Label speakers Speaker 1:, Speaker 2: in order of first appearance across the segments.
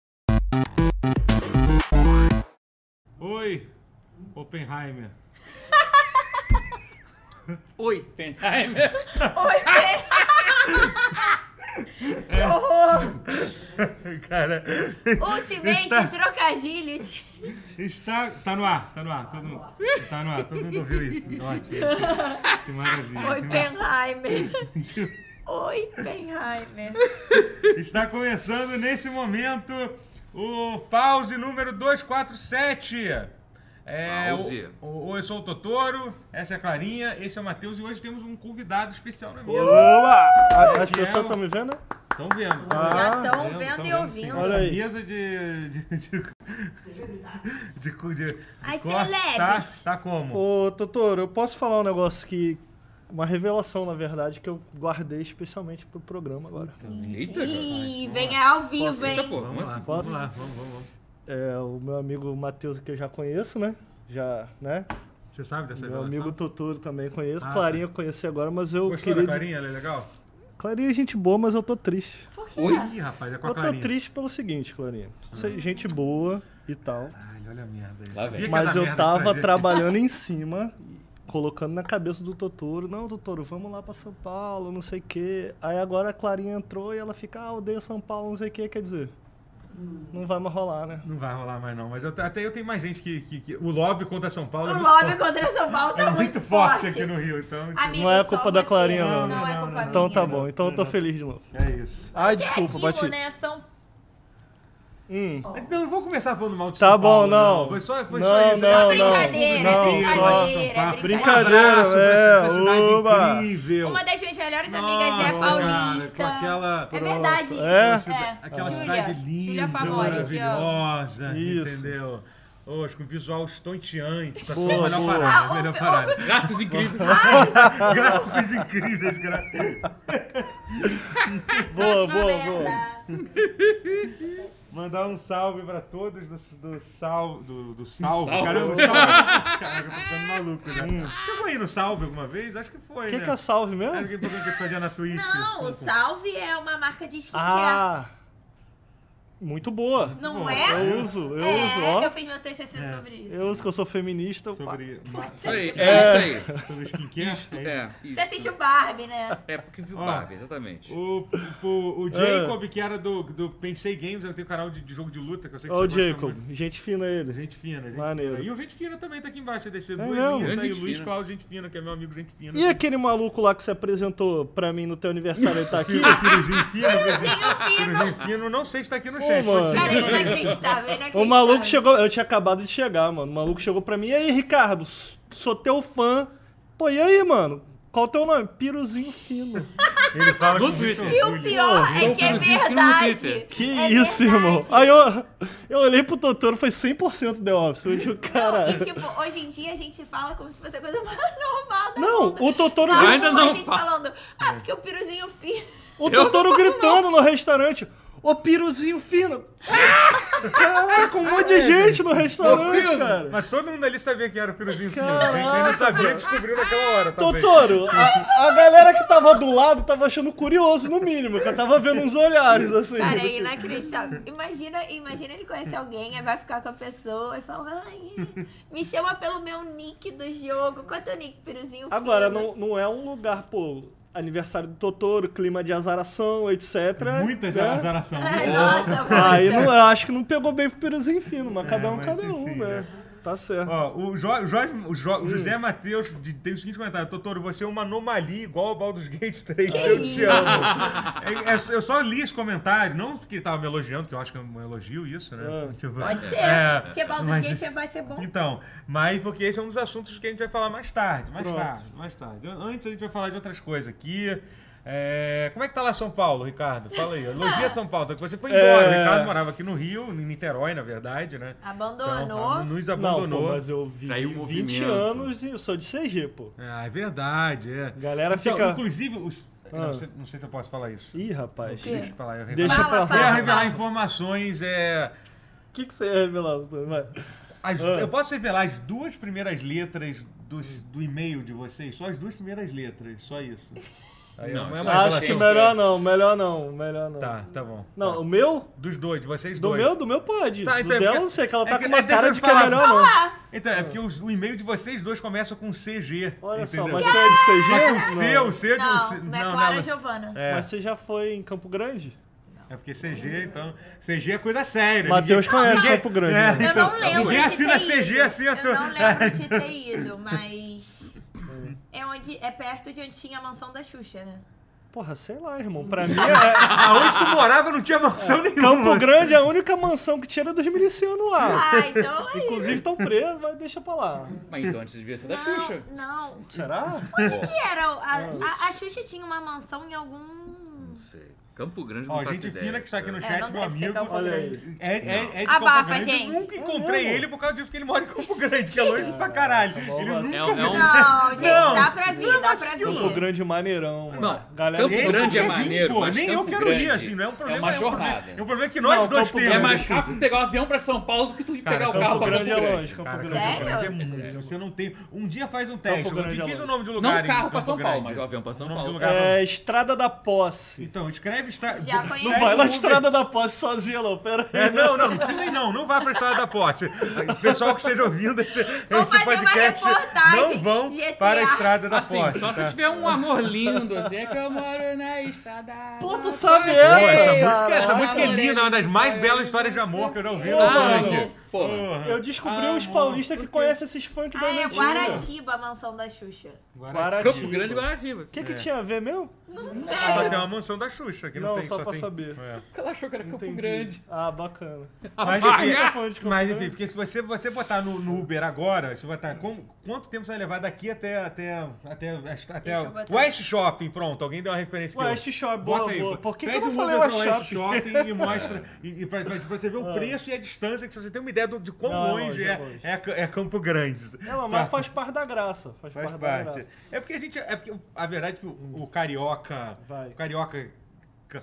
Speaker 1: Oppenheimer.
Speaker 2: Oi, Penheimer.
Speaker 3: Oi, Fê!
Speaker 1: É.
Speaker 3: que horror!
Speaker 1: Cara,
Speaker 3: Ultimate
Speaker 1: Está-
Speaker 3: trocadilho. de-
Speaker 1: está. Tá no ar, tá no ar. Todo mundo, tá no ar, todo mundo ouviu isso. Ótimo. Que maravilha.
Speaker 3: Oi,
Speaker 1: que
Speaker 3: Penheimer.
Speaker 1: maravilha.
Speaker 3: Oi, Penheimer.
Speaker 1: Está começando nesse momento o pause número 247. É,
Speaker 2: Pause.
Speaker 1: o- o- Oi, eu sou o Totoro, essa é a Clarinha, esse é o Matheus e hoje temos um convidado especial na mesa.
Speaker 4: Boa! A- As
Speaker 1: Aqui é
Speaker 4: pessoas
Speaker 1: o-
Speaker 4: estão me vendo?
Speaker 1: Estão vendo, tão
Speaker 4: Ah,
Speaker 3: Já
Speaker 1: vendo.
Speaker 3: estão
Speaker 1: Tão
Speaker 3: vendo e
Speaker 1: sim.
Speaker 3: ouvindo.
Speaker 4: Olha aí.
Speaker 1: Mesa de. de, de, de, de, cu- de,
Speaker 3: As
Speaker 1: corte
Speaker 3: celebres.
Speaker 1: tá, tá como?
Speaker 4: Ô, Totoro, eu posso falar um negócio que. Uma revelação, na verdade, que eu guardei especialmente pro programa agora.
Speaker 2: Eita,
Speaker 3: Ih, vem é ao vivo,
Speaker 2: Eita,
Speaker 3: hein?
Speaker 2: pô, como
Speaker 1: Vamos lá,
Speaker 2: assim?
Speaker 1: vamos
Speaker 4: Posso?
Speaker 1: lá, vamos, vamos. vamos.
Speaker 4: É, o meu amigo Matheus, que eu já conheço, né? Já, né?
Speaker 1: Você sabe dessa
Speaker 4: meu
Speaker 1: revelação?
Speaker 4: amigo Totoro também conheço.
Speaker 1: Ah,
Speaker 4: Clarinha eu conheci agora, mas eu
Speaker 1: Gostou da
Speaker 4: queria.
Speaker 1: Clarinha? Ela é legal?
Speaker 4: Clarinha é gente boa, mas eu tô triste.
Speaker 3: Por quê?
Speaker 2: Oi?
Speaker 1: Ih, rapaz, é com a
Speaker 4: Eu tô
Speaker 1: Clarinha. Hum.
Speaker 4: triste pelo seguinte, Clarinha. Você é gente boa e tal.
Speaker 1: Caralho, olha a merda.
Speaker 2: Lá vem.
Speaker 1: Sabia que ia
Speaker 4: Mas
Speaker 1: dar
Speaker 4: eu
Speaker 1: merda pra
Speaker 4: tava
Speaker 1: gente.
Speaker 4: trabalhando em cima, colocando na cabeça do Totoro, não, Totoro, vamos lá pra São Paulo, não sei o quê. Aí agora a Clarinha entrou e ela fica, ah, odeio São Paulo, não sei o quê, quer dizer. Não vai mais rolar, né?
Speaker 1: Não vai rolar mais, não. Mas eu- até eu tenho mais gente que, que- que- O lobby contra São Paulo. é
Speaker 3: O
Speaker 1: muito
Speaker 3: lobby
Speaker 1: forte.
Speaker 3: contra São Paulo tá
Speaker 1: É muito forte aqui
Speaker 3: forte
Speaker 1: no Rio, então.
Speaker 3: Amigo,
Speaker 4: Não é
Speaker 3: só
Speaker 4: culpa da
Speaker 3: você.
Speaker 4: Clarinha,
Speaker 3: não.
Speaker 4: não.
Speaker 1: Não,
Speaker 3: é culpa
Speaker 1: não, não.
Speaker 3: minha.
Speaker 4: Então tá bom, então eu tô feliz de novo.
Speaker 1: É isso.
Speaker 4: Ai,
Speaker 3: Desculpa, é
Speaker 4: desculpa,
Speaker 3: aquilo,
Speaker 4: bati.
Speaker 3: né? São...
Speaker 4: Hum.
Speaker 1: Não, não vou começar falando mal de
Speaker 4: Tá
Speaker 1: São
Speaker 4: bom,
Speaker 1: Paulo.
Speaker 4: não.
Speaker 1: Foi só, foi
Speaker 4: Não,
Speaker 1: só isso.
Speaker 4: não,
Speaker 1: É
Speaker 4: não.
Speaker 3: Brincadeira,
Speaker 4: Não,
Speaker 3: brincadeira,
Speaker 4: só-
Speaker 3: brincadeira.
Speaker 4: Brincadeira,
Speaker 1: Um abraço pra essa- essa
Speaker 4: é,
Speaker 1: cidade
Speaker 4: oba.
Speaker 1: incrível.
Speaker 3: Uma das minhas melhores
Speaker 1: Nossa,
Speaker 3: amigas é a Paulista.
Speaker 1: cara, com aquela-
Speaker 3: É verdade.
Speaker 4: Pronto. É?
Speaker 3: isso, é.
Speaker 1: né? Aquela
Speaker 3: Júlia,
Speaker 1: cidade
Speaker 3: Júlia
Speaker 1: linda,
Speaker 3: Favori, te amo.
Speaker 1: maravilhosa,
Speaker 4: Isso.
Speaker 1: entendeu? Hoje, com visual estonteante, tá
Speaker 4: Boa,
Speaker 1: sendo a melhor
Speaker 4: boa.
Speaker 1: parada,
Speaker 3: Ah,
Speaker 1: a melhor
Speaker 3: o-
Speaker 1: parada.
Speaker 2: Gráficos assim. incríveis.
Speaker 1: Gráficos incríveis, gráficos.
Speaker 4: Boa,
Speaker 3: Na
Speaker 4: boa, boa.
Speaker 3: merda.
Speaker 1: Mandar um salve pra todos do, do salve. Do, do salve.
Speaker 2: Salve.
Speaker 1: Caramba, salve. Caraca, eu tô ficando maluco já. Chegou aí no salve alguma vez? Acho que foi,
Speaker 4: O que,
Speaker 1: né?
Speaker 4: que é salve
Speaker 1: Era
Speaker 4: mesmo?
Speaker 1: aquele programa que fazia na Twitch.
Speaker 3: Não, o
Speaker 1: Com- com-
Speaker 3: Salve é uma marca de skincare.
Speaker 4: Ah! Muito boa.
Speaker 3: não
Speaker 1: bom,
Speaker 3: é?
Speaker 4: Eu uso, eu
Speaker 3: é,
Speaker 4: uso, ó.
Speaker 3: eu fiz meu TCC
Speaker 1: É.
Speaker 3: sobre isso.
Speaker 4: Eu uso que eu sou feminista. eu-
Speaker 1: Sobre. ma-
Speaker 2: Isso aí,
Speaker 4: É.
Speaker 2: é isso aí.
Speaker 1: Sobre skincare.
Speaker 2: Isto,
Speaker 1: aí.
Speaker 2: é,
Speaker 3: Você
Speaker 2: isso.
Speaker 3: assistiu Barbie, né?
Speaker 4: Ah.
Speaker 2: É porque viu
Speaker 1: Ó.
Speaker 2: Barbie, exatamente.
Speaker 1: O, o, o Jacob, que era do, do Pensei Games, eu tenho canal de, de jogo de luta, que eu sei que
Speaker 4: Ó, o
Speaker 1: você gosta
Speaker 4: Jacob,
Speaker 1: muito.
Speaker 4: gente fina ele.
Speaker 1: Gente fina, gente
Speaker 4: Maneiro. É
Speaker 1: fina. E o Gente Fina também tá aqui embaixo desse do
Speaker 4: mesmo?
Speaker 1: Elias, tá aí,
Speaker 2: Gente
Speaker 1: Luiz
Speaker 2: Fina.
Speaker 1: Cláudio Gente Fina, que é meu amigo Gente Fina.
Speaker 4: E aquele maluco lá que se apresentou pra mim no teu aniversário, ele tá aqui?
Speaker 1: Ah, Piruzinho Fino,
Speaker 3: Piruzinho fino.
Speaker 1: Piruzinho Fino, não sei se tá aqui no
Speaker 4: Pô,
Speaker 1: chat. pode
Speaker 4: mano.
Speaker 1: ser.
Speaker 3: Cara, é ele não acreditava, ele não acreditava.
Speaker 4: O maluco chegou, eu tinha acabado de chegar, mano. O maluco chegou pra mim, e aí, Ricardo, s- sou teu fã. Pô, e aí, mano? Qual o teu nome? Piruzinho Fino.
Speaker 1: Ele fala
Speaker 2: No
Speaker 1: com muito
Speaker 2: Twitter.
Speaker 3: E o
Speaker 1: orgulho.
Speaker 3: pior é
Speaker 2: Jogo
Speaker 3: que é
Speaker 2: Piruzinho Fino no
Speaker 3: verdade.
Speaker 2: Twitter.
Speaker 4: Que
Speaker 3: É
Speaker 4: isso, irmão.
Speaker 3: verdade.
Speaker 4: Aí eu, eu olhei pro Totoro, foi 100% The Office. Eu digo,
Speaker 3: Não, e
Speaker 4: cara.
Speaker 3: tipo, hoje em dia a gente fala como se fosse a coisa mais normal da
Speaker 4: Não,
Speaker 3: mundo.
Speaker 4: o Totoro,
Speaker 3: Não,
Speaker 4: gri-
Speaker 2: Ainda
Speaker 3: a
Speaker 2: não
Speaker 3: gente
Speaker 2: fala.
Speaker 3: falando, ah, porque o piruzinho fino.
Speaker 4: o Totoro gritando no restaurante. Ô, Piruzinho Fino. Caraca, um monte de gente no restaurante, cara.
Speaker 1: Mas todo mundo ali sabia que era o Piruzinho Fino.
Speaker 4: Caraca.
Speaker 1: Quem não sabia descobriu naquela hora também.
Speaker 4: Totoro,
Speaker 1: é.
Speaker 4: a, a galera que tava do lado tava achando curioso, no mínimo, que eu tava vendo uns olhares assim.
Speaker 3: Cara, é
Speaker 4: tipo,
Speaker 3: inacreditável. Imagina, imagina ele conhecer alguém, aí vai ficar com a pessoa e fala, ai, me chama pelo meu nick do jogo. Qual é teu nick, piruzinho fino?
Speaker 4: Agora, não, não é um lugar, pô, aniversário do Totoro, clima de azaração, etc.
Speaker 3: É.
Speaker 1: Muita
Speaker 4: né?
Speaker 1: azaração.
Speaker 3: Ai, nossa,
Speaker 4: Aí
Speaker 3: muito.
Speaker 4: não, eu acho que não pegou bem pro piruzinho fino, mas
Speaker 1: É,
Speaker 4: cada um,
Speaker 1: mas
Speaker 4: cada um,
Speaker 1: enfim,
Speaker 4: né?
Speaker 1: né?
Speaker 4: Tá certo.
Speaker 1: Ó, o, Jo- o Jorge- o Jo-
Speaker 3: Hum.
Speaker 1: o José Matheus de- tem o seguinte comentário: Totoro, você é uma anomalia igual ao Baldur's Gate 3. eu te
Speaker 3: isso?
Speaker 1: amo. É- é- eu só li esse comentário, não porque ele tava me elogiando, que eu acho que é um elogio isso, né?
Speaker 4: Ah.
Speaker 1: Tipo,
Speaker 3: Pode ser,
Speaker 1: é,
Speaker 3: porque Baldur's
Speaker 1: mas-
Speaker 3: Gate vai ser bom.
Speaker 1: Então, mas porque esse é um dos assuntos que a gente vai falar mais tarde. Mais
Speaker 4: Pronto.
Speaker 1: tarde, mais tarde. An- Antes a gente vai falar de outras coisas aqui. É, como é que tá lá São Paulo, Ricardo? Fala aí.
Speaker 4: Ah.
Speaker 1: Elogia São Paulo. tá? Você foi embora. O
Speaker 4: É.
Speaker 1: Ricardo morava aqui no Rio, em Niterói, na verdade, né?
Speaker 3: Abandonou.
Speaker 1: Então, nos
Speaker 4: Ah, Não,
Speaker 1: abandonou.
Speaker 4: pô, mas eu vivi
Speaker 2: Traiu o
Speaker 4: 20
Speaker 2: movimento.
Speaker 4: anos e sou de CG, pô.
Speaker 1: Ah, é verdade, é.
Speaker 4: Galera
Speaker 1: Então,
Speaker 4: fica-
Speaker 1: Inclusive, os... não,
Speaker 4: Ah.
Speaker 1: sei, não sei se eu posso falar isso.
Speaker 4: Ih, rapaz.
Speaker 3: quê?
Speaker 1: Então, tá, Deixa eu falar. Eu ia
Speaker 4: Deixa
Speaker 1: revelar-
Speaker 3: Fala,
Speaker 4: pra
Speaker 1: Eu ia
Speaker 4: lá.
Speaker 3: fala.
Speaker 1: revelar informações. É...
Speaker 4: O que, que você ia revelar? Antônio? Vai.
Speaker 1: as-
Speaker 4: Ah.
Speaker 1: Eu posso revelar as duas primeiras letras dos- do, e-mail de vocês? Só as duas primeiras letras, só isso. Aí
Speaker 2: Não,
Speaker 1: a mãe
Speaker 2: isso
Speaker 1: vai falar
Speaker 4: Acho
Speaker 1: assim,
Speaker 4: melhor não, melhor não, melhor não.
Speaker 1: Tá, tá bom.
Speaker 4: Não, o meu?
Speaker 1: Dos dois, de vocês
Speaker 4: Do
Speaker 1: dois.
Speaker 4: meu, do meu pode.
Speaker 1: Tá, então é
Speaker 4: do dela
Speaker 1: porque-
Speaker 4: não sei, que ela tá
Speaker 1: é que-
Speaker 4: com uma
Speaker 1: é, deixa
Speaker 4: cara
Speaker 1: eu
Speaker 4: de
Speaker 1: te
Speaker 4: que é
Speaker 1: falar.
Speaker 4: melhor não.
Speaker 3: Ah,
Speaker 1: Então, é porque os- o e-mail de vocês dois começa com CG.
Speaker 4: Olha
Speaker 1: entendeu? Tá
Speaker 4: só, mas você é de CG?
Speaker 1: Só que
Speaker 4: Não.
Speaker 1: o seu, o seu de um
Speaker 3: não,
Speaker 1: C-
Speaker 3: não é Clara
Speaker 1: não.
Speaker 3: Giovana.
Speaker 1: É,
Speaker 4: Mas você já foi em Campo Grande?
Speaker 1: é porque CG, então. CG é coisa séria.
Speaker 4: Mateus
Speaker 1: ninguém- tá-
Speaker 4: conhece
Speaker 1: ninguém- É,
Speaker 4: Campo Grande, né?
Speaker 3: Eu não lembro
Speaker 1: Então, Ninguém
Speaker 3: de
Speaker 1: assina
Speaker 3: ter
Speaker 1: CG
Speaker 3: ido.
Speaker 1: assim,
Speaker 3: Eu
Speaker 1: tô-
Speaker 3: não lembro de ter ido, mas... É, onde, é perto de onde tinha a mansão da Xuxa, né?
Speaker 4: Porra, sei lá, irmão. Pra mim, é-
Speaker 1: Aonde tu morava não tinha mansão nenhuma.
Speaker 4: Campo Grande é a única mansão que tira dos milicianos lá.
Speaker 3: Ah, então é isso.
Speaker 4: Inclusive estão presos, mas deixa pra lá.
Speaker 2: Mas então antes devia ser da Xuxa.
Speaker 3: Não, não.
Speaker 4: Será?
Speaker 2: Pô,
Speaker 3: Que era? o- A, a, a Xuxa tinha uma mansão em algum...
Speaker 2: não sei. Campo Grande não
Speaker 1: Ó,
Speaker 2: faço
Speaker 1: gente
Speaker 2: ideia. né?
Speaker 1: fina que está aqui no
Speaker 2: cara.
Speaker 1: chat,
Speaker 3: não
Speaker 1: meu
Speaker 3: deve ser
Speaker 1: amigo.
Speaker 3: Campo
Speaker 4: Olha
Speaker 3: Grande.
Speaker 4: aí.
Speaker 1: É, é, é de
Speaker 3: Abafa,
Speaker 1: Campo Grande.
Speaker 3: gente.
Speaker 1: Eu nunca encontrei
Speaker 4: mesmo?
Speaker 1: ele por causa disso que ele mora em Campo Grande, que é longe pra caralho.
Speaker 4: bom,
Speaker 1: Ele
Speaker 4: vai.
Speaker 1: nunca
Speaker 2: É, um- é um...
Speaker 3: Não, gente,
Speaker 1: Não,
Speaker 3: dá pra vir, dá pra
Speaker 1: vacilo.
Speaker 4: Campo
Speaker 3: vir.
Speaker 4: Grande maneirão, mano.
Speaker 2: Não,
Speaker 4: Galera,
Speaker 2: Campo
Speaker 1: Ele
Speaker 4: Campo
Speaker 2: Grande é
Speaker 1: quer vir,
Speaker 2: maneiro,
Speaker 1: pô.
Speaker 2: mas
Speaker 1: Nem eu
Speaker 2: Campo
Speaker 1: quero
Speaker 2: Grande
Speaker 1: ir, assim, não é um problema.
Speaker 2: uma
Speaker 1: um problema-
Speaker 2: jornada.
Speaker 1: É um problema que nós
Speaker 4: Não,
Speaker 1: dois
Speaker 4: Campo
Speaker 1: temos.
Speaker 2: É
Speaker 4: Grande
Speaker 2: mais rápido pegar o avião pra São Paulo do que tu ir
Speaker 1: Cara,
Speaker 2: pegar o
Speaker 1: Campo
Speaker 2: carro pra Campo
Speaker 4: Grande é
Speaker 2: Grande.
Speaker 4: longe, Campo
Speaker 1: Cara,
Speaker 4: Grande.
Speaker 1: Campo Grande é
Speaker 3: Sério?
Speaker 1: muito.
Speaker 2: É sério.
Speaker 1: Você não tem. Um dia faz um teste.
Speaker 4: Grande é
Speaker 1: Diz o
Speaker 4: longe.
Speaker 1: nome de um lugar.
Speaker 2: Não
Speaker 1: em
Speaker 2: carro pra
Speaker 1: Campo
Speaker 2: São Paulo,
Speaker 1: Grande.
Speaker 2: mas o avião pra São
Speaker 1: O nome
Speaker 2: Paulo.
Speaker 1: do lugar, não.
Speaker 4: É Estrada da Posse.
Speaker 1: Então, escreve. Estra...
Speaker 3: Já conheci.
Speaker 4: Não vai lá
Speaker 1: Uber.
Speaker 4: Estrada da Posse sozinha, não. Pera aí.
Speaker 1: É, não, não, não precisa ir não, não vá pra Estrada da Posse. O pessoal que esteja ouvindo esse,
Speaker 3: Vamos
Speaker 1: esse
Speaker 3: fazer uma
Speaker 1: podcast,
Speaker 3: reportagem
Speaker 1: não vão
Speaker 3: GTA.
Speaker 1: para a Estrada da
Speaker 2: Assim,
Speaker 1: Posse.
Speaker 2: só
Speaker 1: tá?
Speaker 2: se tiver um amor lindo, assim, é que eu moro na estrada.
Speaker 4: Pô, tu
Speaker 2: da
Speaker 4: sabe
Speaker 2: paz.
Speaker 1: Pô, essa,
Speaker 4: Ei,
Speaker 1: música, essa
Speaker 4: cara,
Speaker 1: música é
Speaker 2: olha
Speaker 1: linda, uma das mais
Speaker 2: aí.
Speaker 1: belas histórias de amor que eu já ouvi no
Speaker 4: Pô,
Speaker 1: funk.
Speaker 4: mano.
Speaker 2: Ah, Porra.
Speaker 1: Porra.
Speaker 4: Eu descobri
Speaker 1: Ah,
Speaker 4: uns
Speaker 1: bom,
Speaker 4: paulistas que
Speaker 1: porque-
Speaker 4: conhecem esses funk né?
Speaker 3: Ah,
Speaker 4: das
Speaker 3: é
Speaker 4: antigas.
Speaker 3: Guaratiba, a mansão da Xuxa.
Speaker 4: Guaratiba.
Speaker 2: Campo Grande e Guaratiba.
Speaker 4: O que, que
Speaker 1: É.
Speaker 4: tinha a ver mesmo?
Speaker 3: Não
Speaker 1: Só
Speaker 3: sei.
Speaker 1: tem uma mansão da Xuxa, que não,
Speaker 4: Não,
Speaker 1: tem
Speaker 4: só pra
Speaker 1: tem-
Speaker 4: saber.
Speaker 1: É.
Speaker 2: Ela achou que era Campo
Speaker 4: Entendi.
Speaker 2: Grande.
Speaker 4: Ah, bacana.
Speaker 1: Mas,
Speaker 2: Ah,
Speaker 1: enfim,
Speaker 2: é?
Speaker 4: Falando de Campo
Speaker 1: mas
Speaker 4: Grande.
Speaker 1: enfim, porque se você, você botar no, no Uber agora, você botar como, quanto tempo você vai levar daqui até, até, até, até
Speaker 3: eu botar.
Speaker 1: West Shopping, pronto, alguém deu uma referência aqui.
Speaker 4: West Shop, boa,
Speaker 1: Bota aí.
Speaker 4: boa. Por que, que
Speaker 1: Pede
Speaker 4: eu não
Speaker 1: o
Speaker 4: falei
Speaker 1: Uber
Speaker 4: West
Speaker 1: pro
Speaker 4: Shop?
Speaker 1: Shopping e mostra. e, e pra, pra- pra você ver o preço e a distância, que se você tem uma ideia do- de quão
Speaker 4: Não, é
Speaker 1: longe
Speaker 4: longe,
Speaker 1: é,
Speaker 4: é longe.
Speaker 1: é, Ca- é Campo Grande.
Speaker 4: Não,
Speaker 1: Tá.
Speaker 4: mas faz parte da graça. Faz,
Speaker 1: Faz
Speaker 4: parte, da
Speaker 1: parte.
Speaker 4: graça.
Speaker 1: É porque a gente. É porque a verdade é que o, o carioca.
Speaker 4: Vai.
Speaker 1: O carioca. ca-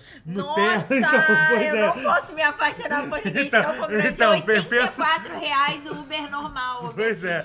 Speaker 3: Nossa, eu não posso me apaixonar por ninguém de
Speaker 1: é. Então,
Speaker 3: Campo Grande.
Speaker 1: então,
Speaker 3: é 84
Speaker 1: pensa-
Speaker 3: reais o Uber normal.
Speaker 1: Pois é.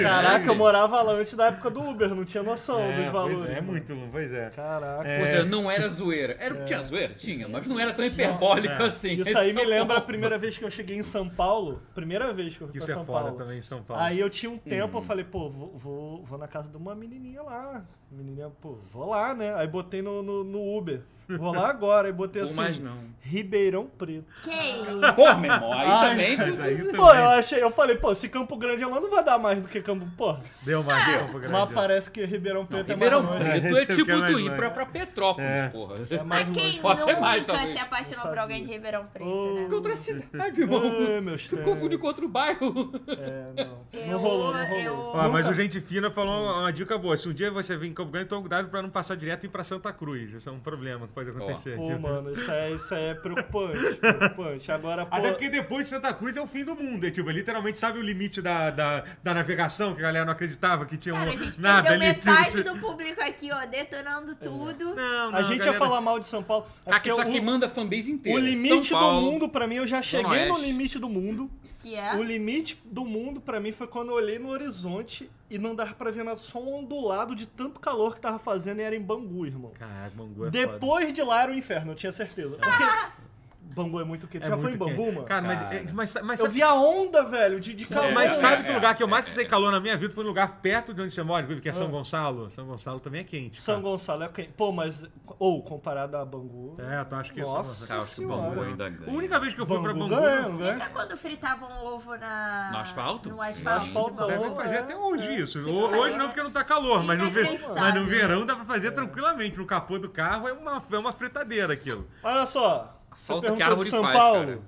Speaker 4: Caraca, eu morava lá antes da época do Uber, não tinha noção
Speaker 1: É,
Speaker 4: dos
Speaker 1: pois
Speaker 4: valores.
Speaker 1: é, é
Speaker 4: mano.
Speaker 1: muito, longe, pois é.
Speaker 4: Caraca.
Speaker 2: Ou seja, não era zoeira. Era, Tinha zoeira? Tinha, mas não era tão hiperbólica assim.
Speaker 4: É. Isso aí me lembra a primeira vez que eu cheguei em São Paulo. Primeira vez que eu fui
Speaker 1: Isso
Speaker 4: pra
Speaker 1: é
Speaker 4: São
Speaker 1: foda
Speaker 4: Paulo.
Speaker 1: também em São Paulo. Hum.
Speaker 4: Aí eu tinha um tempo, eu falei, pô, vou, vou, vou na casa de uma menininha lá. Menininha, pô, vou lá, né? Aí botei no, no, no Uber. Vou lá agora. Aí botei
Speaker 2: Vou
Speaker 4: assim,
Speaker 2: mais não.
Speaker 4: Ribeirão Preto.
Speaker 3: Que isso?
Speaker 2: Pô, meu irmão, aí
Speaker 4: Ai,
Speaker 2: também.
Speaker 1: Mas aí também.
Speaker 4: Pô, eu achei, eu falei, pô, se Campo Grande lá não vai dar mais do que Campo, pô.
Speaker 1: Deu mais
Speaker 4: Ah,
Speaker 1: Campo Grande.
Speaker 4: Mas parece que Ribeirão Preto é
Speaker 2: Ribeirão
Speaker 4: mais longe.
Speaker 2: Preto
Speaker 1: Esse
Speaker 2: é
Speaker 1: eu
Speaker 2: tipo
Speaker 1: quero mais
Speaker 2: tu ir
Speaker 1: longe.
Speaker 2: pra, pra Petrópolis, porra.
Speaker 4: É mais
Speaker 3: Mas
Speaker 4: longe.
Speaker 3: quem
Speaker 2: Pode ter mais,
Speaker 3: nunca
Speaker 2: talvez.
Speaker 3: se apaixonou
Speaker 4: Não
Speaker 3: por alguém de
Speaker 4: sabia.
Speaker 3: Ribeirão Preto,
Speaker 4: Ô,
Speaker 2: Que
Speaker 3: né?
Speaker 2: outra cidade, irmão.
Speaker 4: É, meus
Speaker 2: Tu confunde
Speaker 4: tempos.
Speaker 2: com outro bairro.
Speaker 4: É, não.
Speaker 3: Eu-
Speaker 4: Não rolou, não rolou.
Speaker 3: eu-
Speaker 1: Ó, mas
Speaker 4: Nunca-
Speaker 1: o Gente Fina falou uma, uma dica boa. Se um dia você vir em Campo Grande, tome cuidado pra não passar direto e ir pra Santa Cruz. Isso é um problema que pode acontecer.
Speaker 4: Pô,
Speaker 1: tipo.
Speaker 4: mano, isso é, isso é preocupante, preocupante. Agora, pô...
Speaker 1: Até porque depois de Santa Cruz é o fim do mundo. É, tipo, literalmente, sabe o limite da, da, da navegação, que a galera não acreditava que tinha
Speaker 3: Cara,
Speaker 1: um-
Speaker 3: a gente
Speaker 1: nada
Speaker 3: perdeu
Speaker 1: ali. tipo,
Speaker 3: metade
Speaker 1: se-
Speaker 3: do público aqui, ó, detonando tudo.
Speaker 1: Não, não,
Speaker 4: A gente ia
Speaker 1: galera-
Speaker 4: falar mal de São Paulo. É
Speaker 2: Aqui
Speaker 4: porque
Speaker 2: só que
Speaker 4: o,
Speaker 2: manda a fanbase inteira.
Speaker 4: o limite
Speaker 2: São
Speaker 4: do
Speaker 2: Paulo.
Speaker 4: mundo, pra mim, eu já cheguei no
Speaker 2: Oeste.
Speaker 4: limite do mundo.
Speaker 3: Que é?
Speaker 4: O limite do mundo, pra mim, foi quando eu olhei no horizonte e não dava pra ver nada, só um ondulado de tanto calor que tava fazendo e era em Bangu, irmão.
Speaker 1: Caraca, Bangu é foda.
Speaker 4: Depois de lá era o inferno, eu tinha certeza. Porque Bangu é muito quente.
Speaker 1: É
Speaker 4: Já foi em
Speaker 1: muito
Speaker 4: Bangu,
Speaker 1: quente.
Speaker 4: mano?
Speaker 1: Cara, mas,
Speaker 2: Cara.
Speaker 1: é, mas, mas
Speaker 4: eu
Speaker 1: sabe-
Speaker 4: vi a onda, velho, de, de calor.
Speaker 1: mas
Speaker 2: É,
Speaker 1: sabe
Speaker 2: é,
Speaker 1: que o lugar que eu mais
Speaker 2: é,
Speaker 1: passei
Speaker 2: é.
Speaker 1: calor na minha vida foi um lugar perto de onde você mora, que é São Gonçalo. São Gonçalo também é quente.
Speaker 4: Ah. São
Speaker 1: cara.
Speaker 4: Gonçalo é quente. Pô, mas... Ou, comparado a Bangu...
Speaker 1: É, tu acha que é São
Speaker 4: Nossa.
Speaker 1: Gonçalo.
Speaker 2: Cara, acho que o Bangu
Speaker 4: Senhora.
Speaker 2: ainda
Speaker 1: A
Speaker 2: ganha.
Speaker 1: única vez que eu fui pra Bangu.
Speaker 4: ganha, não ganha?
Speaker 3: Lembra quando fritavam um ovo na...
Speaker 2: No asfalto?
Speaker 3: No asfalto.
Speaker 2: No
Speaker 4: asfalto,
Speaker 3: de Bangu?
Speaker 1: Devem fazer
Speaker 4: É,
Speaker 1: até hoje isso. Ho-
Speaker 3: Inacreditável.
Speaker 1: Hoje não, porque não tá calor, mas no, ver-
Speaker 3: Inacreditável.
Speaker 1: mas no verão dá pra fazer tranquilamente. No capô do carro é uma, é uma fritadeira aquilo.
Speaker 4: Olha só, você
Speaker 2: Falta que a
Speaker 4: perguntou de
Speaker 2: árvore
Speaker 4: São
Speaker 2: faz,
Speaker 4: Paulo.
Speaker 2: cara.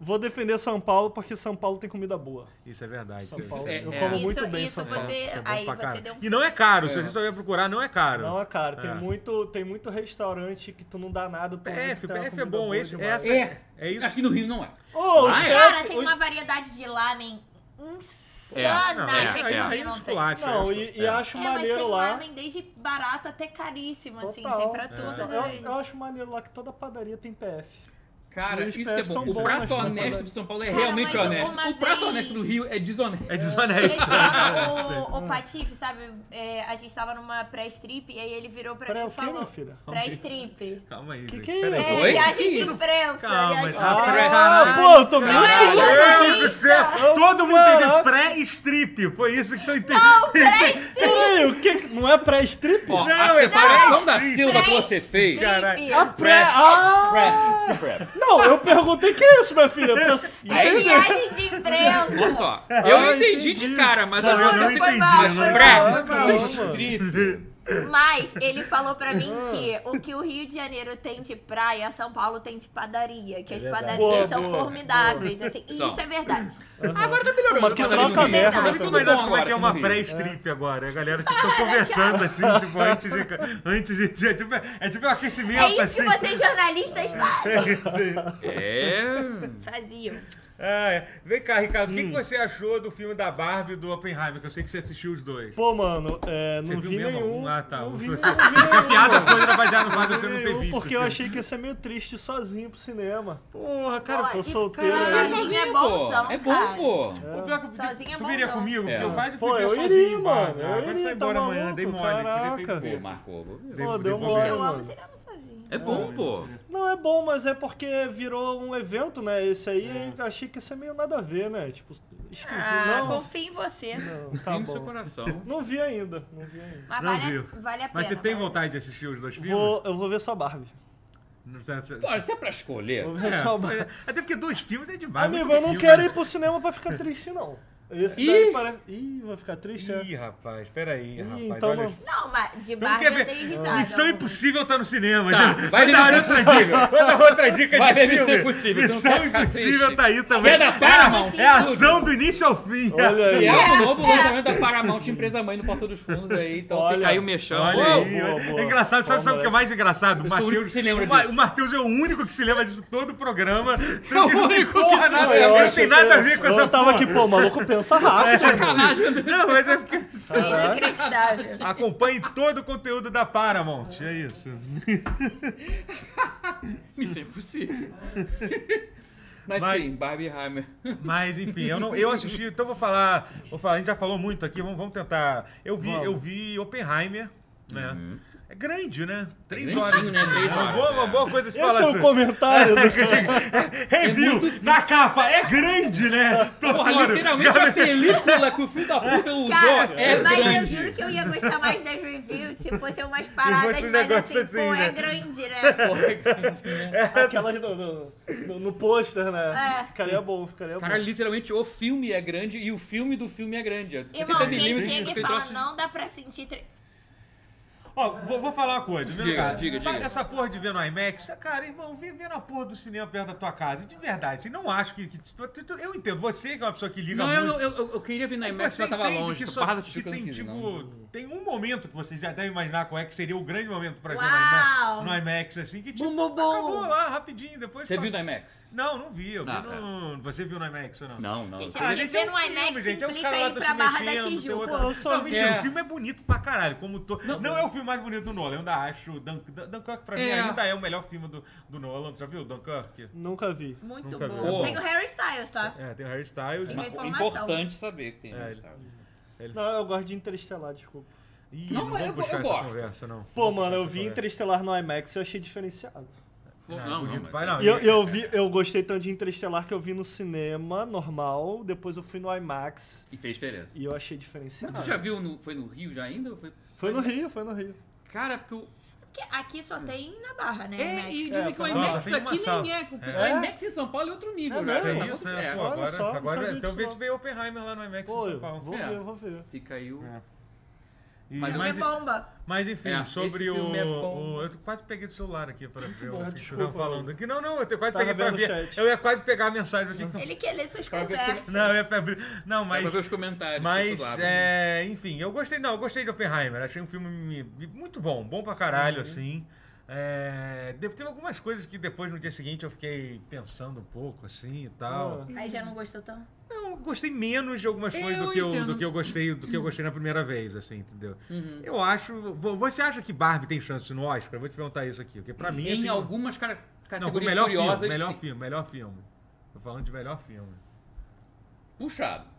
Speaker 4: Vou defender São Paulo porque São Paulo tem comida boa.
Speaker 1: Isso é verdade.
Speaker 4: São
Speaker 1: Isso-
Speaker 4: Paulo,
Speaker 1: isso
Speaker 2: é-
Speaker 4: eu
Speaker 2: é.
Speaker 4: como
Speaker 3: isso,
Speaker 4: muito bem
Speaker 3: isso
Speaker 4: São Paulo.
Speaker 3: você...
Speaker 1: é bom
Speaker 3: Aí
Speaker 1: pra
Speaker 3: você
Speaker 1: caralho.
Speaker 3: deu um...
Speaker 1: E não é caro, se
Speaker 2: É.
Speaker 1: você souber procurar, não é caro.
Speaker 4: Não, cara, tem
Speaker 1: É.
Speaker 4: muito, tem muito restaurante que tu não dá nada. Tu
Speaker 1: PF,
Speaker 4: entra, tem uma
Speaker 1: PF é
Speaker 4: comida
Speaker 1: bom,
Speaker 4: boa
Speaker 1: esse,
Speaker 4: demais.
Speaker 1: essa, Ah,
Speaker 2: É.
Speaker 1: é isso.
Speaker 2: Aqui no Rio não é.
Speaker 4: Ô, os
Speaker 2: Vai.
Speaker 4: PF,
Speaker 3: Cara, tem
Speaker 4: os-
Speaker 3: uma variedade de lamen
Speaker 2: É,
Speaker 3: insana.
Speaker 1: Não,
Speaker 2: é,
Speaker 3: que
Speaker 1: aí,
Speaker 3: aqui
Speaker 2: é.
Speaker 1: aí
Speaker 3: não
Speaker 1: nos
Speaker 3: tem.
Speaker 1: culachos.
Speaker 4: Não,
Speaker 1: é.
Speaker 4: e, e acho
Speaker 3: É, mas
Speaker 4: maneiro
Speaker 3: tem
Speaker 4: lá.
Speaker 3: lamen desde barato até caríssimo, assim,
Speaker 4: Total.
Speaker 1: É.
Speaker 4: É,
Speaker 3: tem pra
Speaker 4: Eu,
Speaker 3: todas
Speaker 4: eu-
Speaker 3: as...
Speaker 4: eu acho maneiro lá que toda padaria tem PF.
Speaker 2: Cara,
Speaker 4: Os
Speaker 2: isso que é
Speaker 4: PF são
Speaker 2: bom. O
Speaker 4: bons,
Speaker 2: prato
Speaker 4: mas-
Speaker 2: honesto do São Paulo é
Speaker 3: Cara,
Speaker 2: realmente
Speaker 3: mas
Speaker 2: honesto.
Speaker 3: uma
Speaker 2: O prato
Speaker 3: vez-
Speaker 2: honesto do Rio é desonesto.
Speaker 1: É
Speaker 3: Eles
Speaker 1: desonesto.
Speaker 3: falam o, o Patife, sabe? É, a gente tava numa pré-strip e aí ele virou pra
Speaker 4: Pera,
Speaker 3: mim
Speaker 4: o
Speaker 3: e
Speaker 4: quê,
Speaker 3: falou...
Speaker 4: minha filha?
Speaker 3: Pré-strip.
Speaker 1: Calma aí,
Speaker 4: Que
Speaker 1: Luiz.
Speaker 4: que é
Speaker 1: Peraí.
Speaker 2: isso?
Speaker 3: É,
Speaker 2: Oi?
Speaker 3: viagem de
Speaker 2: Isso.
Speaker 3: imprensa.
Speaker 1: Calma,
Speaker 3: viagem de
Speaker 1: ah,
Speaker 3: imprensa.
Speaker 1: pré-
Speaker 4: Ah, pô, eu tô meio
Speaker 3: Caralho.
Speaker 4: feliz.
Speaker 1: Meu Deus do céu! Todo mundo entendeu
Speaker 4: Caraca.
Speaker 1: pré-strip. Foi isso que eu entendi.
Speaker 4: Peraí, o que? Não é pré-strip?
Speaker 2: Ó,
Speaker 1: Não,
Speaker 2: a
Speaker 1: é
Speaker 2: separação da
Speaker 1: pré-strip.
Speaker 2: sílaba que você fez.
Speaker 1: Caralho.
Speaker 4: A
Speaker 3: Strip.
Speaker 4: pré. Ah!
Speaker 2: Press, prep.
Speaker 4: Não, eu perguntei que é isso, minha filha. Pra...
Speaker 3: É
Speaker 2: Aí,
Speaker 3: viagem de imprensa.
Speaker 2: olha só. Eu
Speaker 4: Ah,
Speaker 2: entendi, de
Speaker 4: entendi.
Speaker 2: cara, mas
Speaker 3: Não,
Speaker 2: a
Speaker 1: Eu não
Speaker 2: nossa
Speaker 3: foi
Speaker 1: entendi.
Speaker 3: mal,
Speaker 1: eu não
Speaker 2: Mas
Speaker 3: foi
Speaker 4: mal.
Speaker 1: entendi.
Speaker 4: Calma.
Speaker 2: prep, strip.
Speaker 3: Mas ele falou pra mim
Speaker 4: Ah.
Speaker 3: que o que o Rio de Janeiro tem de praia, São Paulo tem de padaria. Que
Speaker 1: É
Speaker 3: as
Speaker 1: verdade.
Speaker 3: padarias
Speaker 4: Boa,
Speaker 3: são
Speaker 4: boa,
Speaker 3: formidáveis. assim, e
Speaker 2: Só.
Speaker 3: isso é verdade.
Speaker 2: Agora tá melhorando.
Speaker 4: Mas que
Speaker 2: o padrão
Speaker 4: troca
Speaker 2: do Rio.
Speaker 1: Olha
Speaker 2: Tá
Speaker 4: merda, né,
Speaker 2: tudo
Speaker 1: que
Speaker 4: Fernando?
Speaker 2: bom
Speaker 1: doido como é
Speaker 2: agora
Speaker 1: que é
Speaker 2: no
Speaker 1: uma
Speaker 2: Rio.
Speaker 1: pré-strip agora. A galera tipo, tá conversando assim, tipo, antes de. Antes de é, tipo, é tipo um aquecimento
Speaker 3: É isso
Speaker 1: assim.
Speaker 3: que vocês jornalistas fazem.
Speaker 2: É.
Speaker 3: Faziam.
Speaker 1: Ah, é. Vem cá, Ricardo, o que, que
Speaker 4: Hum.
Speaker 1: você achou do filme da Barbie e do Oppenheimer? Que eu sei que você assistiu os dois.
Speaker 4: Pô, mano, é, não
Speaker 1: viu
Speaker 4: vi
Speaker 1: mesmo algum?
Speaker 4: nenhum.
Speaker 1: Ah, tá.
Speaker 4: Não vi,
Speaker 1: Foi-
Speaker 4: não vi nenhum.
Speaker 1: A piada
Speaker 4: mano.
Speaker 1: foi era baseada no fato de
Speaker 4: Não
Speaker 1: você não
Speaker 4: vi
Speaker 1: ter
Speaker 4: nenhum,
Speaker 1: visto.
Speaker 4: Porque eu
Speaker 1: assim.
Speaker 4: achei que ia ser meio triste sozinho pro cinema.
Speaker 1: Porra, cara,
Speaker 3: Ó,
Speaker 4: eu
Speaker 3: e
Speaker 4: solteiro,
Speaker 3: Sozinho,
Speaker 1: né?
Speaker 3: é bonzão,
Speaker 2: É bom,
Speaker 3: cara.
Speaker 2: pô.
Speaker 1: o pior que eu-
Speaker 3: Sozinho é
Speaker 1: tu viria
Speaker 3: bonzão.
Speaker 1: comigo? Porque
Speaker 2: É.
Speaker 1: eu quase fui
Speaker 4: Pô,
Speaker 1: ver
Speaker 4: eu
Speaker 1: sozinho,
Speaker 4: iria,
Speaker 1: Barbie.
Speaker 4: mano,
Speaker 1: Ah,
Speaker 4: eu
Speaker 1: Agora você vai
Speaker 4: iria, tá
Speaker 1: embora amanhã,
Speaker 4: maluco,
Speaker 1: dei mole. podia ter
Speaker 4: caraca.
Speaker 1: ido
Speaker 2: Pô,
Speaker 1: ver.
Speaker 2: Marco. viu?
Speaker 1: Dei-
Speaker 4: Pô,
Speaker 1: dei
Speaker 4: deu
Speaker 1: bobeira.
Speaker 4: mole.
Speaker 3: Eu amo
Speaker 4: mano.
Speaker 3: cinema sozinho.
Speaker 2: É bom, pô.
Speaker 4: Não é bom, mas é porque virou um evento, né? Esse aí
Speaker 1: É.
Speaker 4: eu achei que ia ser meio nada a ver, né? Tipo, esquisito.
Speaker 3: Ah,
Speaker 4: não,
Speaker 3: confio em você.
Speaker 4: não, tá
Speaker 2: Tem no seu
Speaker 4: bom.
Speaker 2: coração.
Speaker 4: Não vi ainda, não vi ainda.
Speaker 3: Mas
Speaker 1: Não
Speaker 3: vale,
Speaker 1: viu.
Speaker 3: a, vale a pena. né?
Speaker 1: Mas você tem
Speaker 3: vale.
Speaker 1: vontade de assistir os dois filmes?
Speaker 4: Vou, eu vou ver só Barbie.
Speaker 1: Não precisa-
Speaker 2: Olha, se é pra escolher.
Speaker 4: Vou ver só Barbie.
Speaker 1: É, até porque dois filmes é demais.
Speaker 4: Amigo,
Speaker 1: muito
Speaker 4: eu não
Speaker 1: filme,
Speaker 4: quero
Speaker 1: né?
Speaker 4: ir pro cinema pra ficar triste, não. Esse
Speaker 2: Ih!
Speaker 4: daí parece. Ih, vai ficar triste? é?
Speaker 1: Ih, rapaz, peraí,
Speaker 4: Ih,
Speaker 1: rapaz.
Speaker 4: então
Speaker 1: olha
Speaker 4: não.
Speaker 1: isso.
Speaker 3: Não, mas de
Speaker 1: Tu não
Speaker 3: barra
Speaker 1: quer
Speaker 3: eu
Speaker 1: ver?
Speaker 3: dei risada.
Speaker 1: Missão Impossível tá no cinema.
Speaker 2: Tá,
Speaker 1: gente.
Speaker 2: vai ver
Speaker 1: dar
Speaker 2: Missão
Speaker 1: outra dica. Vai dar outra dica
Speaker 2: Vai
Speaker 1: de
Speaker 2: ver
Speaker 1: filme.
Speaker 2: Missão Impossível, tu não
Speaker 1: Missão
Speaker 2: quer ficar
Speaker 1: Impossível
Speaker 2: triste.
Speaker 1: tá aí também.
Speaker 2: Quer dar Paramount?
Speaker 1: é, é ação do início ao fim.
Speaker 4: Olha
Speaker 2: E
Speaker 4: aí.
Speaker 2: é o novo lançamento da Paramount, empresa mãe no Porta dos Fundos aí, então
Speaker 4: Olha.
Speaker 2: fica aí o mexão.
Speaker 1: Olha
Speaker 2: Uou!
Speaker 1: aí,
Speaker 4: boa,
Speaker 1: olha.
Speaker 4: boa.
Speaker 1: é engraçado, sabe,
Speaker 4: Boa,
Speaker 1: sabe o que é
Speaker 4: moleque.
Speaker 1: mais engraçado?
Speaker 2: Eu sou o único que se lembra
Speaker 1: o Ma-
Speaker 2: disso. É
Speaker 1: o Matheus é o único que se lembra disso todo o programa. Você
Speaker 2: o
Speaker 1: não tem
Speaker 2: único que
Speaker 1: porra,
Speaker 2: se
Speaker 1: nada,
Speaker 4: Eu
Speaker 1: não
Speaker 4: acho
Speaker 1: tem
Speaker 4: que-
Speaker 1: nada a ver com essa
Speaker 4: Eu tava
Speaker 1: porra. É,
Speaker 4: aqui, pô, o maluco pensa rápido.
Speaker 1: Não, mas é porque
Speaker 3: É inacreditável.
Speaker 1: acompanhe todo o conteúdo da Paramount. É isso.
Speaker 2: Isso é impossível. Mas
Speaker 1: Vai.
Speaker 2: sim, Barbie Heimer.
Speaker 1: Mas enfim, eu não, eu assisti, então vou falar, vou falar, a gente já falou muito aqui, vamos, vamos tentar. Eu vi,
Speaker 4: Vamos.
Speaker 1: eu vi Oppenheimer, né?
Speaker 2: Uhum.
Speaker 1: É grande, né? Três
Speaker 2: grandinho,
Speaker 1: horas.
Speaker 2: né? Três
Speaker 1: É uma
Speaker 2: horas,
Speaker 1: boa,
Speaker 2: é.
Speaker 1: uma boa coisa se
Speaker 4: Esse
Speaker 1: falar.
Speaker 4: é o comentário do.
Speaker 1: Review na capa, é grande, né?
Speaker 2: Porra,
Speaker 1: Totoro.
Speaker 2: literalmente a película que o filho da puta usou
Speaker 3: Cara,
Speaker 2: é
Speaker 3: mas
Speaker 2: grande.
Speaker 3: eu juro que eu ia gostar mais das reviews se fossem umas paradas
Speaker 1: fosse um
Speaker 3: mais
Speaker 1: negócio
Speaker 3: assim,
Speaker 1: assim,
Speaker 3: pô,
Speaker 1: né?
Speaker 3: é grande, né?
Speaker 2: Porra, é grande, né?
Speaker 4: Aquelas do, do- no, no pôster, né?
Speaker 3: É.
Speaker 4: Ficaria bom, ficaria
Speaker 2: Cara,
Speaker 4: bom.
Speaker 2: literalmente o filme é grande e o filme do filme é grande. É 70
Speaker 3: Irmão, quem
Speaker 2: milímetros
Speaker 3: chega
Speaker 2: porque
Speaker 3: e fala,
Speaker 2: troço-
Speaker 3: não dá pra sentir... tre-
Speaker 1: Ó, vou, vou falar uma coisa, viu,
Speaker 2: Diga,
Speaker 1: cara?
Speaker 2: diga,
Speaker 1: Mas
Speaker 2: diga.
Speaker 1: Essa porra de ver no IMAX, ah, cara, irmão, vê ver na porra do cinema perto da tua casa, de verdade. Não acho que. que tu- tu- tu- eu entendo, você que é uma pessoa que liga
Speaker 2: Não,
Speaker 1: muito.
Speaker 2: eu, eu, eu- eu queria vir na
Speaker 1: Mas
Speaker 2: IMAX,
Speaker 1: você
Speaker 2: mas tava
Speaker 1: entende
Speaker 2: longe. tá
Speaker 1: que,
Speaker 2: tô
Speaker 1: só-
Speaker 2: parado de
Speaker 1: que
Speaker 2: ficar
Speaker 1: tem,
Speaker 2: aqui,
Speaker 1: tipo,
Speaker 2: não.
Speaker 1: tem um momento que você já deve imaginar qual é que seria o grande momento pra ver no
Speaker 3: Uau!
Speaker 1: IMAX, no IMAX, assim, que tipo,
Speaker 3: Bum, bum, bum.
Speaker 1: acabou lá rapidinho, depois...
Speaker 2: Você
Speaker 1: passa-
Speaker 2: viu na IMAX?
Speaker 1: Não, não vi, eu vi
Speaker 2: Ah,
Speaker 1: no... Você viu no IMAX ou não?
Speaker 2: Não, não.
Speaker 3: Gente,
Speaker 1: Ah,
Speaker 3: Porque ver
Speaker 1: um
Speaker 3: no IMAX
Speaker 1: é um
Speaker 3: implica
Speaker 1: cara lá
Speaker 3: ir
Speaker 1: tá
Speaker 3: pra
Speaker 1: se
Speaker 3: Barra da
Speaker 1: mexendo, tem
Speaker 3: Tijuca.
Speaker 1: outro-
Speaker 4: Eu só
Speaker 1: Não,
Speaker 4: vi-
Speaker 1: mentira,
Speaker 2: É.
Speaker 1: o filme é bonito pra caralho, como to... não,
Speaker 2: Não.
Speaker 1: é o filme mais bonito do Nolan, eu ainda acho, Dunk- Dun- Dunkirk pra mim
Speaker 2: É.
Speaker 1: ainda é o melhor filme do, do Nolan, tu já viu Dunkirk?
Speaker 4: Nunca vi.
Speaker 3: Muito
Speaker 1: Nunca vi.
Speaker 3: bom.
Speaker 2: Pô.
Speaker 3: Tem o Harry Styles, tá?
Speaker 1: É, tem o Harry Styles.
Speaker 3: Fica
Speaker 2: Mas é
Speaker 3: a informação.
Speaker 2: importante saber que tem
Speaker 1: É,
Speaker 2: mais
Speaker 1: ele-
Speaker 2: tarde.
Speaker 4: Não, eu gosto de Interestelar, desculpa.
Speaker 1: Ih,
Speaker 2: Não,
Speaker 1: não, vamos
Speaker 2: mas eu- eu
Speaker 1: puxar essa
Speaker 2: gosto.
Speaker 1: conversa, não.
Speaker 4: Pô,
Speaker 1: Vamos
Speaker 4: mano,
Speaker 1: puxar
Speaker 4: eu
Speaker 1: essa
Speaker 4: vi
Speaker 1: conversa.
Speaker 4: Interestelar no IMAX e eu achei diferenciado.
Speaker 2: Pô,
Speaker 1: Ah,
Speaker 2: não,
Speaker 1: bonito,
Speaker 2: não,
Speaker 1: vai
Speaker 2: mas-
Speaker 1: não.
Speaker 4: E eu, eu vi, eu gostei tanto de Interestelar que eu vi no cinema normal, depois eu fui no IMAX
Speaker 2: E é fez diferença.
Speaker 4: e eu achei diferenciado.
Speaker 2: Mas tu já viu? No, foi no Rio já ainda? ou Foi...
Speaker 4: Foi no Rio, foi no Rio.
Speaker 2: Cara, porque o.
Speaker 3: Porque aqui só tem na Barra, né?
Speaker 2: É,
Speaker 3: IMAX.
Speaker 2: e dizem que
Speaker 4: É,
Speaker 2: o
Speaker 4: só-
Speaker 2: IMAX
Speaker 1: só tem uma
Speaker 2: daqui
Speaker 1: sala.
Speaker 2: nem é. O
Speaker 1: É.
Speaker 2: IMAX em São Paulo é outro nível,
Speaker 4: É
Speaker 2: já,
Speaker 4: mesmo?
Speaker 2: já.
Speaker 1: É isso, né?
Speaker 2: É,
Speaker 1: Pô,
Speaker 4: olha
Speaker 1: agora,
Speaker 4: só, não
Speaker 1: agora
Speaker 4: sabia
Speaker 1: então
Speaker 4: disso
Speaker 1: vê
Speaker 4: não.
Speaker 1: se veio Oppenheimer lá no IMAX em
Speaker 4: Pô,
Speaker 1: São
Speaker 4: eu
Speaker 1: Paulo.
Speaker 4: vou
Speaker 2: É.
Speaker 4: ver, eu vou ver.
Speaker 2: Fica aí o.
Speaker 1: É. E-
Speaker 2: Mas
Speaker 3: Filme
Speaker 2: eu-
Speaker 1: mas,
Speaker 4: é
Speaker 3: bomba.
Speaker 1: mas enfim,
Speaker 2: É,
Speaker 1: sobre
Speaker 2: esse filme é
Speaker 1: o,
Speaker 2: bom.
Speaker 1: o- Eu quase peguei o celular aqui pra ver
Speaker 4: Pô,
Speaker 1: o que vocês
Speaker 4: Ah, desculpa,
Speaker 1: estavam falando.
Speaker 4: mano.
Speaker 1: aqui. não, não, eu te- quase
Speaker 4: Tava
Speaker 1: peguei pra
Speaker 4: vendo o
Speaker 1: ver.
Speaker 4: chat.
Speaker 1: Eu ia quase pegar a mensagem aqui. Então,
Speaker 3: Ele quer ler suas
Speaker 2: Pra ver
Speaker 3: conversas.
Speaker 1: não, eu ia pra abrir. Não,
Speaker 2: Dá pra
Speaker 1: mas.
Speaker 2: ver os comentários.
Speaker 1: Mas,
Speaker 2: pessoal, abre.
Speaker 1: é, enfim, eu gostei, não, eu gostei de Oppenheimer. Achei um filme me- me- muito bom, bom pra
Speaker 4: Uhum.
Speaker 1: caralho, assim. É, de- teve algumas coisas que depois, no dia seguinte, eu fiquei pensando um pouco, assim, e tal.
Speaker 4: Ah.
Speaker 3: Aí já não gostou tanto.
Speaker 1: Não, gostei menos de algumas
Speaker 2: Eu
Speaker 1: coisas do que, eu, do
Speaker 2: entendo. Uhum.
Speaker 1: que eu gostei do que eu gostei na primeira vez, assim, entendeu? Eu acho. vo- Você acha que Barbie tem chance no Oscar? Eu vou te perguntar isso aqui, porque pra mim.
Speaker 2: Em
Speaker 1: assim,
Speaker 2: algumas, cara,
Speaker 1: Não, com o
Speaker 2: Categorias
Speaker 1: melhor
Speaker 2: curiosas.
Speaker 1: filme, melhor
Speaker 2: sim.
Speaker 1: filme, melhor filme. Tô falando de melhor filme.
Speaker 2: Puxado.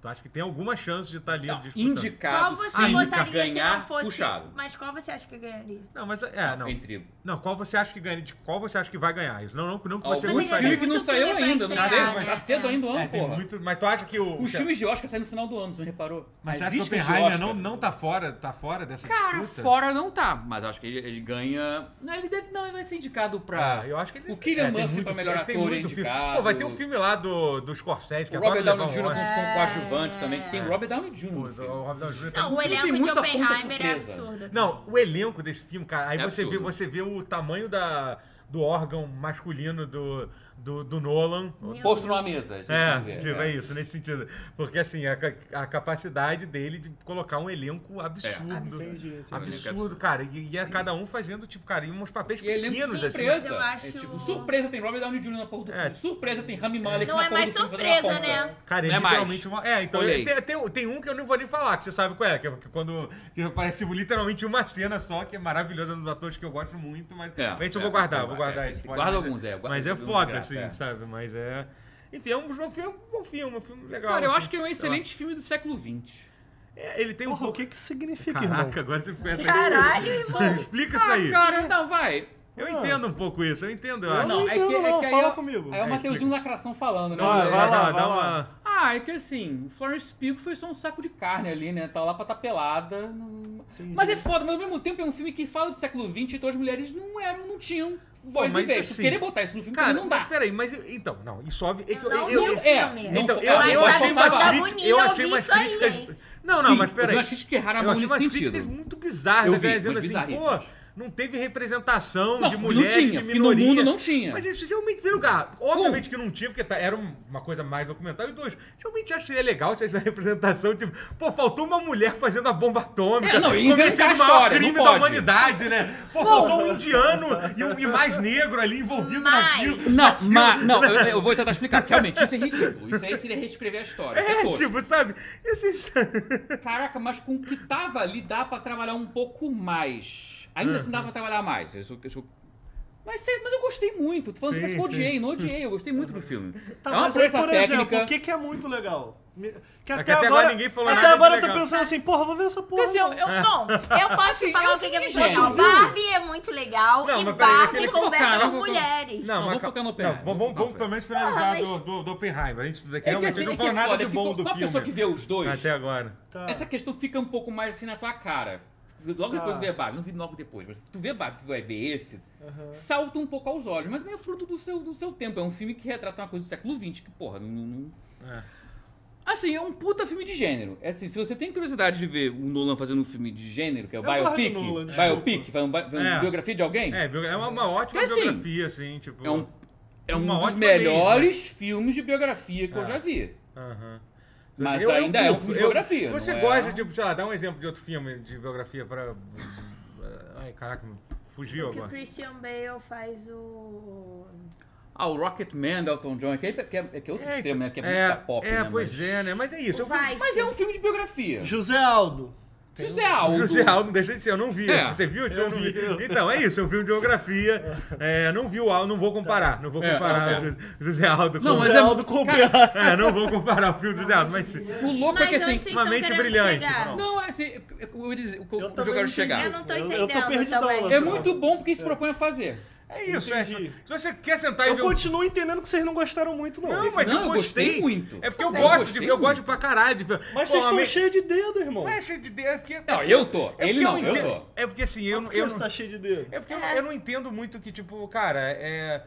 Speaker 1: Tu acha que tem alguma chance de estar ali
Speaker 2: Não,
Speaker 1: disputando?
Speaker 3: Qual
Speaker 2: indicado,
Speaker 3: você
Speaker 2: sim, pra
Speaker 3: botaria se
Speaker 2: ganhar,
Speaker 3: não fosse.
Speaker 2: puxado.
Speaker 3: Mas qual você acha que ganharia?
Speaker 1: Não, mas é, não.
Speaker 2: Entre
Speaker 1: Não, qual você acha que ganha? De qual você acha que vai ganhar? Isso não, não, não que
Speaker 2: algum
Speaker 1: você
Speaker 3: Mas ainda
Speaker 1: gostaria.
Speaker 2: filme que não
Speaker 3: muito
Speaker 2: saiu
Speaker 3: filme pra
Speaker 2: ainda, não
Speaker 3: estrear,
Speaker 2: sei,
Speaker 3: né?
Speaker 2: tá cedo ainda o ano,
Speaker 1: É, tem
Speaker 2: porra.
Speaker 1: muito, mas tu acha que o
Speaker 2: Os
Speaker 1: se-
Speaker 2: filmes de Oscar saem no final do ano, você não reparou?
Speaker 1: mas você
Speaker 2: As
Speaker 1: acha que o
Speaker 2: iscas de
Speaker 1: Oppenheimer
Speaker 2: Oscar.
Speaker 1: não, não tá fora, tá fora dessa
Speaker 2: Cara,
Speaker 1: disputa?
Speaker 2: fora não tá, mas acho que ele, ele ganha. Não, ele deve. Não, ele vai ser indicado pra.
Speaker 1: Ah, eu acho que ele,
Speaker 2: O Killian
Speaker 1: é, tem
Speaker 2: Murphy
Speaker 1: muito
Speaker 2: pra
Speaker 1: filme,
Speaker 2: melhor
Speaker 1: é, tem
Speaker 2: ator é
Speaker 1: muito filme.
Speaker 2: indicado.
Speaker 1: Pô, vai ter o filme lá do, do Scorsese, que
Speaker 2: O
Speaker 1: agora
Speaker 2: Robert Downey
Speaker 1: levou
Speaker 2: Jr.
Speaker 1: um
Speaker 2: com
Speaker 1: Oscar.
Speaker 2: com coadjuvante também, que tem
Speaker 3: É.
Speaker 2: o Robert Downey Jr.
Speaker 1: Pô,
Speaker 2: no filme.
Speaker 1: O Robert Downey Jr. tá
Speaker 3: Não, o
Speaker 2: filme tem
Speaker 3: elenco de
Speaker 2: muita ponta
Speaker 3: Oppenheimer é
Speaker 2: surpresa.
Speaker 3: absurdo.
Speaker 1: Não, o elenco desse filme, cara, aí
Speaker 2: É
Speaker 1: você, vê,
Speaker 2: absurdo.
Speaker 1: você vê o tamanho da, do órgão masculino do, do, do Nolan.
Speaker 3: Meu
Speaker 2: Posto
Speaker 3: Deus.
Speaker 2: numa mesa. isso
Speaker 1: É,
Speaker 2: quer dizer,
Speaker 1: tipo,
Speaker 2: é.
Speaker 1: é isso, nesse sentido. Porque assim, a, ca- a capacidade dele de colocar um elenco absurdo.
Speaker 3: É. Absurdo.
Speaker 4: Entendi, entendi.
Speaker 1: Absurdo, cara. E, e é cada um fazendo, tipo, cara, e uns papéis
Speaker 2: E ele é
Speaker 1: pequenos, assim.
Speaker 2: surpresa.
Speaker 3: Eu acho-
Speaker 2: É tipo, surpresa tem Robert Downey Jr. na porra do
Speaker 1: É.
Speaker 2: filme. Surpresa tem Rami Malek
Speaker 3: Não
Speaker 2: na
Speaker 3: é
Speaker 2: porra
Speaker 3: mais
Speaker 2: do filme fazendo
Speaker 3: surpresa,
Speaker 2: uma ponta.
Speaker 3: né?
Speaker 1: Cara, é
Speaker 2: Não é mais.
Speaker 1: literalmente uma. É, então
Speaker 2: Olhei.
Speaker 1: tem, tem, tem um que eu não vou nem falar, que você sabe qual é, que, é que quando que aparece tipo, literalmente uma cena só, que é maravilhosa, um dos atores que eu gosto muito, mas
Speaker 2: É,
Speaker 1: mas esse eu
Speaker 2: é,
Speaker 1: vou guardar,
Speaker 2: é,
Speaker 1: vou guardar
Speaker 2: é,
Speaker 1: esse.
Speaker 2: guarda
Speaker 1: mas
Speaker 2: alguns, é, guarda
Speaker 1: Mas é
Speaker 2: alguns
Speaker 1: foda,
Speaker 2: graça,
Speaker 1: assim,
Speaker 2: é.
Speaker 1: sabe? Mas é. Enfim, é um bom filme, um bom filme, um filme legal.
Speaker 2: Cara, eu
Speaker 1: assim.
Speaker 2: acho que é um excelente filme do século XX.
Speaker 1: É, ele tem um
Speaker 4: Porra, o
Speaker 1: pouco.
Speaker 4: que que significa,
Speaker 2: é?
Speaker 4: irmão?
Speaker 1: Caraca, agora você ficou essa
Speaker 3: Caralho, irmão.
Speaker 1: Explica isso
Speaker 2: Ah,
Speaker 1: aí.
Speaker 2: cara, não, vai.
Speaker 1: Eu entendo um pouco isso, eu entendo, eu
Speaker 4: Não,
Speaker 1: acho.
Speaker 4: não entendo, Então, não,
Speaker 2: aí
Speaker 4: fala
Speaker 2: é-
Speaker 4: comigo.
Speaker 2: Aí é o
Speaker 1: Ah, É,
Speaker 2: Mateuzinho
Speaker 1: explica.
Speaker 2: Lacração falando, né?
Speaker 1: Não,
Speaker 4: Vai,
Speaker 1: é,
Speaker 4: vai lá,
Speaker 1: dá-
Speaker 4: vai
Speaker 1: dá
Speaker 4: lá.
Speaker 1: uma-
Speaker 2: Ah, é que assim, Florence Pugh foi só um saco de carne ali, né? Tá lá pra tá pelada. não- Mas é foda, mas ao mesmo tempo é um filme que fala do século XX, então as mulheres não eram, não tinham voz
Speaker 1: mas
Speaker 2: de vez.
Speaker 1: assim-
Speaker 2: Querer botar isso no filme
Speaker 1: Cara,
Speaker 2: também não dá.
Speaker 1: mas peraí, mas então, não, isso óbvio. É que eu,
Speaker 3: Não,
Speaker 1: eu-
Speaker 3: não
Speaker 1: eu-
Speaker 2: é,
Speaker 3: filme.
Speaker 2: não
Speaker 1: Então,
Speaker 2: foi-
Speaker 1: eu,
Speaker 2: ah,
Speaker 1: eu
Speaker 2: só
Speaker 1: achei
Speaker 2: faltava.
Speaker 1: umas
Speaker 3: Tá
Speaker 1: críticas.
Speaker 3: bonito,
Speaker 1: Eu
Speaker 3: eu
Speaker 1: achei
Speaker 3: vi
Speaker 1: umas
Speaker 3: isso aí,
Speaker 1: críticas.
Speaker 3: hein?
Speaker 1: Não, não,
Speaker 2: Sim,
Speaker 1: mas peraí.
Speaker 2: Eu acho que eles que erraram a
Speaker 1: Eu
Speaker 2: mão
Speaker 1: achei
Speaker 2: nesse
Speaker 1: umas
Speaker 2: sentido.
Speaker 1: críticas muito bizarras,
Speaker 2: Eu
Speaker 1: da
Speaker 2: vi,
Speaker 1: galera dizendo
Speaker 2: umas
Speaker 1: assim, pô,
Speaker 2: bizarríssimas.
Speaker 1: não teve representação
Speaker 2: Não,
Speaker 1: de
Speaker 2: porque
Speaker 1: mulheres,
Speaker 2: não tinha,
Speaker 1: de
Speaker 2: porque no
Speaker 1: minoria.
Speaker 2: mundo não tinha.
Speaker 1: Mas isso realmente, em primeiro lugar, obviamente que não tinha, porque tá- era uma coisa mais documental. E dois, realmente acho que seria legal se essa representação, tipo, pô, faltou uma mulher fazendo a bomba atômica,
Speaker 2: É, não, e inventar
Speaker 1: cometendo
Speaker 2: a
Speaker 1: o maior
Speaker 2: história, não
Speaker 1: crime da
Speaker 2: pode.
Speaker 1: humanidade, né? Pô, faltou um indiano e, um, e mais negro ali envolvido
Speaker 3: Mas-
Speaker 1: naquilo.
Speaker 2: Não, mas, não, eu, eu vou tentar explicar. porque Realmente, isso é ridículo. Isso aí seria reescrever a história. isso
Speaker 1: É,
Speaker 2: tosco.
Speaker 1: tipo, sabe? Esse-
Speaker 2: Caraca, mas com o que tava ali dá pra trabalhar um pouco mais. Ainda assim dá
Speaker 1: Uhum.
Speaker 2: pra trabalhar mais. Isso- isso- Mas, sei- mas eu gostei muito. Tô falando
Speaker 1: Sim,
Speaker 2: assim, mas eu
Speaker 1: sim. Uhum.
Speaker 2: odiei, não odiei. Eu gostei muito do filme.
Speaker 4: Tá,
Speaker 2: é uma
Speaker 4: mas aí,
Speaker 2: proeza
Speaker 4: por
Speaker 2: técnica.
Speaker 4: exemplo, o que, que é muito legal? Me- Que até,
Speaker 1: até agora
Speaker 4: agora,
Speaker 1: ninguém falou
Speaker 4: até
Speaker 1: nada de
Speaker 4: agora eu tô
Speaker 1: legal.
Speaker 4: pensando assim, porra, vou ver essa porra.
Speaker 2: Porque, assim, eu- eu-
Speaker 3: Bom, eu posso
Speaker 2: Assim,
Speaker 3: falar
Speaker 2: é um
Speaker 3: o que que
Speaker 2: filme
Speaker 3: é muito
Speaker 2: de gênero,
Speaker 3: legal.
Speaker 2: viu?
Speaker 3: Barbie é muito legal
Speaker 1: Não,
Speaker 3: e
Speaker 1: mas peraí,
Speaker 3: Barbie
Speaker 1: aquele-
Speaker 3: conversa
Speaker 2: Focar,
Speaker 3: com
Speaker 2: vamos-
Speaker 3: mulheres.
Speaker 2: Não, vamos
Speaker 1: ca-
Speaker 2: focar no Oppenheimer,
Speaker 1: Não, vamos,
Speaker 2: vamos
Speaker 1: vamos
Speaker 2: focar
Speaker 1: pelo
Speaker 2: no
Speaker 1: menos finalizar
Speaker 3: Ah, mas-
Speaker 1: do, do, do Oppenheimer. A gente daqui
Speaker 2: É que
Speaker 1: realmente
Speaker 2: assim,
Speaker 1: não falou
Speaker 2: é que
Speaker 1: nada
Speaker 2: foda,
Speaker 1: de
Speaker 2: é que
Speaker 1: bom
Speaker 2: qual,
Speaker 1: do
Speaker 2: qual a
Speaker 1: filme.
Speaker 2: pessoa que vê os dois,
Speaker 1: Até agora.
Speaker 4: Tá.
Speaker 2: essa questão fica um pouco mais assim na tua cara. Logo
Speaker 4: Tá.
Speaker 2: depois tu vê Barbie, não vi logo depois, mas tu vê Barbie, tu vai ver esse,
Speaker 4: Aham.
Speaker 2: salta um pouco aos olhos, mas também é fruto do seu, do seu tempo. É um filme que retrata uma coisa do século XX, que porra, não- não,
Speaker 1: É.
Speaker 2: Assim, é um puta filme de gênero. É assim, se você tem curiosidade de ver o Nolan fazendo um filme de gênero, que é o
Speaker 4: Eu gosto do
Speaker 2: biopic,
Speaker 4: Nolan, desculpa.
Speaker 2: biopic, vai um, bi- vai uma
Speaker 1: É.
Speaker 2: biografia de alguém,
Speaker 1: É, bio- é uma, uma ótima
Speaker 2: Assim,
Speaker 1: biografia, assim, tipo.
Speaker 2: é um, é um
Speaker 1: Uma
Speaker 2: dos
Speaker 1: ótima
Speaker 2: melhores filmes de biografia que eu
Speaker 1: É.
Speaker 2: já vi.
Speaker 1: Aham.
Speaker 2: Mas ainda é um filme de biografia,
Speaker 1: Você
Speaker 2: não é-
Speaker 1: gosta, de tipo, sei lá, dá um exemplo de outro filme de biografia pra. Ai, caraca, me fugiu
Speaker 3: Que o
Speaker 1: agora.
Speaker 3: Christian Bale faz o...
Speaker 2: Ah, o Rocketman, do Elton John, que é, que é, que é outro extremo, né? Que é música
Speaker 1: é,
Speaker 2: pop,
Speaker 1: é
Speaker 2: né?
Speaker 1: pois
Speaker 2: mas...
Speaker 1: é, né? Mas é isso.
Speaker 3: o
Speaker 1: Eu fui-
Speaker 3: Vice.
Speaker 2: Mas é um filme de biografia.
Speaker 4: José Aldo.
Speaker 2: José Aldo.
Speaker 1: José Aldo, deixa de ser, eu não vi.
Speaker 2: É.
Speaker 1: Você viu?
Speaker 4: Eu
Speaker 1: não
Speaker 4: vi.
Speaker 1: Então, é isso, é um filme de biografia. É, não vi o Aldo, não vou comparar. Não vou
Speaker 2: É,
Speaker 1: comparar
Speaker 2: é.
Speaker 1: o José- José Aldo com
Speaker 2: Não, mas
Speaker 4: José
Speaker 2: é-
Speaker 4: Aldo com o
Speaker 2: cara-
Speaker 4: Bernardo.
Speaker 1: É, não vou comparar o filme do José Aldo, mas sim.
Speaker 2: O louco é
Speaker 3: Mas
Speaker 2: que
Speaker 3: onde
Speaker 2: assim...
Speaker 3: vocês
Speaker 1: uma
Speaker 3: estão
Speaker 1: mente
Speaker 3: querendo
Speaker 1: brilhante,
Speaker 3: chegar?
Speaker 1: não.
Speaker 2: Não, é assim, eu- eu- eu- eu- o que
Speaker 4: Eu
Speaker 2: eu
Speaker 4: também
Speaker 2: quero
Speaker 4: não
Speaker 2: chegar.
Speaker 3: Eu não tô
Speaker 4: Eu- eu
Speaker 3: entendendo
Speaker 4: tô perdidão,
Speaker 3: também.
Speaker 4: Lázaro.
Speaker 2: É muito bom porque se propõe a fazer.
Speaker 1: É isso, é.
Speaker 4: Entendi.
Speaker 1: Se você quer sentar e
Speaker 4: Eu
Speaker 1: ver o
Speaker 4: continuo entendendo que vocês não gostaram muito, não.
Speaker 1: Não, mas eu
Speaker 2: Não, eu
Speaker 1: gostei.
Speaker 2: gostei muito.
Speaker 1: É porque eu
Speaker 2: Eu
Speaker 1: gosto de
Speaker 2: gostei
Speaker 1: ver, eu gosto
Speaker 2: muito.
Speaker 1: pra caralho de ver.
Speaker 4: Mas vocês estão
Speaker 1: me-
Speaker 4: cheios de dedo, irmão.
Speaker 1: Não é cheio de dedo. É porque,
Speaker 2: Não, eu tô.
Speaker 1: é
Speaker 2: Ele
Speaker 1: porque
Speaker 2: não, eu
Speaker 1: entendo-
Speaker 2: tô.
Speaker 1: É porque assim,
Speaker 4: Eu
Speaker 1: eu,
Speaker 4: Por que
Speaker 1: eu,
Speaker 4: você
Speaker 1: não-
Speaker 4: tá cheio de dedo?
Speaker 1: é porque eu não- eu não entendo muito que, tipo, cara, é.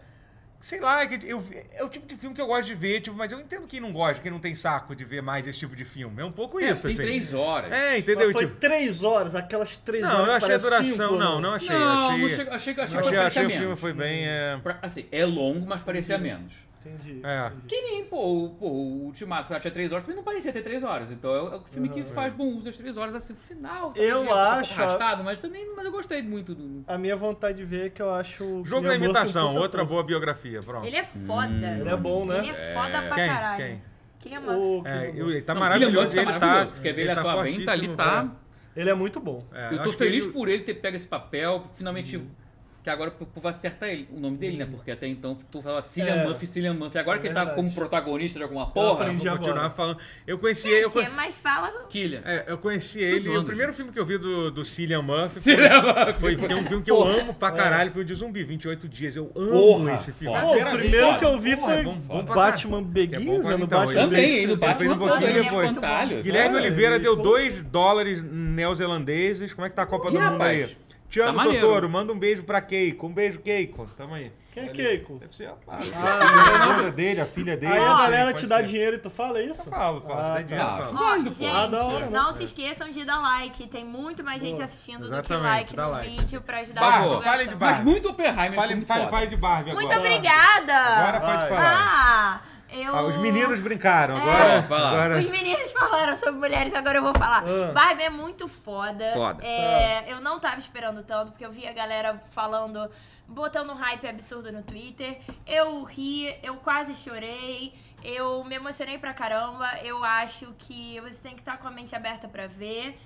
Speaker 1: Sei lá, é, que eu, é o tipo de filme que eu gosto de ver, tipo, mas eu entendo quem não gosta, quem não tem saco de ver mais esse tipo de filme. É um pouco
Speaker 2: É,
Speaker 1: isso,
Speaker 2: tem
Speaker 1: assim.
Speaker 2: três horas.
Speaker 1: É,
Speaker 4: Mas
Speaker 1: entendeu?
Speaker 4: foi
Speaker 1: Tipo,
Speaker 4: três horas, aquelas três
Speaker 1: não,
Speaker 4: horas
Speaker 1: eu achei a
Speaker 4: parece
Speaker 1: duração.
Speaker 2: né?
Speaker 4: cinco, né?
Speaker 1: não, é- não achei.
Speaker 2: não,
Speaker 1: achei,
Speaker 2: não chegou- achei, que- achei, que
Speaker 1: achei,
Speaker 2: vai
Speaker 1: achei
Speaker 2: parecer
Speaker 1: o filme
Speaker 2: menos.
Speaker 1: foi bem. É,
Speaker 2: Pra- assim, é longo, mas parecia menos.
Speaker 4: Entendi.
Speaker 1: É.
Speaker 4: entendi.
Speaker 2: Que nem, pô, o- pô, o Ultimato já tinha três horas, mas não parecia ter três horas. Então é o- é o filme que faz bom uso das três horas, assim, no final. talvez
Speaker 4: Uhum. Eu
Speaker 2: já tá um pouco
Speaker 4: acho-
Speaker 2: arrastado, mas também mas eu gostei muito do...
Speaker 4: A minha vontade de ver é que eu acho. o
Speaker 1: Jogo da
Speaker 4: Cillian Murphy um
Speaker 1: imitação,
Speaker 4: puta
Speaker 1: outra
Speaker 4: ator.
Speaker 1: boa biografia, pronto.
Speaker 3: Ele é foda.
Speaker 4: Ele é bom, né?
Speaker 3: Ele é foda pra
Speaker 1: Quem?
Speaker 3: caralho.
Speaker 1: Quem?
Speaker 3: Que ele é uma...
Speaker 4: O
Speaker 1: É,
Speaker 4: Cillian
Speaker 1: eu- ele tá
Speaker 2: Não, Guilherme
Speaker 1: maravilhoso.
Speaker 2: Murphy
Speaker 1: ele tá.
Speaker 2: maravilhoso. Tu quer ver ele,
Speaker 1: tá
Speaker 2: atuar bem, tá ali,
Speaker 1: fortíssimo,
Speaker 2: tá...
Speaker 1: é.
Speaker 4: Ele é muito bom.
Speaker 1: É,
Speaker 2: eu tô
Speaker 1: acho que
Speaker 2: feliz
Speaker 1: ele- Uhum.
Speaker 2: por ele ter pego esse papel, finalmente... Que agora o povo vai acertar ele, o nome dele, né? Porque até então o povo falava Cillian
Speaker 4: É.
Speaker 2: Murphy, Cillian Murphy. Agora
Speaker 4: É
Speaker 2: que ele tá
Speaker 4: verdade.
Speaker 2: como protagonista de alguma porra,
Speaker 4: aprendi.
Speaker 1: Vou
Speaker 4: Já
Speaker 1: continuar
Speaker 4: agora.
Speaker 1: falando. Eu conheci ele. Eu,
Speaker 3: Gente,
Speaker 1: con-
Speaker 3: mas fala.
Speaker 2: Killian.
Speaker 1: é, eu conheci ele. e
Speaker 2: zoando,
Speaker 1: O primeiro filme que eu vi do, do Cillian Murphy foi,
Speaker 2: Cillian Murphy.
Speaker 1: foi tem um filme que eu amo pra caralho, foi o de zumbi, 28 dias. Eu amo
Speaker 2: É. Porra,
Speaker 1: esse filme.
Speaker 2: foda.
Speaker 1: A
Speaker 4: Pô, o
Speaker 1: primeira vez-
Speaker 4: primeiro
Speaker 2: foda,
Speaker 4: que eu vi
Speaker 1: porra, é
Speaker 4: foi
Speaker 1: bom- bom pra
Speaker 4: Batman
Speaker 1: caralho. Que é
Speaker 4: Begins,
Speaker 1: bom pra
Speaker 4: é no
Speaker 1: então,
Speaker 4: Batman
Speaker 1: ele-
Speaker 2: Também,
Speaker 4: Begins,
Speaker 2: ele do
Speaker 4: ele fez
Speaker 2: Batman
Speaker 1: um
Speaker 2: todo,
Speaker 1: pouquinho
Speaker 2: ele é
Speaker 3: de
Speaker 2: espantalho.
Speaker 1: Guilherme
Speaker 4: Ah,
Speaker 1: Oliveira
Speaker 4: ele
Speaker 1: deu
Speaker 4: falou-
Speaker 1: 2 dólares neozelandeses. Como é que tá a Copa
Speaker 2: Ih,
Speaker 1: do Mundo
Speaker 2: rapaz,
Speaker 1: aí? Te
Speaker 4: Tá
Speaker 1: amo,
Speaker 2: maneiro.
Speaker 1: Totoro. Manda um beijo pra Keiko. Um beijo, Keiko. Tamo aí.
Speaker 4: Quem é
Speaker 1: Ali.
Speaker 4: Keiko? Ah, tá.
Speaker 1: Deve ser a a- é a namorada dele, a filha dele.
Speaker 4: Aí a
Speaker 1: não sei,
Speaker 4: galera
Speaker 1: pode
Speaker 4: te dá
Speaker 1: ser.
Speaker 4: dinheiro e tu fala isso?
Speaker 1: Eu falo, falo.
Speaker 4: Ah,
Speaker 1: se der dinheiro, eu
Speaker 2: tá.
Speaker 1: falo.
Speaker 3: Ó,
Speaker 2: Vale, pô.
Speaker 3: gente,
Speaker 4: Ah, da hora,
Speaker 3: não
Speaker 4: né?
Speaker 3: se esqueçam de dar like. Tem muito mais gente assistindo do que
Speaker 1: Exatamente,
Speaker 3: like
Speaker 1: dá
Speaker 3: no
Speaker 1: like.
Speaker 3: vídeo pra ajudar
Speaker 1: Barba,
Speaker 3: a divulgação.
Speaker 1: fale de barba.
Speaker 2: Mas muito
Speaker 4: é
Speaker 2: Oppenheimer.
Speaker 1: Fale,
Speaker 2: muito
Speaker 1: fale,
Speaker 2: foda.
Speaker 1: fale de Barbie
Speaker 3: Muito
Speaker 1: agora.
Speaker 3: obrigada!
Speaker 1: Agora pode
Speaker 4: Vai.
Speaker 1: falar.
Speaker 3: Ah, eu...
Speaker 1: Ah, os meninos brincaram. Agora.
Speaker 2: É, vai lá.
Speaker 1: agora...
Speaker 3: Os meninos falaram sobre mulheres, agora eu vou falar.
Speaker 4: Ah.
Speaker 3: Barbie é muito foda.
Speaker 2: Foda.
Speaker 3: É, Eu não tava esperando tanto, porque eu vi a galera falando, botando um hype absurdo no Twitter. Eu ri, eu quase chorei, eu me emocionei pra caramba. Eu acho que você tem que estar com a mente aberta pra ver.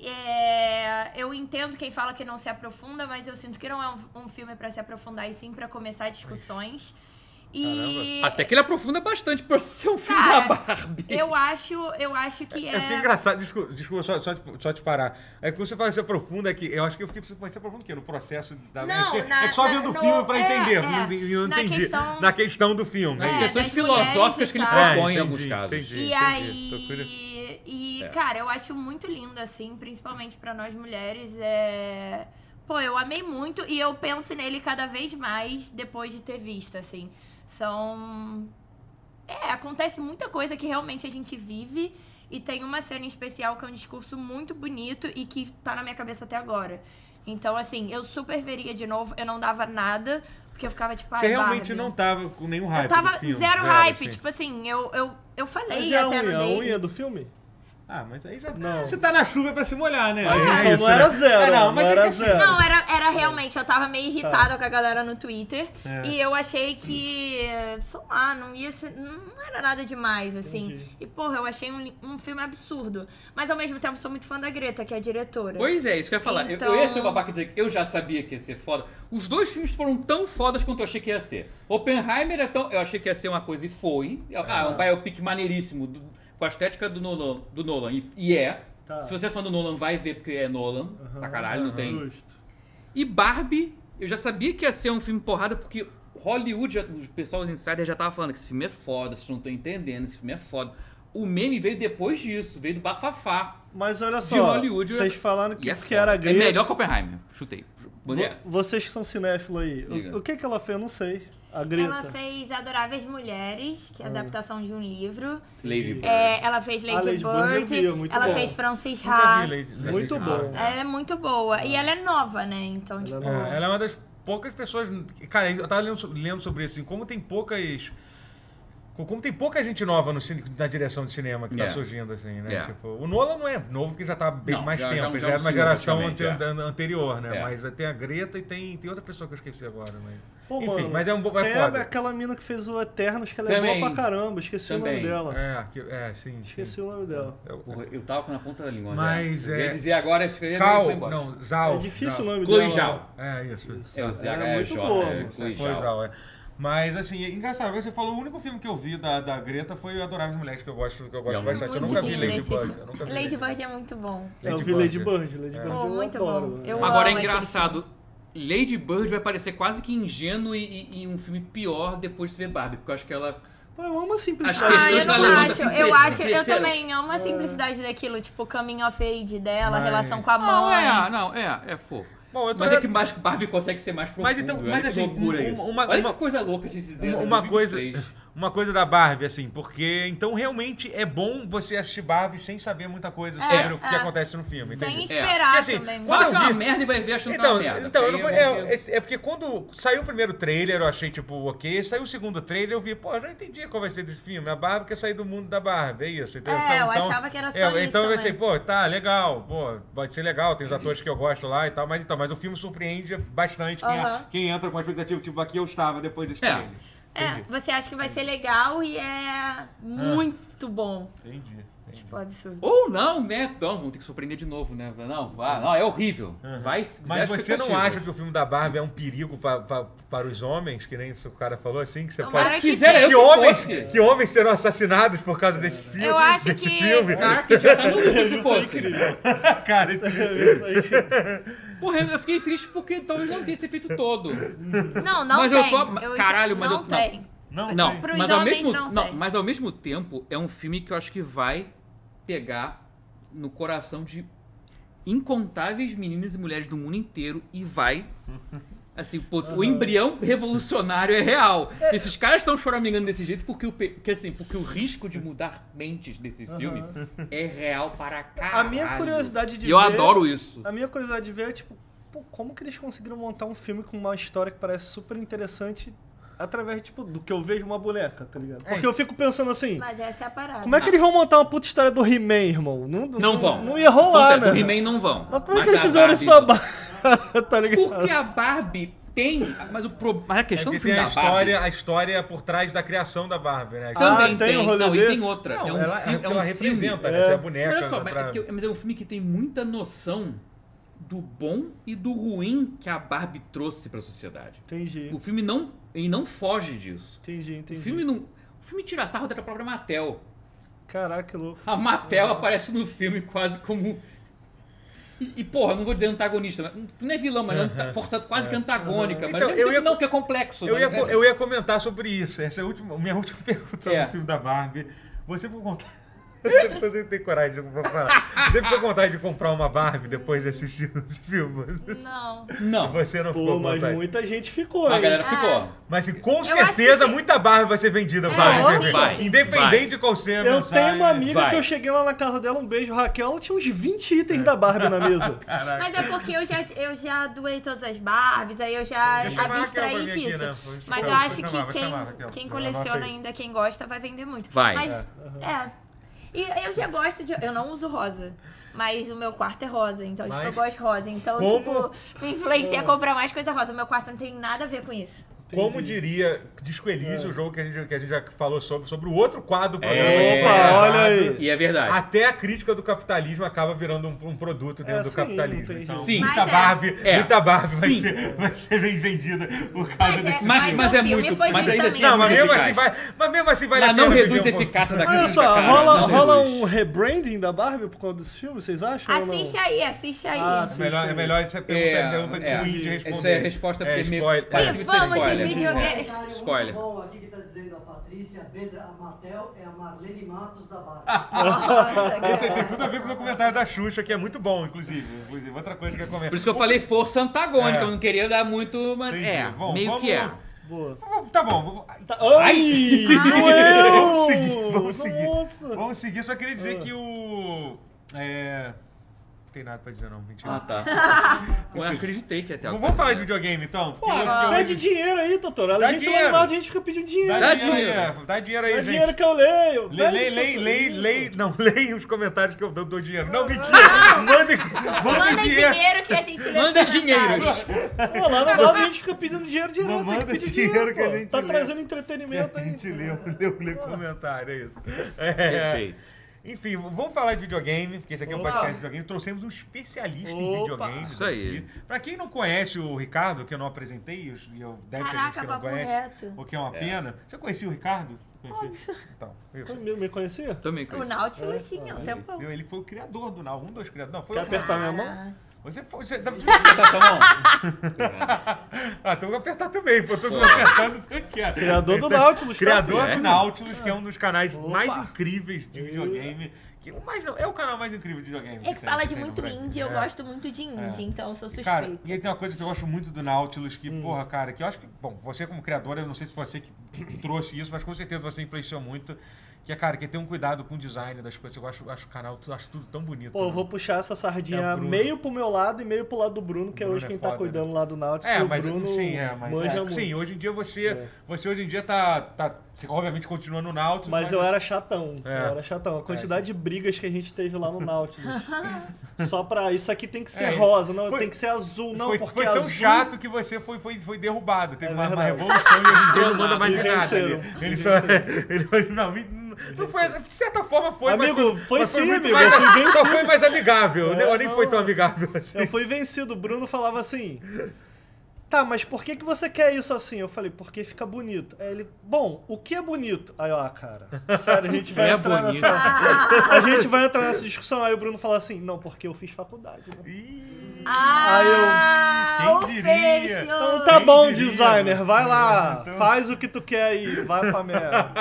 Speaker 3: É, eu entendo quem fala que não se aprofunda, mas eu sinto que não é um, um filme pra se aprofundar e sim pra começar discussões. E
Speaker 2: Até que ele aprofunda bastante pra ser um filme
Speaker 3: Cara,
Speaker 2: da Barbie.
Speaker 3: eu acho, eu acho que
Speaker 1: É porque é engraçado, desculpa, desculpa só, só, te, só te parar. É que quando você fala ser profundo aqui, eu acho que eu fiquei pensando, mas ser profundo o quê? No processo da.
Speaker 3: Não,
Speaker 1: é, que-
Speaker 3: na-
Speaker 1: é que só
Speaker 3: na-
Speaker 1: vendo o
Speaker 3: no-
Speaker 1: filme pra
Speaker 3: é,
Speaker 1: entender.
Speaker 3: é.
Speaker 1: não entendi- eu não
Speaker 3: Na
Speaker 1: entendi.
Speaker 3: questão-
Speaker 1: Na questão do filme.
Speaker 2: Nas
Speaker 3: É,
Speaker 2: questões
Speaker 3: das mulheres
Speaker 2: filosóficas que ele
Speaker 3: e tal.
Speaker 2: propõe em
Speaker 1: É,
Speaker 2: alguns
Speaker 1: entendi,
Speaker 2: casos.
Speaker 1: entendi.
Speaker 3: E
Speaker 1: Tô curioso.
Speaker 3: aí, e,
Speaker 2: É.
Speaker 3: cara, eu acho muito lindo, assim, principalmente pra nós mulheres, é... Pô, eu amei muito e eu penso nele cada vez mais depois de ter visto, assim. São... É, acontece muita coisa que realmente a gente vive e tem uma cena em especial que é um discurso muito bonito e que tá na minha cabeça até agora. Então, assim, eu super veria de novo, eu não dava nada, porque eu ficava tipo, ai,
Speaker 1: Você realmente
Speaker 3: Barbie.
Speaker 1: não tava com nenhum hype.
Speaker 3: Eu tava
Speaker 1: do filme,
Speaker 3: zero hype,
Speaker 1: assim.
Speaker 3: tipo assim, eu, eu, eu falei
Speaker 4: Mas e a
Speaker 3: até
Speaker 4: unha?
Speaker 3: no
Speaker 4: A
Speaker 3: dele.
Speaker 4: unha do filme?
Speaker 1: Ah, mas aí já.
Speaker 4: Não.
Speaker 1: Você tá na chuva pra se molhar, né?
Speaker 4: Mas
Speaker 1: É
Speaker 4: então
Speaker 1: isso,
Speaker 4: não era
Speaker 1: né?
Speaker 4: zero,
Speaker 1: Ah, não,
Speaker 4: não
Speaker 1: mas é que
Speaker 4: era
Speaker 1: assim,
Speaker 4: zero.
Speaker 3: Não, era, era
Speaker 4: É.
Speaker 3: realmente, eu tava meio
Speaker 4: Tá.
Speaker 3: irritada com a galera no Twitter.
Speaker 1: É.
Speaker 3: E eu achei que, sei lá, não ia ser. Não era nada demais, assim.
Speaker 4: Entendi.
Speaker 3: E, porra, eu achei um, li- um filme absurdo. Mas ao mesmo tempo sou muito fã da Greta, que é a diretora.
Speaker 2: Pois é, isso que eu ia falar. Eu- Eu,
Speaker 3: Então-
Speaker 2: ia ser o babaca e dizer que eu já sabia que ia ser foda. Os dois filmes foram tão fodas quanto eu achei que ia ser. Oppenheimer é tão. Eu achei que ia ser uma coisa e foi. Ah, é um biopic maneiríssimo, do- com a estética do Nolan. Do Nolan e, e é.
Speaker 4: Tá.
Speaker 2: Se você é fã do Nolan, vai ver porque é Nolan. pra caralho, não tem.
Speaker 4: Justo.
Speaker 2: E Barbie, eu já sabia que ia ser um filme porrada, porque Hollywood, já, os pessoal, os insiders já estavam falando que esse filme é foda, vocês não estão entendendo, esse filme é foda. O meme veio depois disso, veio do bafafá.
Speaker 4: Mas olha
Speaker 2: De
Speaker 4: só,
Speaker 2: Hollywood,
Speaker 4: vocês
Speaker 2: eu-
Speaker 4: falaram
Speaker 2: E
Speaker 4: que,
Speaker 2: é
Speaker 4: que
Speaker 2: foda.
Speaker 4: era
Speaker 2: É
Speaker 4: grande.
Speaker 2: melhor que Oppenheimer. Chutei. Mandei essa.
Speaker 4: Vocês que são cinéfilos aí,
Speaker 2: Diga.
Speaker 4: o, o que que ela fez? Eu não sei. A Greta. Hum.
Speaker 3: Ela fez Adoráveis Mulheres, que é a adaptação de um livro.
Speaker 2: Lady Bird.
Speaker 3: É, ela fez Lady,
Speaker 4: Ah, Lady Bird eu vi, é muito
Speaker 3: ela
Speaker 4: bom.
Speaker 3: fez Francis
Speaker 1: Nunca
Speaker 3: Ha.
Speaker 1: vi Lady- Lady
Speaker 4: Muito
Speaker 1: Gaga.
Speaker 4: bom.
Speaker 2: Ah,
Speaker 3: Ela é muito boa. E ela é nova, né? Então, tipo.
Speaker 4: Ah.
Speaker 2: Tá
Speaker 4: é nova.
Speaker 1: É, ela é uma das poucas pessoas. Cara, eu tava lendo, so- lendo sobre isso, assim, como tem poucas. co- Como tem pouca gente nova no cine, na direção de cinema que
Speaker 2: É.
Speaker 1: tá surgindo, assim, né?
Speaker 2: É.
Speaker 1: Tipo, o Nolan não é novo, porque já tá bem
Speaker 2: Não,
Speaker 1: mais
Speaker 2: já- já é um-
Speaker 1: tempo,
Speaker 2: já
Speaker 1: já,
Speaker 2: é um
Speaker 1: é uma
Speaker 2: senhor,
Speaker 1: geração
Speaker 2: praticamente,
Speaker 1: ante- anterior, né?
Speaker 2: É.
Speaker 1: Mas tem a Greta e tem, tem outra pessoa que eu esqueci agora, mas.
Speaker 4: Pô,
Speaker 1: Enfim,
Speaker 4: mano,
Speaker 1: mas é um bo-
Speaker 4: tem
Speaker 1: é
Speaker 4: a-
Speaker 1: foda.
Speaker 4: aquela mina que fez o Eternos, que ela
Speaker 2: Também.
Speaker 4: é boa pra caramba. Esqueci o
Speaker 2: Também.
Speaker 4: nome dela.
Speaker 1: É, que- é, sim.
Speaker 4: Esqueci
Speaker 1: sim.
Speaker 4: o nome dela.
Speaker 1: Eu-
Speaker 2: Porra, eu tava com na ponta da língua.
Speaker 1: Mas
Speaker 2: já. Eu
Speaker 1: é-
Speaker 2: ia dizer agora, isso que eu ia
Speaker 1: Cal,
Speaker 2: foi embora.
Speaker 1: não, Zal.
Speaker 4: É difícil o
Speaker 1: Zal.
Speaker 4: nome
Speaker 2: Chloe
Speaker 4: dela.
Speaker 2: Zhao.
Speaker 1: É, isso.
Speaker 2: É, o
Speaker 4: Ela
Speaker 2: ZH
Speaker 4: é
Speaker 2: é
Speaker 4: muito
Speaker 2: J,
Speaker 4: boa,
Speaker 2: é
Speaker 4: moça.
Speaker 2: Chloe
Speaker 1: Pois
Speaker 2: Zhao.
Speaker 1: é, é. Mas assim, é engraçado, agora você falou, o único filme que eu vi da, da Greta foi o Adoráveis Mulheres, que eu gosto, que eu gosto
Speaker 2: É um
Speaker 1: bastante. Eu
Speaker 3: muito
Speaker 1: nunca vi
Speaker 3: lindo
Speaker 1: Lady
Speaker 3: esse
Speaker 1: Bird.
Speaker 3: filme.
Speaker 1: eu nunca vi
Speaker 3: Lady
Speaker 1: Bird.
Speaker 3: Bird é muito bom.
Speaker 4: Eu
Speaker 1: Lady Bird. né?
Speaker 4: vi
Speaker 1: É.
Speaker 4: Lady Bird. Lady Bird
Speaker 3: Pô,
Speaker 4: eu
Speaker 3: muito
Speaker 4: adoro.
Speaker 3: bom.
Speaker 4: né?
Speaker 3: Eu amo.
Speaker 2: Agora é
Speaker 3: aquele
Speaker 2: engraçado. Lady Bird vai parecer quase que ingênuo e, e- e um filme pior depois de ver Barbie, porque eu acho que ela.
Speaker 4: Pô, eu amo assim, a
Speaker 2: As
Speaker 4: simplicidade.
Speaker 3: Ah,
Speaker 1: é
Speaker 2: questões
Speaker 3: eu
Speaker 2: da
Speaker 3: não
Speaker 2: Levanta
Speaker 3: acho.
Speaker 2: Sem
Speaker 3: Eu
Speaker 2: Preço,
Speaker 3: acho, eu
Speaker 2: terceira.
Speaker 3: também amo a simplicidade daquilo, tipo, caminho of age dela, a
Speaker 1: Mas-
Speaker 3: relação com a
Speaker 2: Não,
Speaker 3: mãe.
Speaker 2: é, não, é, é fofo.
Speaker 1: Bom, eu tô-
Speaker 2: Mas é que mais Barbie consegue ser mais profundo.
Speaker 1: Mas então,
Speaker 2: olha
Speaker 1: mas
Speaker 2: que
Speaker 1: assim,
Speaker 2: loucura
Speaker 1: uma-
Speaker 2: isso.
Speaker 1: uma-
Speaker 2: Olha
Speaker 1: uma-
Speaker 2: que coisa louca se dizer.
Speaker 1: Uma, uma coisa, uma coisa da Barbie, assim, porque então realmente é bom você assistir Barbie sem saber muita coisa
Speaker 3: É,
Speaker 1: sobre o que
Speaker 3: é.
Speaker 1: acontece no filme.
Speaker 3: Sem
Speaker 1: entende?
Speaker 3: esperar
Speaker 1: É. Assim,
Speaker 3: também.
Speaker 1: quando
Speaker 2: Fala
Speaker 1: eu
Speaker 2: que é uma
Speaker 1: vi-
Speaker 2: merda e vai ver achando
Speaker 1: Então,
Speaker 2: que é uma merda.
Speaker 1: então eu não,
Speaker 2: Aí
Speaker 1: é,
Speaker 2: vou ver-
Speaker 1: é- é porque quando saiu o primeiro trailer, eu achei, tipo, ok. Saiu o segundo trailer, eu vi, pô, eu já entendi qual vai ser desse filme. A Barbie quer sair do mundo da Barbie, é isso. Então,
Speaker 3: É, eu achava que era só
Speaker 1: é,
Speaker 3: isso
Speaker 1: Então eu pensei,
Speaker 3: também.
Speaker 1: pô, tá, legal, pô, pode ser legal, tem os atores que eu gosto lá e tal, mas então, mas o filme surpreende bastante quem,
Speaker 3: Aham.
Speaker 1: quem entra com a expectativa, tipo, aqui eu estava depois desse
Speaker 2: É.
Speaker 1: trailer.
Speaker 3: É,
Speaker 1: Entendi.
Speaker 3: você acha que vai ser legal e é muito bom.
Speaker 1: Entendi.
Speaker 3: Tipo, absurdo.
Speaker 2: Ou não, né? Então, vamos ter que surpreender de novo, né? Não, vá, não, é horrível. Vai, se quiser,
Speaker 1: Mas você não
Speaker 2: é expectativa.
Speaker 1: acha que o filme da Barbie é um perigo pa- pa- para os homens, que nem o cara falou assim, que você
Speaker 3: Não,
Speaker 1: pode.
Speaker 3: mas-
Speaker 2: Quisera eu
Speaker 1: Que
Speaker 2: que
Speaker 1: homens,
Speaker 2: fosse.
Speaker 1: que homens serão assassinados por causa desse filme?
Speaker 3: Eu acho
Speaker 1: desse
Speaker 3: que-
Speaker 1: filme?
Speaker 2: Caraca, já tá no mundo se
Speaker 4: Isso é
Speaker 2: fosse.
Speaker 4: incrível.
Speaker 1: Cara, esse...
Speaker 4: Isso é incrível.
Speaker 2: Porra, eu fiquei triste porque talvez não tenha esse efeito todo.
Speaker 3: Não, não
Speaker 2: Mas eu
Speaker 3: tem.
Speaker 2: tô- caralho, mas
Speaker 3: não
Speaker 2: eu- não.
Speaker 3: tem.
Speaker 1: Não,
Speaker 2: Não,
Speaker 1: tem.
Speaker 3: Pros
Speaker 2: mas ao
Speaker 3: homens
Speaker 2: mesmo
Speaker 3: não tem.
Speaker 2: mas ao mesmo tempo é um filme que eu acho que vai pegar no coração de incontáveis meninas e mulheres do mundo inteiro e vai assim, pô, o embrião revolucionário é real. Esses caras estão choramingando desse jeito porque o pe- que assim, porque o risco de mudar mentes desse filme é real para caralho.
Speaker 4: A minha curiosidade de
Speaker 2: E Ah, eu
Speaker 4: ver-
Speaker 2: adoro isso.
Speaker 4: A minha curiosidade de ver é, tipo, pô, como que eles conseguiram montar um filme com uma história que parece super interessante através, tipo, do que eu vejo uma boneca, tá ligado?
Speaker 1: É.
Speaker 4: Porque eu fico pensando assim,
Speaker 3: Mas essa é a parada.
Speaker 4: como é que eles vão montar uma puta história do He-Man, irmão? Não,
Speaker 2: Não vão.
Speaker 4: Não ia rolar,
Speaker 2: Contra-
Speaker 4: né?
Speaker 2: Do He-Man não vão.
Speaker 4: Mas como é que eles
Speaker 2: a
Speaker 4: fizeram isso pra
Speaker 2: Barbie-
Speaker 4: baixo? tá ligado?
Speaker 2: Porque a Barbie tem. Mas, o pro... mas a questão
Speaker 1: Porque
Speaker 2: do filme
Speaker 1: É tem a
Speaker 2: um da Barbie.
Speaker 1: história, a história por trás da criação da Barbie, né?
Speaker 2: Também
Speaker 4: Ah,
Speaker 2: tem,
Speaker 4: tem um rolê
Speaker 2: não, e tem
Speaker 4: desse?
Speaker 2: outra.
Speaker 1: Não,
Speaker 2: é um,
Speaker 1: ela,
Speaker 2: fi-
Speaker 1: é o que
Speaker 2: é um
Speaker 1: ela
Speaker 2: filme.
Speaker 1: representa,
Speaker 4: É.
Speaker 1: né? Você é
Speaker 2: Mas
Speaker 1: boneca.
Speaker 2: Olha só, mas
Speaker 1: pra-
Speaker 2: é, que- mas é um filme que tem muita noção do bom e do ruim que a Barbie trouxe pra sociedade.
Speaker 4: Entendi,
Speaker 2: O filme não, ele não foge disso.
Speaker 4: entendi, entendi.
Speaker 2: O filme não. O filme tira sarro da própria Mattel.
Speaker 4: Caraca, que louco.
Speaker 2: A Mattel aparece no filme quase como. E, e, porra, não vou dizer antagonista, mas- não é vilão, mas anta- forçado quase que antagônica. Mas
Speaker 1: Então,
Speaker 2: ao mesmo
Speaker 1: eu
Speaker 2: tempo
Speaker 1: ia-
Speaker 2: não, que é complexo.
Speaker 1: Eu
Speaker 2: né?
Speaker 1: ia, co- eu ia comentar sobre isso. Essa é a última, minha última pergunta sobre
Speaker 2: É.
Speaker 1: o filme da Barbie. Você ficou com vontade. Eu tô- eu tenho coragem de falar. Você ficou com vontade de comprar uma Barbie depois de assistir os filmes?
Speaker 3: Não.
Speaker 2: Não,
Speaker 1: Você não ficou
Speaker 4: Pô,
Speaker 1: com
Speaker 4: mas
Speaker 1: vontade.
Speaker 4: muita gente ficou,
Speaker 2: a
Speaker 4: hein?
Speaker 2: galera ficou.
Speaker 1: Mas assim, com
Speaker 3: acho que
Speaker 1: certeza
Speaker 3: sim.
Speaker 1: muita Barbie vai ser vendida, Fábio
Speaker 4: nossa.
Speaker 1: TV.
Speaker 2: Vai,
Speaker 1: Independente
Speaker 2: vai.
Speaker 1: de qual seja a
Speaker 4: Eu
Speaker 1: mensagem.
Speaker 4: tenho uma amiga
Speaker 2: Vai.
Speaker 4: que eu cheguei lá na casa dela, um beijo, Raquel, ela tinha uns 20 itens da Barbie na mesa.
Speaker 3: Mas é porque eu já, eu já doei todas as Barbies, aí eu já
Speaker 1: Deixa eu chamar a Raquel pra
Speaker 3: abstraí
Speaker 1: vir aqui,
Speaker 3: disso.
Speaker 1: né? Vou chamar,
Speaker 3: Mas eu
Speaker 1: vou
Speaker 3: acho
Speaker 1: chamar,
Speaker 3: que
Speaker 1: vou
Speaker 3: quem,
Speaker 1: chamar, Raquel.
Speaker 3: quem
Speaker 1: Anota
Speaker 3: coleciona
Speaker 1: aí.
Speaker 3: ainda, quem gosta, vai vender muito.
Speaker 2: Vai.
Speaker 3: Mas, é. E eu já gosto de. Eu não uso rosa. Mas o meu quarto é rosa, então tipo,
Speaker 1: Mas-
Speaker 3: eu gosto de rosa. Então,
Speaker 1: Como?
Speaker 3: tipo, me influencia a comprar mais coisa rosa. O meu quarto não tem nada a ver com isso.
Speaker 1: Como diria Disco Elise, o jogo que a, gente, que a gente já falou sobre, sobre o outro quadro do programa.
Speaker 2: É.
Speaker 1: Opa,
Speaker 4: olha
Speaker 3: Ah.
Speaker 4: aí.
Speaker 2: E é verdade.
Speaker 1: Até a crítica do capitalismo acaba virando um, um produto dentro
Speaker 4: É,
Speaker 1: do
Speaker 4: sim, não
Speaker 1: capitalismo.
Speaker 4: tem
Speaker 1: Então,
Speaker 4: jeito.
Speaker 2: Sim.
Speaker 1: muita
Speaker 3: Mas é.
Speaker 1: Barbie,
Speaker 2: É.
Speaker 1: muita Barbie vai
Speaker 2: Sim.
Speaker 1: ser, vai ser bem vendida por causa
Speaker 3: Mas é,
Speaker 1: desse.
Speaker 2: Mas-
Speaker 3: mas,
Speaker 2: mas
Speaker 3: o
Speaker 2: é
Speaker 3: filme
Speaker 2: muito-
Speaker 3: foi
Speaker 2: mas ainda
Speaker 3: justamente.
Speaker 2: assim-
Speaker 1: Não, mas mesmo
Speaker 2: eficaz.
Speaker 1: assim vai. Mas mesmo assim vale a
Speaker 2: Mas
Speaker 1: pena
Speaker 2: não
Speaker 1: viver
Speaker 2: reduz a
Speaker 1: um pouco.
Speaker 2: eficácia da
Speaker 4: Olha
Speaker 2: crítica,
Speaker 4: só,
Speaker 2: cara.
Speaker 4: rola,
Speaker 2: Não
Speaker 4: rola
Speaker 2: reduz.
Speaker 4: um rebranding da Barbie por conta desse filme, vocês acham? ou não?
Speaker 3: Assiste aí, assiste aí.
Speaker 4: Ah,
Speaker 1: É
Speaker 4: sim.
Speaker 1: melhor, é melhor essa pergunta,
Speaker 2: É,
Speaker 1: é, pergunta de
Speaker 2: é.
Speaker 1: ruim de
Speaker 2: Isso é
Speaker 1: responder.
Speaker 2: resposta
Speaker 1: é,
Speaker 2: primeiro-
Speaker 1: spoiler.
Speaker 2: Mas
Speaker 1: É.
Speaker 2: se você
Speaker 3: e vamos de
Speaker 2: escolhe.
Speaker 3: videogame.
Speaker 5: comentário muito
Speaker 2: Spoiler.
Speaker 5: bom aqui que tá dizendo a Patrícia Bedra a Matel é a Marlene Matos da Barra.
Speaker 3: Nossa, cara.
Speaker 1: Tem tudo a ver com o documentário da Xuxa, que é muito bom, inclusive. Inclusive, outra coisa que eu comento.
Speaker 2: Por isso que eu falei força antagônica,
Speaker 1: É.
Speaker 2: eu não queria dar muito, mas
Speaker 1: Entendi.
Speaker 2: é,
Speaker 1: Bom,
Speaker 2: meio
Speaker 1: vamos-
Speaker 2: que é.
Speaker 4: Boa.
Speaker 1: Tá bom, vou-
Speaker 4: Tá... Ai! doeu!
Speaker 1: Vamos seguir, vamos seguir.
Speaker 4: Nossa!
Speaker 1: Vamos seguir, só queria dizer que o. É. Não tem nada pra dizer, não, mentira.
Speaker 2: Ah, tá. eu acreditei que ia até
Speaker 1: Não
Speaker 2: alguma
Speaker 1: vou falar de
Speaker 2: coisa.
Speaker 1: videogame então, porque
Speaker 2: Claro.
Speaker 1: eu, porque eu-
Speaker 4: Pede dinheiro aí, doutor.
Speaker 1: Dá
Speaker 4: A gente
Speaker 1: dinheiro.
Speaker 4: lá no lado, a gente fica pedindo dinheiro.
Speaker 1: dá,
Speaker 2: Dá
Speaker 1: dinheiro aí,
Speaker 2: dinheiro.
Speaker 1: é. dá dinheiro aí,
Speaker 4: Dá
Speaker 1: gente.
Speaker 4: dinheiro que eu
Speaker 1: Lei,
Speaker 4: leio. Pede,
Speaker 1: lei, lei,
Speaker 4: doutor,
Speaker 1: lei,
Speaker 4: isso.
Speaker 1: lei, não, leia os comentários que eu dou, dou dinheiro. Não, mentira! Manda, manda
Speaker 3: Manda
Speaker 1: dinheiro!
Speaker 3: dinheiro que a gente lê os
Speaker 2: Manda dinheiro.
Speaker 3: comentários.
Speaker 4: Pô, lá no lado, a gente fica pedindo dinheiro direto.
Speaker 1: Não
Speaker 4: tem que
Speaker 1: manda
Speaker 4: pedir
Speaker 1: dinheiro que a
Speaker 4: pô.
Speaker 1: gente
Speaker 4: Tá
Speaker 1: lê.
Speaker 4: trazendo
Speaker 1: A
Speaker 4: entretenimento aí.
Speaker 1: gente leu, leu, leu comentário, é isso. É.
Speaker 2: Perfeito.
Speaker 1: Enfim, vamos falar de videogame, porque esse aqui é um
Speaker 4: Opa.
Speaker 1: podcast de videogame. Trouxemos um especialista em
Speaker 4: Opa.
Speaker 1: videogame.
Speaker 2: Isso aí.
Speaker 1: aqui. Pra quem não conhece o Ricardo, que eu não apresentei, e eu- e eu deve ter gente
Speaker 3: Caraca,
Speaker 1: que não
Speaker 3: papo
Speaker 1: conhece,
Speaker 3: reto.
Speaker 1: o que é uma pena. Você conhecia o Ricardo? Óbvio. Então, isso.
Speaker 4: Me, me conhecia?
Speaker 2: Também
Speaker 3: O
Speaker 2: conheço.
Speaker 3: Nautilus, sim, é um tempão.
Speaker 1: Entendeu? Ele foi o criador do Nau, um dos criadores. Não, foi
Speaker 4: Quer
Speaker 1: o
Speaker 4: apertar minha mão?
Speaker 3: Ah,
Speaker 1: Você foi. Você, dá-
Speaker 2: Tá com a mão?
Speaker 1: ah, então eu vou apertar também, pô. Eu tô apertando então eu quero.
Speaker 4: Criador do
Speaker 1: Então,
Speaker 4: Nautilus, tá,
Speaker 1: Criador
Speaker 2: filho?
Speaker 1: do
Speaker 2: É.
Speaker 1: Nautilus, que é um dos canais
Speaker 4: Opa.
Speaker 1: mais incríveis de videogame. Que, o mais não, é o canal mais incrível de videogame.
Speaker 3: É que
Speaker 1: tem- um
Speaker 3: fala de
Speaker 1: tem no
Speaker 3: muito
Speaker 1: Brasil.
Speaker 3: indie, eu
Speaker 1: É.
Speaker 3: gosto muito de indie, então eu sou
Speaker 1: Cara,
Speaker 3: suspeita.
Speaker 1: e é aí tem uma coisa que eu gosto muito do Nautilus, que,
Speaker 4: Hum.
Speaker 1: porra, cara, que eu acho que, bom, você como criador, eu não sei se você que trouxe isso, mas com certeza você influenciou muito, que é, cara, que tem um cuidado com o design das coisas. Eu acho, acho o canal, eu acho tudo tão bonito.
Speaker 4: Pô, eu
Speaker 1: né?
Speaker 4: vou puxar essa
Speaker 1: É
Speaker 4: sardinha
Speaker 1: o Bruno.
Speaker 4: meio pro meu lado e meio pro lado do Bruno, que é
Speaker 1: Bruno
Speaker 4: hoje
Speaker 1: é
Speaker 4: quem tá
Speaker 1: foda,
Speaker 4: cuidando lá do Nautilus.
Speaker 1: É,
Speaker 4: Tá o
Speaker 1: mas
Speaker 4: Bruno
Speaker 1: sim, é, mas
Speaker 4: manja
Speaker 1: é,
Speaker 4: muito.
Speaker 1: sim, hoje em dia você,
Speaker 4: É.
Speaker 1: você hoje em dia tá, tá você, obviamente continua no Nautilus,
Speaker 4: Mas eu era chatão,
Speaker 1: É.
Speaker 4: eu era chatão. A quantidade de brigas que a gente teve lá no Nautilus. Só pra isso aqui tem que ser
Speaker 1: É,
Speaker 4: rosa, não,
Speaker 1: foi-
Speaker 4: tem que ser azul, não,
Speaker 1: foi,
Speaker 4: porque
Speaker 1: foi tão
Speaker 4: azul.
Speaker 1: chato que você foi, foi, foi derrubado. Teve
Speaker 4: É
Speaker 1: uma, uma
Speaker 4: verdade.
Speaker 1: revolução e hoje em dia não manda mais
Speaker 4: E
Speaker 1: de nada.
Speaker 4: venceram.
Speaker 1: Ele,
Speaker 4: E
Speaker 1: ele só. Ele, não, me- Não foi, essa- de certa forma foi, mas
Speaker 4: Amigo, foi
Speaker 1: mas
Speaker 4: sim,
Speaker 1: muito
Speaker 4: amigo,
Speaker 1: mais-
Speaker 4: eu fui
Speaker 1: só
Speaker 4: vencido.
Speaker 1: foi mais amigável, né?
Speaker 4: É,
Speaker 1: Eu nem
Speaker 4: não.
Speaker 1: foi tão amigável assim.
Speaker 4: Eu fui vencido. O Bruno falava assim: Tá, mas por que, que você quer isso assim? Eu falei: Porque fica bonito. Aí ele: Bom, o que é bonito? Aí eu: Ah, cara, sério, a gente vai
Speaker 2: É
Speaker 4: entrar
Speaker 2: bonito.
Speaker 4: nessa. A gente vai entrar nessa discussão. Aí o Bruno fala assim: Não, porque eu fiz faculdade. Né?
Speaker 3: Ah,
Speaker 1: eu-
Speaker 3: o
Speaker 1: Quem diria?
Speaker 3: fecho!
Speaker 4: Então tá
Speaker 1: Quem
Speaker 4: bom,
Speaker 1: diria,
Speaker 4: designer,
Speaker 1: mano?
Speaker 4: vai lá,
Speaker 1: É, então-
Speaker 4: faz o que tu quer aí, vai pra merda.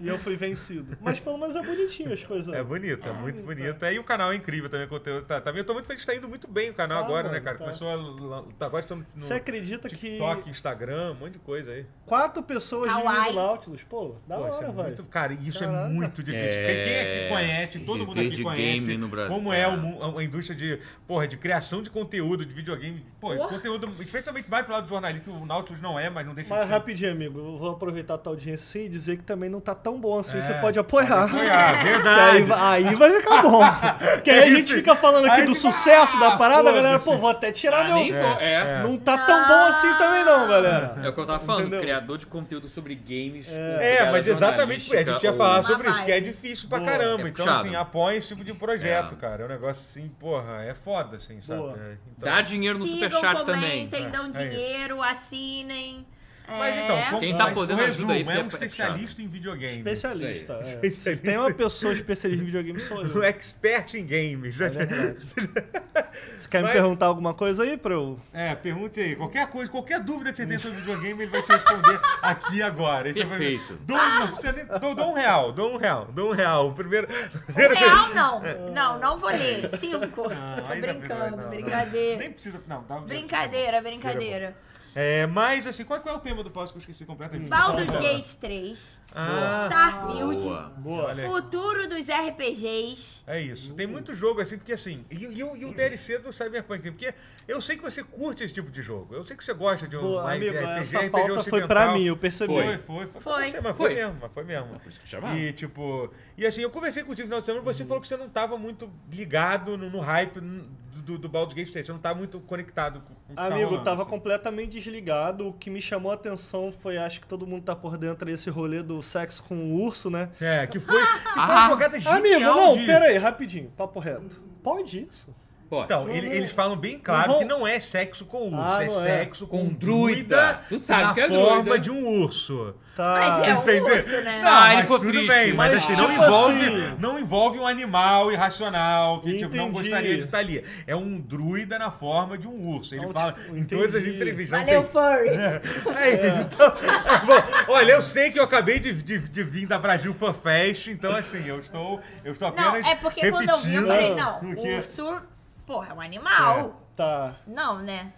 Speaker 4: E eu fui vencido. Mas pelo menos é bonitinho as coisas.
Speaker 1: É bonito, é muito bonito. Aí o canal é incrível também, o conteúdo tá, tá bem. Eu tô muito feliz, tá indo muito bem o canal
Speaker 4: Tá,
Speaker 1: agora, né,
Speaker 4: mano,
Speaker 1: cara?
Speaker 4: tá.
Speaker 1: Começou a... lan- tá- Agora estamos no
Speaker 4: Você é acredita que
Speaker 1: TikTok, Instagram, um monte de coisa aí.
Speaker 4: quatro pessoas dirigindo
Speaker 3: Kawaii.
Speaker 4: o Nautilus? Pô, da
Speaker 1: Pô, isso
Speaker 4: hora,
Speaker 1: é
Speaker 4: vai.
Speaker 1: muito- cara, isso é
Speaker 4: Caraca.
Speaker 1: muito difícil.
Speaker 2: É,
Speaker 1: Quem- Quem aqui conhece, todo mundo
Speaker 2: viver
Speaker 1: aqui
Speaker 2: de
Speaker 1: conhece
Speaker 2: game no Brasil.
Speaker 1: como é o mu- a indústria de, porra, de criação de conteúdo, de videogame. Pô,
Speaker 3: Porra.
Speaker 1: conteúdo, especialmente mais pro lado do jornalismo, que o Nautilus não é, mas não deixa
Speaker 4: Mas
Speaker 1: de ser.
Speaker 4: rapidinho, amigo, eu vou aproveitar a tua audiência sim, e dizer que também não tá tão bom assim,
Speaker 1: É,
Speaker 4: você pode apoiar.
Speaker 1: apoiar,
Speaker 4: Que
Speaker 1: É, verdade.
Speaker 4: Aí, va- aí vai ficar bom. Que aí
Speaker 1: É
Speaker 4: a gente
Speaker 1: isso.
Speaker 4: fica falando aqui
Speaker 1: Aí
Speaker 4: do
Speaker 1: fica-
Speaker 4: sucesso da
Speaker 1: Ah,
Speaker 4: parada, a galera, pô,
Speaker 1: foda-se.
Speaker 4: vou até tirar
Speaker 2: Ah,
Speaker 4: meu.
Speaker 2: nem vou. É.
Speaker 4: Não tá tão bom assim também não, galera.
Speaker 2: É o que eu tava falando,
Speaker 4: Entendeu?
Speaker 2: criador de conteúdo sobre games.
Speaker 1: É, mas exatamente, a gente ia falar
Speaker 3: Uma
Speaker 1: sobre isso,
Speaker 3: vibe.
Speaker 1: que é difícil pra
Speaker 4: Boa.
Speaker 1: caramba.
Speaker 2: É
Speaker 1: então,
Speaker 2: puxado.
Speaker 1: assim, apoia esse tipo de projeto,
Speaker 2: É.
Speaker 1: cara. É um negócio assim, porra, é foda, assim, sabe?
Speaker 4: Boa.
Speaker 1: É, então-
Speaker 2: Dá dinheiro no
Speaker 3: Sigam,
Speaker 2: superchat também.
Speaker 3: comentem, dão
Speaker 1: É, é isso.
Speaker 3: dinheiro, assinem.
Speaker 1: Mas
Speaker 3: É.
Speaker 1: então, como,
Speaker 2: Quem tá
Speaker 1: mas,
Speaker 2: podendo
Speaker 1: um
Speaker 2: ajuda aí,
Speaker 1: resumo,
Speaker 2: porque
Speaker 1: é um
Speaker 2: é puxado.
Speaker 1: especialista em videogame. né?
Speaker 4: Especialista.
Speaker 2: Isso
Speaker 4: é. Se tem uma pessoa especialista em videogame, sou eu.
Speaker 1: Um expert em games.
Speaker 4: É verdade. Você quer
Speaker 1: Mas-
Speaker 4: me perguntar alguma coisa aí pra eu.
Speaker 1: É, pergunte aí. Qualquer coisa, qualquer dúvida que você tem sobre videogame, ele vai te responder aqui e agora. Aí você vai ver.
Speaker 2: Perfeito.
Speaker 1: Dou, não precisa nem- dou- dou um real, dou um real, dou um real. O Primeiro, primeiro
Speaker 3: Real não.
Speaker 1: É.
Speaker 3: Não, não vou ler.
Speaker 1: Não,
Speaker 3: Cinco. Tô
Speaker 1: aí já virou,
Speaker 3: brincando,
Speaker 1: não, não.
Speaker 3: brincadeira.
Speaker 1: Nem precisa. Não, dá um
Speaker 3: Brincadeira, brincadeira.
Speaker 1: É, mas assim, qual, qual é o tema do pós que eu esqueci completamente?
Speaker 3: Baldur's
Speaker 1: Ah,
Speaker 3: Gate Tá. 3,
Speaker 1: Ah,
Speaker 3: Starfield,
Speaker 2: Boa.
Speaker 4: Boa.
Speaker 1: olha.
Speaker 3: futuro dos RPGs.
Speaker 1: É isso. Tem muito jogo assim, porque assim. E, e o- e o DLC do Cyberpunk, porque eu sei que você curte esse tipo de jogo. Eu sei que você gosta de um
Speaker 4: Boa,
Speaker 1: mais
Speaker 4: amigo,
Speaker 1: RPG,
Speaker 4: essa
Speaker 1: RPG
Speaker 4: pauta foi pra
Speaker 1: ocidental.
Speaker 4: mim, eu percebi.
Speaker 1: Foi, foi, foi. Foi, pra
Speaker 3: Foi.
Speaker 1: você, mas foi,
Speaker 2: Foi.
Speaker 1: mesmo, mas foi mesmo.
Speaker 2: É por isso que chamaram.
Speaker 1: E tipo, e assim, eu conversei contigo no final de semana, você falou que você não tava muito ligado no, no hype n- do, do Baldur's Gate 3, você não tava muito conectado com com o que tá
Speaker 4: Amigo,
Speaker 1: rolando,
Speaker 4: tava
Speaker 1: assim.
Speaker 4: completamente desligado. O que me chamou a atenção foi, acho que todo mundo tá por dentro desse rolê do sexo com o urso, né?
Speaker 1: É, que foi, que foi
Speaker 2: Ah.
Speaker 1: uma jogada genial
Speaker 4: Amigo, não,
Speaker 1: de...
Speaker 4: pera aí, rapidinho, papo reto. Pode isso.
Speaker 2: Pode.
Speaker 1: Então, ele-
Speaker 4: não.
Speaker 1: eles falam bem claro
Speaker 4: Não vão-
Speaker 1: que não é sexo com urso,
Speaker 4: Ah,
Speaker 1: é
Speaker 4: não é.
Speaker 1: sexo com,
Speaker 2: Com
Speaker 1: um
Speaker 2: druida.
Speaker 1: druida
Speaker 2: Tu sabe
Speaker 1: na
Speaker 2: que é
Speaker 1: forma
Speaker 2: druida.
Speaker 1: de um urso.
Speaker 4: Tá.
Speaker 3: Mas é um
Speaker 1: Entendeu?
Speaker 3: urso, né?
Speaker 1: Não,
Speaker 2: Ah, ele
Speaker 1: mas
Speaker 2: ficou
Speaker 1: tudo
Speaker 2: triste,
Speaker 1: bem, mas
Speaker 2: mas
Speaker 1: assim, não,
Speaker 4: tipo
Speaker 1: envolve,
Speaker 4: assim-
Speaker 1: não envolve um animal irracional que tipo, não
Speaker 4: Entendi.
Speaker 1: gostaria de estar ali. É um druida na forma de um urso. Ele
Speaker 4: Então,
Speaker 1: fala
Speaker 4: tipo,
Speaker 1: em todas as
Speaker 4: entendi.
Speaker 1: entrevistas. não
Speaker 3: Valeu,
Speaker 1: tem-
Speaker 3: Furry.
Speaker 1: É, então, bom, olha, eu sei que eu acabei de, de- de vir da Brasil Fan Fest, então assim, eu estou, eu estou
Speaker 3: Não,
Speaker 1: apenas
Speaker 3: é porque quando eu vi, eu
Speaker 1: repetindo
Speaker 3: falei, não,
Speaker 1: o
Speaker 3: o
Speaker 1: que-
Speaker 3: urso, porra, é um animal.
Speaker 4: Tá.
Speaker 3: Não, né?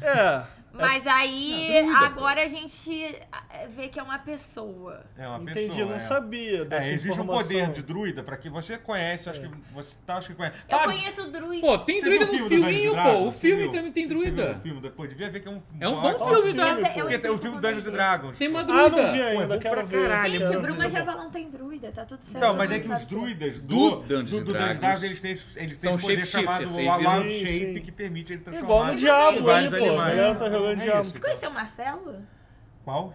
Speaker 4: É.
Speaker 3: Mas aí, agora a gente ah, vê que é uma pessoa.
Speaker 1: É uma
Speaker 4: Entendi,
Speaker 1: pessoa,
Speaker 4: não
Speaker 1: é.
Speaker 4: sabia
Speaker 1: É,
Speaker 4: dessa
Speaker 1: existe
Speaker 4: informação.
Speaker 1: um poder de druida pra que você conhece, acho que você tá, acho que conhece.
Speaker 3: Eu
Speaker 1: Claro,
Speaker 3: conheço o
Speaker 1: um-
Speaker 3: Druid.
Speaker 2: Pô, tem
Speaker 1: você viu
Speaker 2: druida
Speaker 1: o
Speaker 2: no
Speaker 1: filme do Dungeons
Speaker 2: filminho,
Speaker 1: Dragons?
Speaker 2: pô. O
Speaker 1: Você
Speaker 2: filme
Speaker 1: viu?
Speaker 2: também tem
Speaker 1: Você viu
Speaker 2: druida.
Speaker 1: o filme, pô, devia ver que é um
Speaker 2: É um
Speaker 1: ótimo
Speaker 2: bom filme,
Speaker 4: filme,
Speaker 2: tá?
Speaker 4: pô.
Speaker 1: Porque tem o filme Dungeons and Dragons.
Speaker 2: Tem uma
Speaker 4: Ah, não
Speaker 2: druida.
Speaker 4: vi
Speaker 1: Pô, é
Speaker 4: ainda,
Speaker 1: bom
Speaker 4: quero
Speaker 1: pra
Speaker 4: ver.
Speaker 1: caralho, mano.
Speaker 4: quero
Speaker 3: Gente,
Speaker 4: ver.
Speaker 3: o Bruma
Speaker 4: Muito
Speaker 3: já
Speaker 4: bom.
Speaker 3: falou, não tem druida, tá tudo certo.
Speaker 1: Então, mas é
Speaker 3: todo
Speaker 1: que
Speaker 3: mundo
Speaker 1: os
Speaker 3: sabe
Speaker 1: druidas
Speaker 2: Do
Speaker 1: do,
Speaker 2: Dungeons
Speaker 1: do, do Dungeons
Speaker 2: and
Speaker 1: and Dragons,
Speaker 2: Dragons,
Speaker 1: eles têm, esse- eles têm
Speaker 2: são
Speaker 1: um poder chamado
Speaker 2: shapeshifters, vocês
Speaker 1: Wild Shape,
Speaker 2: viram?
Speaker 4: Sim, sim.
Speaker 1: que permite ele transformar
Speaker 4: Igual no diabo
Speaker 1: em
Speaker 4: aí,
Speaker 1: vários
Speaker 4: pô. A
Speaker 1: animais.
Speaker 4: galera tá jogando
Speaker 1: É
Speaker 4: diabo.
Speaker 1: isso,
Speaker 3: Você
Speaker 1: cara.
Speaker 3: conheceu o Marcelo?
Speaker 1: Qual?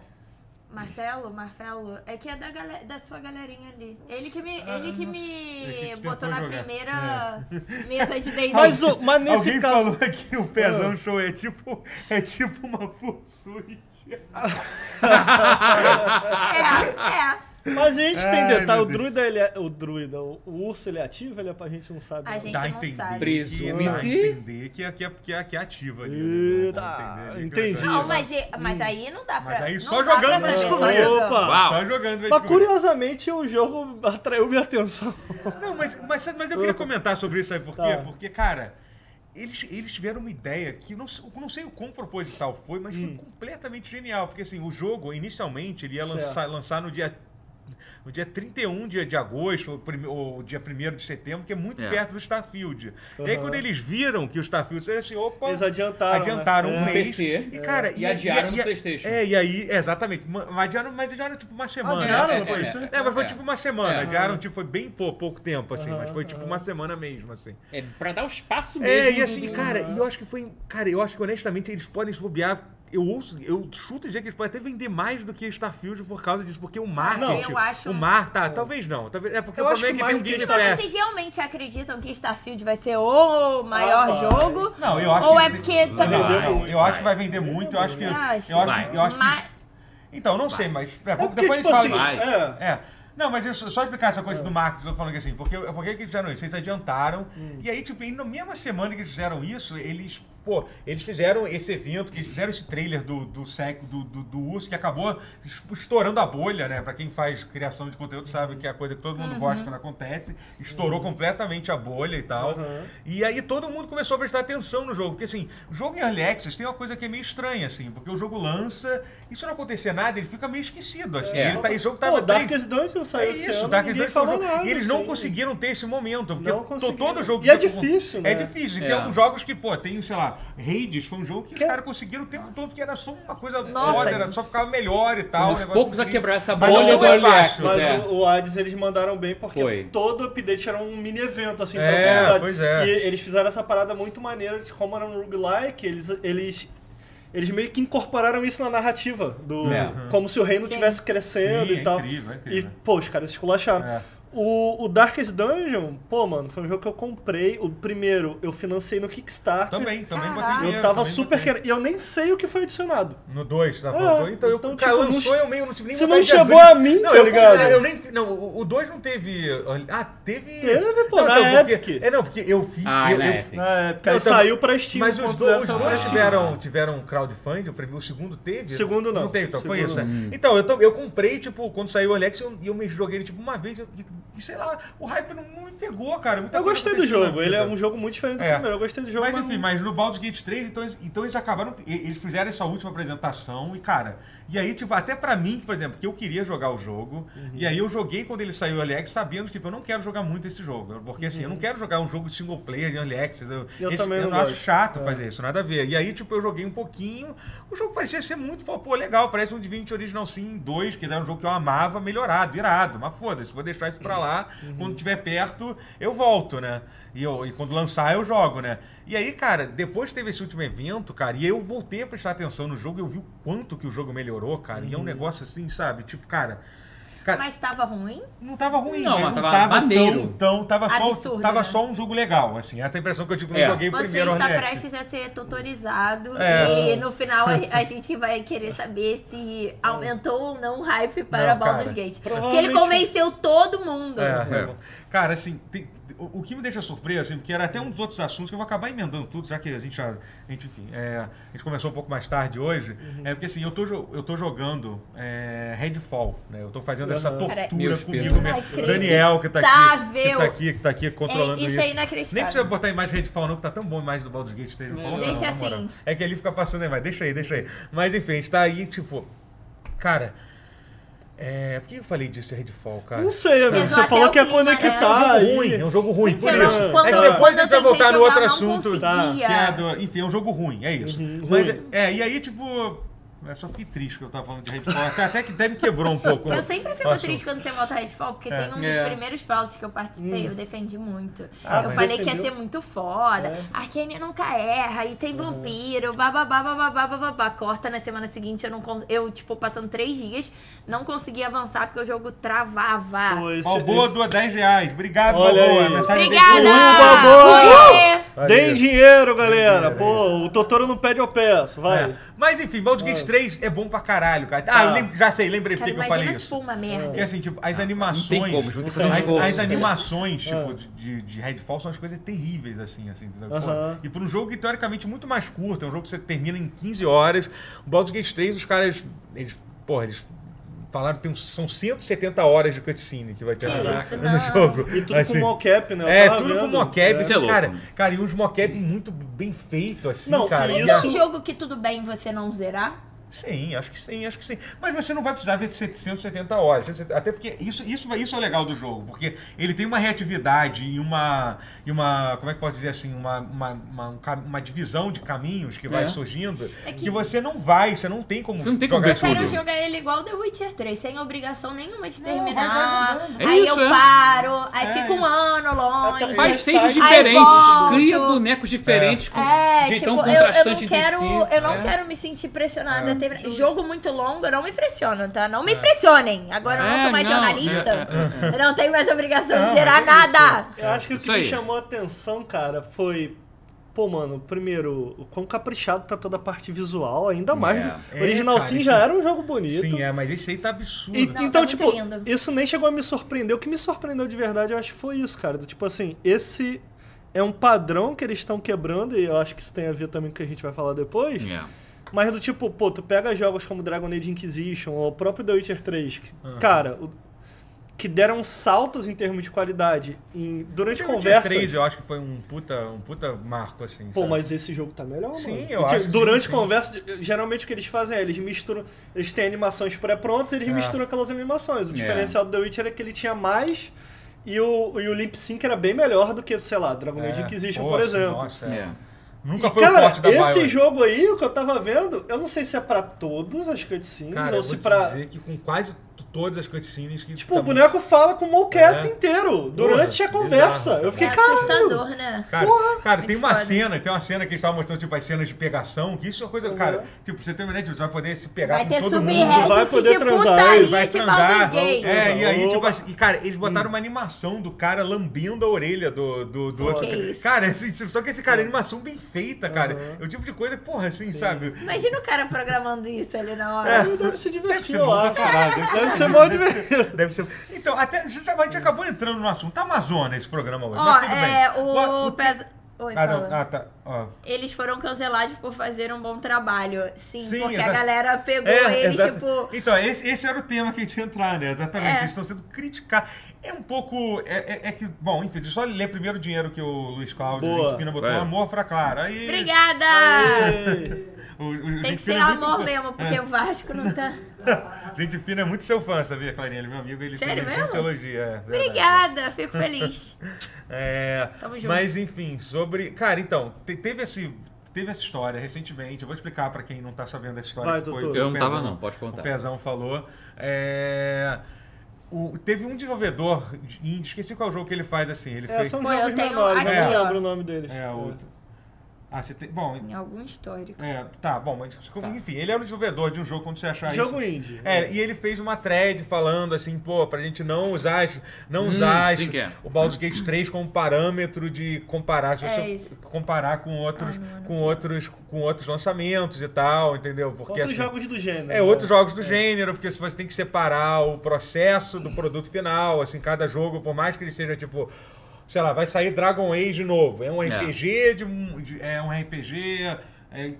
Speaker 3: Marcelo, Marcelo, é que é da, gale- da sua galerinha ali. Ele que me,
Speaker 1: Ah,
Speaker 3: ele que
Speaker 1: não sei, que
Speaker 3: me
Speaker 1: tentou
Speaker 3: botou na
Speaker 1: jogar. É.
Speaker 3: primeira mesa de D&D.
Speaker 4: Mas, o- mas nesse
Speaker 1: Alguém
Speaker 4: caso. Ah.
Speaker 1: falou que o Pezão Show é tipo, é tipo uma pulsuite.
Speaker 3: É, é.
Speaker 4: Mas a gente
Speaker 1: Ai,
Speaker 4: tem detalhe,
Speaker 1: meu
Speaker 4: o druida, ele é, o druida, o, o urso, ele é ativo, ele é pra gente não sabe.
Speaker 3: A
Speaker 4: não.
Speaker 3: gente-
Speaker 1: Dá a
Speaker 3: não
Speaker 1: entender.
Speaker 3: sabe.
Speaker 1: Que, é- dá a
Speaker 2: Presume-se.
Speaker 1: entender que é, que é, que é, que é ativa ali. né? Vamos
Speaker 4: Eita,
Speaker 1: entender ali que
Speaker 4: entendi.
Speaker 1: é-
Speaker 3: Não, mas, e- mas aí não dá pra...
Speaker 1: Mas aí
Speaker 3: não
Speaker 1: só
Speaker 3: dá
Speaker 1: jogando
Speaker 3: pra
Speaker 1: vai
Speaker 3: saber, só
Speaker 1: descobrir.
Speaker 3: jogando.
Speaker 4: Opa!
Speaker 2: Uau.
Speaker 1: Só jogando. vai
Speaker 4: Mas
Speaker 1: descobrir.
Speaker 4: curiosamente o jogo atraiu minha atenção.
Speaker 1: Não, mas, mas, mas eu queria comentar sobre isso aí, por quê?
Speaker 4: Tá.
Speaker 1: Porque, cara, eles, eles tiveram uma ideia que não, se- não sei o quão proposital foi, mas foi completamente genial. Porque, assim, o jogo, inicialmente, ele ia
Speaker 4: Hum. Certo.
Speaker 1: lançar, lançar no dia. No dia 31 de, de agosto, ou, prime- ou dia 1 de setembro, que é muito
Speaker 2: É.
Speaker 1: perto do Starfield. E aí,
Speaker 4: Aham.
Speaker 1: quando eles viram que o Starfield era assim, opa.
Speaker 4: Eles adiantaram, né?
Speaker 1: Adiantaram um
Speaker 4: É.
Speaker 1: mês.
Speaker 2: PC,
Speaker 1: e, cara,
Speaker 2: E adiaram no
Speaker 1: e-
Speaker 2: PlayStation.
Speaker 1: É, e aí, é, exatamente. ma- Mas adiaram, mas adiaram tipo uma semana.
Speaker 4: Adiaram,
Speaker 1: Tipo,
Speaker 4: foi isso?
Speaker 1: É, mas foi
Speaker 2: É.
Speaker 1: tipo uma semana.
Speaker 2: É.
Speaker 1: Adiaram, tipo, foi bem pou- pouco tempo, assim, mas foi
Speaker 4: Aham,
Speaker 1: tipo
Speaker 4: aham.
Speaker 1: uma semana mesmo, assim.
Speaker 2: É pra dar o espaço mesmo.
Speaker 1: É, e
Speaker 2: do-
Speaker 1: assim,
Speaker 2: do-
Speaker 1: cara, e eu acho que foi. Cara, eu acho que honestamente eles podem se bobear. eu ouço, eu chuto dizer que eles podem até vender mais do que Starfield por causa disso, porque o marketing.
Speaker 3: eu acho
Speaker 1: O
Speaker 3: um-
Speaker 1: mar, tá, talvez não. Talvez, é porque
Speaker 4: Eu
Speaker 1: o
Speaker 4: acho
Speaker 1: problema é que
Speaker 4: que
Speaker 1: tem um
Speaker 4: mais
Speaker 1: Game
Speaker 4: que
Speaker 3: Mas vocês
Speaker 1: Pass.
Speaker 3: realmente acreditam que Starfield vai ser o maior
Speaker 4: Ah, vai.
Speaker 3: jogo?
Speaker 1: Não, eu acho
Speaker 3: Ou
Speaker 1: que
Speaker 3: é
Speaker 1: eles-
Speaker 3: porque também.
Speaker 4: Vai.
Speaker 1: Não, eu acho que vai vender muito, eu acho que. Eu acho que. Eu acho que,
Speaker 3: Mas-
Speaker 1: então, não sei, mas. É,
Speaker 4: É
Speaker 1: depois
Speaker 4: porque,
Speaker 1: a
Speaker 4: tipo
Speaker 1: gente fala
Speaker 4: assim,
Speaker 1: disso.
Speaker 2: Vai.
Speaker 4: é,
Speaker 1: É. Não, mas eu só só explicar essa coisa do marketing, eu tô falando que assim, porque, porque que eles fizeram isso? Eles adiantaram, e aí, tipo, e na mesma semana que eles fizeram isso, eles, pô, eles fizeram esse evento, que eles fizeram esse trailer do, do sec, do, do, do urso, que acabou es- estourando a bolha, né? Pra quem faz criação de conteúdo sabe que é a coisa que todo mundo gosta quando acontece, estourou completamente a bolha e tal.
Speaker 4: Uhum.
Speaker 1: E aí todo mundo começou a prestar atenção no jogo, porque assim, o jogo em Early Access tem uma coisa que é meio estranha, assim, porque o jogo lança, e se não acontecer nada, ele fica meio esquecido, assim,
Speaker 2: É.
Speaker 1: ele tá, esse jogo tava
Speaker 4: Pô,
Speaker 1: três-
Speaker 4: Darkest Dungeon saiu
Speaker 1: é
Speaker 4: esse
Speaker 1: isso,
Speaker 4: ano,
Speaker 1: Darkest
Speaker 4: ninguém
Speaker 1: Dungeon foi um
Speaker 4: falou
Speaker 1: jogo-
Speaker 4: nada,
Speaker 1: E eles não
Speaker 4: assim.
Speaker 1: conseguiram ter esse momento, porque
Speaker 4: Não
Speaker 1: to-
Speaker 4: conseguiram.
Speaker 1: todo jogo...
Speaker 4: E
Speaker 1: que
Speaker 4: é
Speaker 1: eu-
Speaker 4: difícil, né?
Speaker 1: É difícil. E
Speaker 2: É.
Speaker 1: tem alguns jogos que, pô, tem, sei lá, Raids foi um jogo que,
Speaker 4: Que
Speaker 1: os
Speaker 4: é-
Speaker 1: caras conseguiram o tempo todo, que era só uma coisa
Speaker 3: Nossa.
Speaker 1: foda, era só ficava melhor e tal.
Speaker 2: Um
Speaker 1: um
Speaker 2: dos
Speaker 1: negócio
Speaker 2: poucos a
Speaker 1: incrível.
Speaker 2: quebrar essa
Speaker 1: Mas
Speaker 2: bolha
Speaker 1: não
Speaker 2: do
Speaker 1: é
Speaker 2: Early
Speaker 1: fácil.
Speaker 2: Access,
Speaker 4: Mas
Speaker 2: é.
Speaker 4: o, o Hades eles mandaram bem porque
Speaker 2: Foi.
Speaker 4: todo update era um mini evento, assim,
Speaker 1: É,
Speaker 4: pra comunidade.
Speaker 1: pois é.
Speaker 4: E eles fizeram essa parada muito maneira de como era um roguelike, eles. eles eles meio que incorporaram isso na narrativa, do
Speaker 2: É.
Speaker 4: como se o reino
Speaker 3: Sim.
Speaker 4: estivesse crescendo
Speaker 1: Sim,
Speaker 4: e
Speaker 1: é
Speaker 4: tal.
Speaker 1: incrível, é
Speaker 4: e,
Speaker 1: incrível.
Speaker 4: pô, os caras esculacharam.
Speaker 1: É.
Speaker 4: O, o Darkest Dungeon, pô, mano, foi um jogo que eu comprei. O primeiro, eu financei no Kickstarter.
Speaker 1: Também, também botei
Speaker 3: Caraca.
Speaker 1: dinheiro.
Speaker 4: Eu tava
Speaker 1: também
Speaker 4: super
Speaker 1: botei.
Speaker 4: querendo. E eu nem sei o que foi adicionado.
Speaker 1: No 2, tá
Speaker 4: É,
Speaker 1: falando? dois? então, eu,
Speaker 4: então,
Speaker 1: cara,
Speaker 4: tipo, não
Speaker 1: lançou,
Speaker 4: che-
Speaker 1: eu meio, não tive nem
Speaker 4: Você
Speaker 1: vontade
Speaker 4: não
Speaker 1: de
Speaker 4: chegou
Speaker 1: abrir.
Speaker 4: a mim,
Speaker 1: não,
Speaker 4: tá
Speaker 1: eu,
Speaker 4: ligado?
Speaker 1: Eu nem, não, o 2 não teve... Ah, teve...
Speaker 4: Teve, pô,
Speaker 1: não,
Speaker 4: na
Speaker 1: não, porque-
Speaker 4: Epic.
Speaker 1: É, não, porque eu fiz...
Speaker 2: Ah,
Speaker 1: eu,
Speaker 2: na
Speaker 1: eu-
Speaker 2: Epic.
Speaker 4: Na época.
Speaker 1: Não,
Speaker 4: É,
Speaker 1: então-
Speaker 4: Aí saiu pra Steam.
Speaker 1: Mas os dois, os
Speaker 4: 1.0
Speaker 1: dois
Speaker 4: saiu.
Speaker 1: tiveram, tiveram crowdfunding, o primeiro- o segundo teve?
Speaker 4: Segundo não.
Speaker 1: Não teve, então foi
Speaker 4: Segundo
Speaker 1: isso, né?
Speaker 4: não.
Speaker 1: Então, eu, to- eu comprei, tipo, quando saiu o Alex, eu- e eu, me joguei ele, tipo, uma vez, eu- e, e sei lá, o hype não, não me pegou, cara. muita
Speaker 4: Eu
Speaker 1: coisa
Speaker 4: gostei do
Speaker 1: aconteceu na
Speaker 4: jogo. Ele é
Speaker 1: vida.
Speaker 4: um jogo muito diferente do
Speaker 1: É.
Speaker 4: primeiro. Eu gostei do jogo.
Speaker 1: Mas enfim, mas no Baldur's Gate 3, então, eles- então eles acabaram. e- Eles fizeram essa última apresentação e, cara. E aí, tipo, até pra mim, por exemplo, que eu queria jogar o jogo.
Speaker 4: Uhum.
Speaker 1: E aí eu joguei quando ele saiu o Early Access, sabendo, tipo, eu não quero jogar muito esse jogo. Porque assim, eu
Speaker 4: Uhum.
Speaker 1: não quero jogar um jogo de single player de Early Access. Eu,
Speaker 4: Eu
Speaker 1: esse-
Speaker 4: também
Speaker 1: eu
Speaker 4: não
Speaker 1: acho
Speaker 4: gosto.
Speaker 3: É.
Speaker 1: chato fazer isso, nada a ver. E aí, tipo, eu joguei um pouquinho. O jogo parecia ser muito, falei, pô, legal, parece um Divinity Original Sim 2, que era um jogo que eu amava, melhorado, irado. Mas foda-se, vou deixar isso pra lá.
Speaker 3: Uhum.
Speaker 1: Quando tiver perto, eu volto, né? E, eu, e quando lançar, eu jogo, né? E aí, cara, depois teve esse último evento, cara, e eu voltei a prestar atenção no jogo e eu vi o quanto que o jogo melhorou, cara.
Speaker 3: Uhum.
Speaker 1: E é um negócio assim, sabe? Tipo, cara. Cara,
Speaker 3: Mas tava ruim?
Speaker 1: não tava ruim,
Speaker 2: Não,
Speaker 1: mas
Speaker 2: mas
Speaker 1: não
Speaker 2: tava
Speaker 1: tava,
Speaker 2: maneiro.
Speaker 1: tão, tão tava, só,
Speaker 3: Absurdo,
Speaker 1: tava
Speaker 3: né?
Speaker 1: só um jogo legal, assim. Essa é a impressão que eu tive quando
Speaker 2: É.
Speaker 1: eu joguei o
Speaker 3: Você
Speaker 1: primeiro
Speaker 3: está
Speaker 1: Early Access.
Speaker 3: prestes a ser tutorizado
Speaker 1: É.
Speaker 3: e no final a, a gente vai querer saber se aumentou ou não o hype para
Speaker 1: Não,
Speaker 3: Baldur's
Speaker 1: cara.
Speaker 3: Gate. Porque ele
Speaker 4: Provavelmente-
Speaker 3: convenceu todo mundo.
Speaker 1: É,
Speaker 2: É.
Speaker 1: é. Cara, assim, tem- o, o que me deixa surpreso, assim, porque era até um dos outros assuntos que eu vou acabar emendando tudo, já que a gente, já- a gente enfim, é, a gente começou um pouco mais tarde hoje.
Speaker 3: Uhum.
Speaker 1: É porque assim, eu tô, jo- eu tô jogando é, Redfall, né? Eu tô fazendo essa
Speaker 3: Uhum.
Speaker 4: Aham.
Speaker 1: tortura
Speaker 2: Meus
Speaker 1: comigo
Speaker 2: pesos.
Speaker 1: mesmo. Daniel, que tá aqui, que tá aqui, que tá aqui controlando
Speaker 3: É,
Speaker 1: isso.
Speaker 3: isso é inacreditável.
Speaker 1: Nem precisa botar imagem Redfall não, que tá tão bom a imagem do Baldur's Gate 3. Não, coloca
Speaker 3: Deixa
Speaker 1: não, na moral.
Speaker 3: assim.
Speaker 1: É que ali fica passando a imagem. Deixa aí, deixa aí. Mas enfim, a gente tá aí, tipo... Cara... É, por que eu falei disso de Redfall, cara?
Speaker 4: Não sei, amigo.
Speaker 3: Pesou
Speaker 4: Você
Speaker 3: até o
Speaker 4: falou que ia
Speaker 3: clima, né?
Speaker 4: conectar.
Speaker 1: É um
Speaker 4: aí.
Speaker 1: jogo ruim, é um jogo ruim,
Speaker 3: Gente,
Speaker 1: por
Speaker 3: eu não-
Speaker 1: isso.
Speaker 3: quando-
Speaker 1: é que depois
Speaker 3: quando
Speaker 1: a gente vai
Speaker 3: eu tentei
Speaker 1: voltar no outro
Speaker 3: jogar, eu não
Speaker 1: assunto, que
Speaker 3: conseguia.
Speaker 1: é do, enfim, é um jogo ruim, é isso.
Speaker 4: Uhum,
Speaker 1: Mas,
Speaker 4: ruim.
Speaker 1: é, e aí, tipo, eu só fiquei triste que eu tava falando de Redfall, até, até que até me quebrou um pouco.
Speaker 3: Eu sempre fico
Speaker 1: o assunto.
Speaker 3: triste quando você volta a Redfall, porque tem um dos
Speaker 2: É.
Speaker 3: primeiros pauses que eu participei, eu defendi muito.
Speaker 1: Hum. Ah,
Speaker 3: eu
Speaker 1: mas É.
Speaker 3: falei que ia
Speaker 4: defendeu.
Speaker 3: ser muito foda, Arkane nunca erra, e
Speaker 1: Uhum.
Speaker 3: tem vampiro, bababá, bababá, bababá. Corta na semana seguinte, eu, não cons- eu, tipo, passando três dias, não conseguia avançar porque o jogo travava.
Speaker 4: Pô, Ah, esse-
Speaker 1: Balboa
Speaker 4: esse-
Speaker 1: doa 10 reais. Obrigado,
Speaker 4: Olha
Speaker 1: Balboa.
Speaker 4: aí.
Speaker 1: A mensagem dele-
Speaker 3: Obrigada!
Speaker 4: Uhul, babou!
Speaker 3: Ué!
Speaker 1: Olha
Speaker 4: Deem
Speaker 1: aí.
Speaker 4: dinheiro, galera.
Speaker 1: Deem dinheiro,
Speaker 4: Pô, o Totoro não pede, eu peço. Vai.
Speaker 1: É. Mas enfim, Baldur's Gate 3 é bom pra caralho, cara. Ah,
Speaker 4: Tá.
Speaker 1: lem- já sei, lembrei por
Speaker 3: Cara,
Speaker 1: que que eu falei
Speaker 3: imagina se
Speaker 1: isso.
Speaker 3: for uma merda.
Speaker 1: Porque assim, tipo, as
Speaker 2: Ah, Não tem
Speaker 1: animações.
Speaker 2: como, eles vão ter que fazer um
Speaker 1: As,
Speaker 2: esforço.
Speaker 1: as animações, tipo,
Speaker 4: É.
Speaker 1: de- de, de Redfall são as coisas terríveis, assim, assim, entendeu? Pô,
Speaker 4: Aham.
Speaker 1: E por um jogo que teoricamente é muito mais curto, é um jogo que você termina em 15 horas. O Baldur's Gate 3, os caras. Eles, porra, eles falaram que tem uns- são 170 horas de cutscene que vai ter
Speaker 3: Que
Speaker 1: na-
Speaker 3: isso,
Speaker 1: no
Speaker 3: não.
Speaker 1: jogo.
Speaker 4: E tudo
Speaker 1: Assim,
Speaker 4: com mocap, né? Eu
Speaker 1: É,
Speaker 4: tava
Speaker 1: tudo com
Speaker 4: vendo.
Speaker 1: mocap.
Speaker 4: É.
Speaker 2: Isso é louco.
Speaker 1: Cara, cara, e uns mocap muito bem feito, assim,
Speaker 4: Não,
Speaker 1: cara.
Speaker 4: e
Speaker 1: E
Speaker 3: Esse é um
Speaker 4: isso-
Speaker 3: jogo que tudo bem você não zerar?
Speaker 1: Sim, acho que sim, acho que sim. Mas você não vai precisar ver de 770 horas. 770 Até porque isso, isso, vai- isso é o legal do jogo, porque ele tem uma reatividade e uma. E uma como é que posso dizer assim? Uma, uma, uma, um ca- uma divisão de caminhos que vai
Speaker 2: É.
Speaker 1: surgindo
Speaker 3: É
Speaker 1: que...
Speaker 3: que-
Speaker 1: você não vai, você não tem como
Speaker 2: Você não tem como
Speaker 1: jogar
Speaker 2: ver
Speaker 1: isso
Speaker 2: tudo.
Speaker 1: tudo.
Speaker 3: Quero jogar ele igual The Witcher 3, sem obrigação nenhuma de
Speaker 1: Não, vai- vai
Speaker 3: terminar.
Speaker 1: jogando.
Speaker 2: É
Speaker 3: aí
Speaker 2: isso,
Speaker 3: eu
Speaker 2: é.
Speaker 3: paro, aí
Speaker 1: É
Speaker 3: fica
Speaker 1: isso.
Speaker 3: um ano longe.
Speaker 1: é
Speaker 2: Faz
Speaker 4: Sai-
Speaker 2: saves
Speaker 4: Aí
Speaker 2: diferentes,
Speaker 3: volto.
Speaker 2: cria bonecos diferentes, com
Speaker 3: É,
Speaker 2: jeitão
Speaker 3: tipo, eu, eu não
Speaker 2: contrastante
Speaker 3: quero,
Speaker 2: entre si.
Speaker 3: eu não
Speaker 2: É.
Speaker 3: quero me sentir pressionada.
Speaker 1: É.
Speaker 3: a terminar. Jogo muito longo, eu não me pressiono, tá? Não me pressionem. Agora eu não
Speaker 2: É,
Speaker 3: sou mais
Speaker 2: não,
Speaker 3: jornalista.
Speaker 2: é,
Speaker 3: Eu não tenho mais obrigação
Speaker 1: Não,
Speaker 3: de zerar
Speaker 1: mas é isso.
Speaker 3: nada.
Speaker 4: Eu acho que o
Speaker 2: Isso
Speaker 4: que me
Speaker 2: aí.
Speaker 4: chamou a atenção, cara, foi. Pô, mano, primeiro, o quão caprichado tá toda a parte visual, ainda mais.
Speaker 2: É.
Speaker 4: do-
Speaker 1: É,
Speaker 4: Original
Speaker 1: cara,
Speaker 4: Sim
Speaker 1: isso-
Speaker 4: já era um jogo bonito.
Speaker 1: Sim, é, mas esse aí tá absurdo.
Speaker 4: E-
Speaker 3: tá
Speaker 4: então,
Speaker 3: muito
Speaker 4: tipo,
Speaker 3: lindo.
Speaker 4: isso nem chegou a me surpreender. O que me surpreendeu de verdade, eu acho, foi isso, cara. Do Tipo assim, esse é um padrão que eles estão quebrando, e eu acho que isso tem a ver também com o que a gente vai falar depois.
Speaker 2: É.
Speaker 4: Mas do tipo, pô, tu pega jogos como Dragon Age Inquisition ou o próprio The Witcher 3, que, cara, o- que deram saltos em termos de qualidade em- durante
Speaker 1: Até o dia
Speaker 4: conversa.
Speaker 1: 3 eu acho que foi um puta, um puta marco, assim.
Speaker 4: Pô,
Speaker 1: sabe?
Speaker 4: mas esse jogo tá melhor,
Speaker 1: Sim,
Speaker 4: mano.
Speaker 1: eu
Speaker 4: Tipo,
Speaker 1: acho que
Speaker 4: Durante
Speaker 1: sim.
Speaker 4: conversa, geralmente o que eles fazem é, eles misturam. Eles têm animações pré-prontas, eles
Speaker 1: É.
Speaker 4: misturam aquelas animações. O
Speaker 2: É.
Speaker 4: diferencial do The Witch era que ele tinha mais. E o, e o Lip Sync era bem melhor do que, sei lá, Dragon Age
Speaker 1: É,
Speaker 4: Inquisition,
Speaker 1: pô,
Speaker 4: por
Speaker 1: assim,
Speaker 4: exemplo.
Speaker 1: Nossa, é.
Speaker 2: É.
Speaker 1: Nunca
Speaker 4: E,
Speaker 1: foi
Speaker 4: cara,
Speaker 1: o forte da
Speaker 4: esse
Speaker 1: Bioware.
Speaker 4: jogo aí, o que eu tava vendo, eu não sei se é pra todos as cutscenes
Speaker 1: Cara,
Speaker 4: ou
Speaker 1: eu
Speaker 4: se
Speaker 1: vou te
Speaker 4: pra.
Speaker 1: dizer que com quase t- todas as cutscenes que...
Speaker 4: Tipo,
Speaker 1: tá-
Speaker 4: o boneco fala com o mocap
Speaker 1: É.
Speaker 4: inteiro, durante a
Speaker 1: bizarro,
Speaker 4: conversa.
Speaker 1: cara.
Speaker 4: Eu fiquei,
Speaker 3: é
Speaker 4: cara.
Speaker 3: assustador, né?
Speaker 1: Cara, cara tem
Speaker 3: muito
Speaker 1: uma
Speaker 3: foda.
Speaker 1: cena, tem uma cena que eles estavam mostrando, tipo, as cenas de pegação, que isso é uma coisa,
Speaker 4: Uhum.
Speaker 1: cara, tipo, você tem uma ideia, tipo, você vai poder se pegar
Speaker 3: Vai
Speaker 1: com
Speaker 3: ter
Speaker 1: todo
Speaker 4: ré,
Speaker 1: mundo,
Speaker 4: vai
Speaker 3: subreddit
Speaker 4: poder
Speaker 3: de
Speaker 4: transar,
Speaker 3: putaria
Speaker 1: vai
Speaker 3: de tipo, Baldur's
Speaker 1: transar,
Speaker 3: Gate.
Speaker 1: é, e aí,
Speaker 4: Opa.
Speaker 1: tipo, assim, e, cara, eles botaram uma animação do cara lambendo a orelha do, do, do
Speaker 4: Pô,
Speaker 1: outro.
Speaker 3: que isso.
Speaker 1: Cara, assim, só que esse cara, animação bem feita, cara,
Speaker 4: Uhum.
Speaker 1: é o tipo de coisa, que, porra, assim, sabe?
Speaker 3: Imagina o cara programando isso ali na hora.
Speaker 1: É.
Speaker 4: Ele deve se
Speaker 1: Deve
Speaker 4: divertir,
Speaker 1: ser
Speaker 4: eu
Speaker 1: bom pra
Speaker 4: acho.
Speaker 1: caralho, deve
Speaker 4: Deve ser mó divertido.
Speaker 1: Deve ser. Então, até, a gente já- a gente acabou entrando no assunto. Tá Amazônia esse programa hoje,
Speaker 3: Ó,
Speaker 1: mas tudo bem.
Speaker 3: é,
Speaker 1: Ó,
Speaker 3: o,
Speaker 1: te-
Speaker 3: pesa- Oi,
Speaker 1: Ah,
Speaker 3: fala.
Speaker 1: não, ah, tá. ó.
Speaker 3: Eles foram cancelados por fazer um bom trabalho. Sim,
Speaker 1: Sim,
Speaker 3: porque
Speaker 1: exato.
Speaker 3: a galera pegou
Speaker 1: É,
Speaker 3: eles,
Speaker 1: exato.
Speaker 3: tipo.
Speaker 1: Então, esse, esse era o tema que a gente ia entrar, né? Exatamente.
Speaker 3: É.
Speaker 1: Eles estão sendo criticados. É um pouco. É, é- é que, bom, enfim, deixa eu só ler primeiro o dinheiro que o Luiz Cláudio,
Speaker 4: Boa.
Speaker 1: gente fina, botou
Speaker 2: Vai.
Speaker 1: amor pra Clara. Aí,
Speaker 3: Obrigada! Ah.
Speaker 1: o- o-
Speaker 3: Tem
Speaker 1: gente fina
Speaker 3: que ser
Speaker 1: é muito
Speaker 3: amor
Speaker 1: fã.
Speaker 3: mesmo, porque o Vasco não tá.
Speaker 1: Gente fina é muito seu fã, sabia, Clarinha? Ele é meu amigo, ele
Speaker 3: Sério
Speaker 1: ele
Speaker 3: mesmo?
Speaker 1: sempre elogia. é verdade.
Speaker 3: Obrigada, fico feliz.
Speaker 1: É,
Speaker 3: Tamo junto.
Speaker 1: mas enfim, sobre. Cara, então, te- teve, esse, teve essa história recentemente. Eu vou explicar pra quem não tá sabendo essa história.
Speaker 4: Vai,
Speaker 1: que foi,
Speaker 4: doutor.
Speaker 1: o
Speaker 2: Eu não
Speaker 1: Pezão-
Speaker 2: tava não, pode
Speaker 1: O
Speaker 2: contar.
Speaker 1: Pezão falou. É, o- teve um desenvolvedor de indie, esqueci qual jogo que ele faz assim. Ele
Speaker 4: É,
Speaker 1: fez.
Speaker 4: são né?
Speaker 3: Pô,
Speaker 4: jogos
Speaker 3: eu tenho
Speaker 4: menores, eu
Speaker 1: aqui,
Speaker 4: não
Speaker 3: ó.
Speaker 4: lembro o nome deles.
Speaker 1: É, o- Ah, você tem. Bom,
Speaker 3: Em algum histórico.
Speaker 1: é, tá, bom, mas enfim, ele é o desenvolvedor de um jogo quando você achar isso.
Speaker 4: Jogo indie.
Speaker 1: É, e ele fez uma thread falando assim, pô, pra gente não usar, as- não usar as-
Speaker 2: quem que é?
Speaker 1: o Baldur's Gate 3 como parâmetro de comparar, se
Speaker 3: É
Speaker 1: você
Speaker 3: isso.
Speaker 1: comparar com
Speaker 4: Ah,
Speaker 1: outros, com outros, com outros lançamentos e tal, entendeu? Porque
Speaker 4: Outros
Speaker 1: assim,
Speaker 4: jogos do gênero.
Speaker 1: é,
Speaker 4: né?
Speaker 1: outros jogos do gênero, porque se você tem que separar o processo do produto final, assim, cada jogo, por mais que ele seja tipo. Sei lá, vai sair Dragon Age novo. É um
Speaker 2: É.
Speaker 1: RPG de, um- de- É um RPG. é,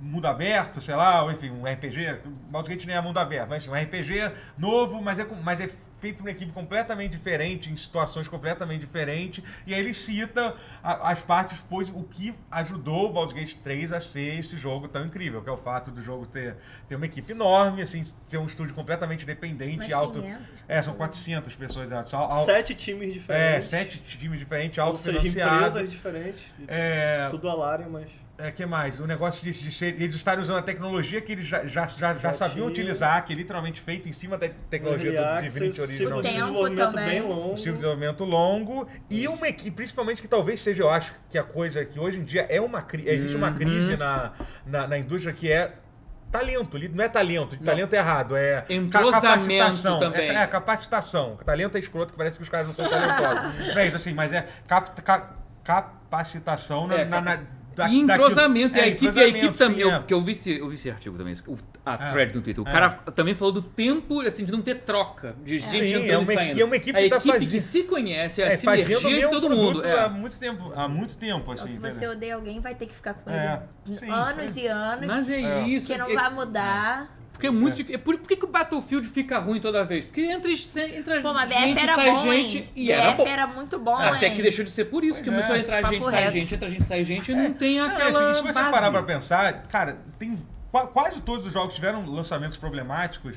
Speaker 1: mundo aberto, sei lá, ou enfim, um RPG. Baldur's Gate nem é mundo aberto, mas um RPG novo, mas é, com- mas é feito por uma equipe completamente diferente, em situações completamente diferentes. E aí ele cita a- as partes, pois o que ajudou o Baldur's Gate 3 a ser esse jogo tão incrível, que é o fato do jogo ter, ter uma equipe enorme, assim, ser um estúdio completamente independente,
Speaker 3: Mais
Speaker 1: alto.
Speaker 3: 500?
Speaker 1: É, são 400 pessoas, é, só, al-
Speaker 4: Sete times diferentes.
Speaker 1: é, sete times diferentes,
Speaker 4: Ou seja,
Speaker 1: autofinanciados.
Speaker 4: empresas diferentes.
Speaker 1: É,
Speaker 4: Tudo alarem, mas.
Speaker 1: é, que mais? O negócio de, de ser, eles estarem usando a tecnologia que eles já, já, já, já
Speaker 4: Já
Speaker 1: sabiam
Speaker 4: tinha.
Speaker 1: utilizar, que é literalmente feito em cima da tecnologia do
Speaker 4: React,
Speaker 1: Divinity Original.
Speaker 4: ciclo de
Speaker 3: Tem
Speaker 1: Sin.
Speaker 3: um
Speaker 4: desenvolvimento
Speaker 3: também.
Speaker 4: bem longo.
Speaker 1: Um ciclo de desenvolvimento longo e uma equipe, principalmente que talvez seja, eu acho que a coisa que hoje em dia é uma crise, existe
Speaker 2: Uhum.
Speaker 1: uma crise na, na, na indústria que é talento, li- não é talento,
Speaker 2: Não.
Speaker 1: talento é errado, é ca-
Speaker 2: Entrosamento
Speaker 1: capacitação,
Speaker 2: também.
Speaker 1: É, é capacitação, talento é escroto que parece que os caras não são talentosos, não é isso assim, mas é cap- ca- capacitação na,
Speaker 2: É,
Speaker 1: na- na- da-
Speaker 2: e entrosamento,
Speaker 1: daquilo-
Speaker 2: e a
Speaker 1: é,
Speaker 2: equipe, e a
Speaker 1: entrosamento,
Speaker 2: equipe também.
Speaker 1: sim, é.
Speaker 2: Eu, que eu vi, esse, eu vi esse artigo também, esse- o- a
Speaker 1: É.
Speaker 2: thread no Twitter. O
Speaker 1: É.
Speaker 2: cara também falou do tempo, assim, de não ter troca de gente
Speaker 1: Sim,
Speaker 2: entrando
Speaker 1: é uma
Speaker 2: e
Speaker 1: equi-
Speaker 2: saindo.
Speaker 1: e é uma equipe
Speaker 2: a
Speaker 1: que tá
Speaker 2: equipe que
Speaker 1: fazendo-
Speaker 2: se conhece, a
Speaker 1: É,
Speaker 2: sinergia
Speaker 1: fazendo o
Speaker 2: de
Speaker 1: mesmo
Speaker 2: todo
Speaker 1: produto
Speaker 2: mundo.
Speaker 1: há
Speaker 2: É.
Speaker 1: muito tempo, há muito tempo, assim.
Speaker 3: Então, se
Speaker 1: entendeu?
Speaker 3: você odeia alguém, vai ter que ficar com ele
Speaker 1: É, sim,
Speaker 3: anos e anos.
Speaker 2: Mas é,
Speaker 1: É.
Speaker 2: isso.
Speaker 3: Porque não
Speaker 2: é-
Speaker 3: vai mudar.
Speaker 2: Porque é muito difícil. Por, por que, que o Battlefield fica ruim toda vez? Porque entra, entra
Speaker 3: Pô, mas
Speaker 2: gente,
Speaker 3: BF era
Speaker 2: sai
Speaker 3: bom,
Speaker 2: gente
Speaker 3: hein?
Speaker 2: e era bom.
Speaker 3: BF era muito bom,
Speaker 2: Até
Speaker 3: hein?
Speaker 2: que deixou de ser por isso,
Speaker 1: Pois
Speaker 2: que
Speaker 1: é.
Speaker 2: começou a entrar
Speaker 3: Papo
Speaker 2: gente, sai
Speaker 3: reto.
Speaker 2: gente, entra gente, sai gente, e não tem
Speaker 1: Não,
Speaker 2: aquela
Speaker 1: assim, se você
Speaker 2: base.
Speaker 1: parar pra pensar, cara, tem qua- quase todos os jogos tiveram lançamentos problemáticos.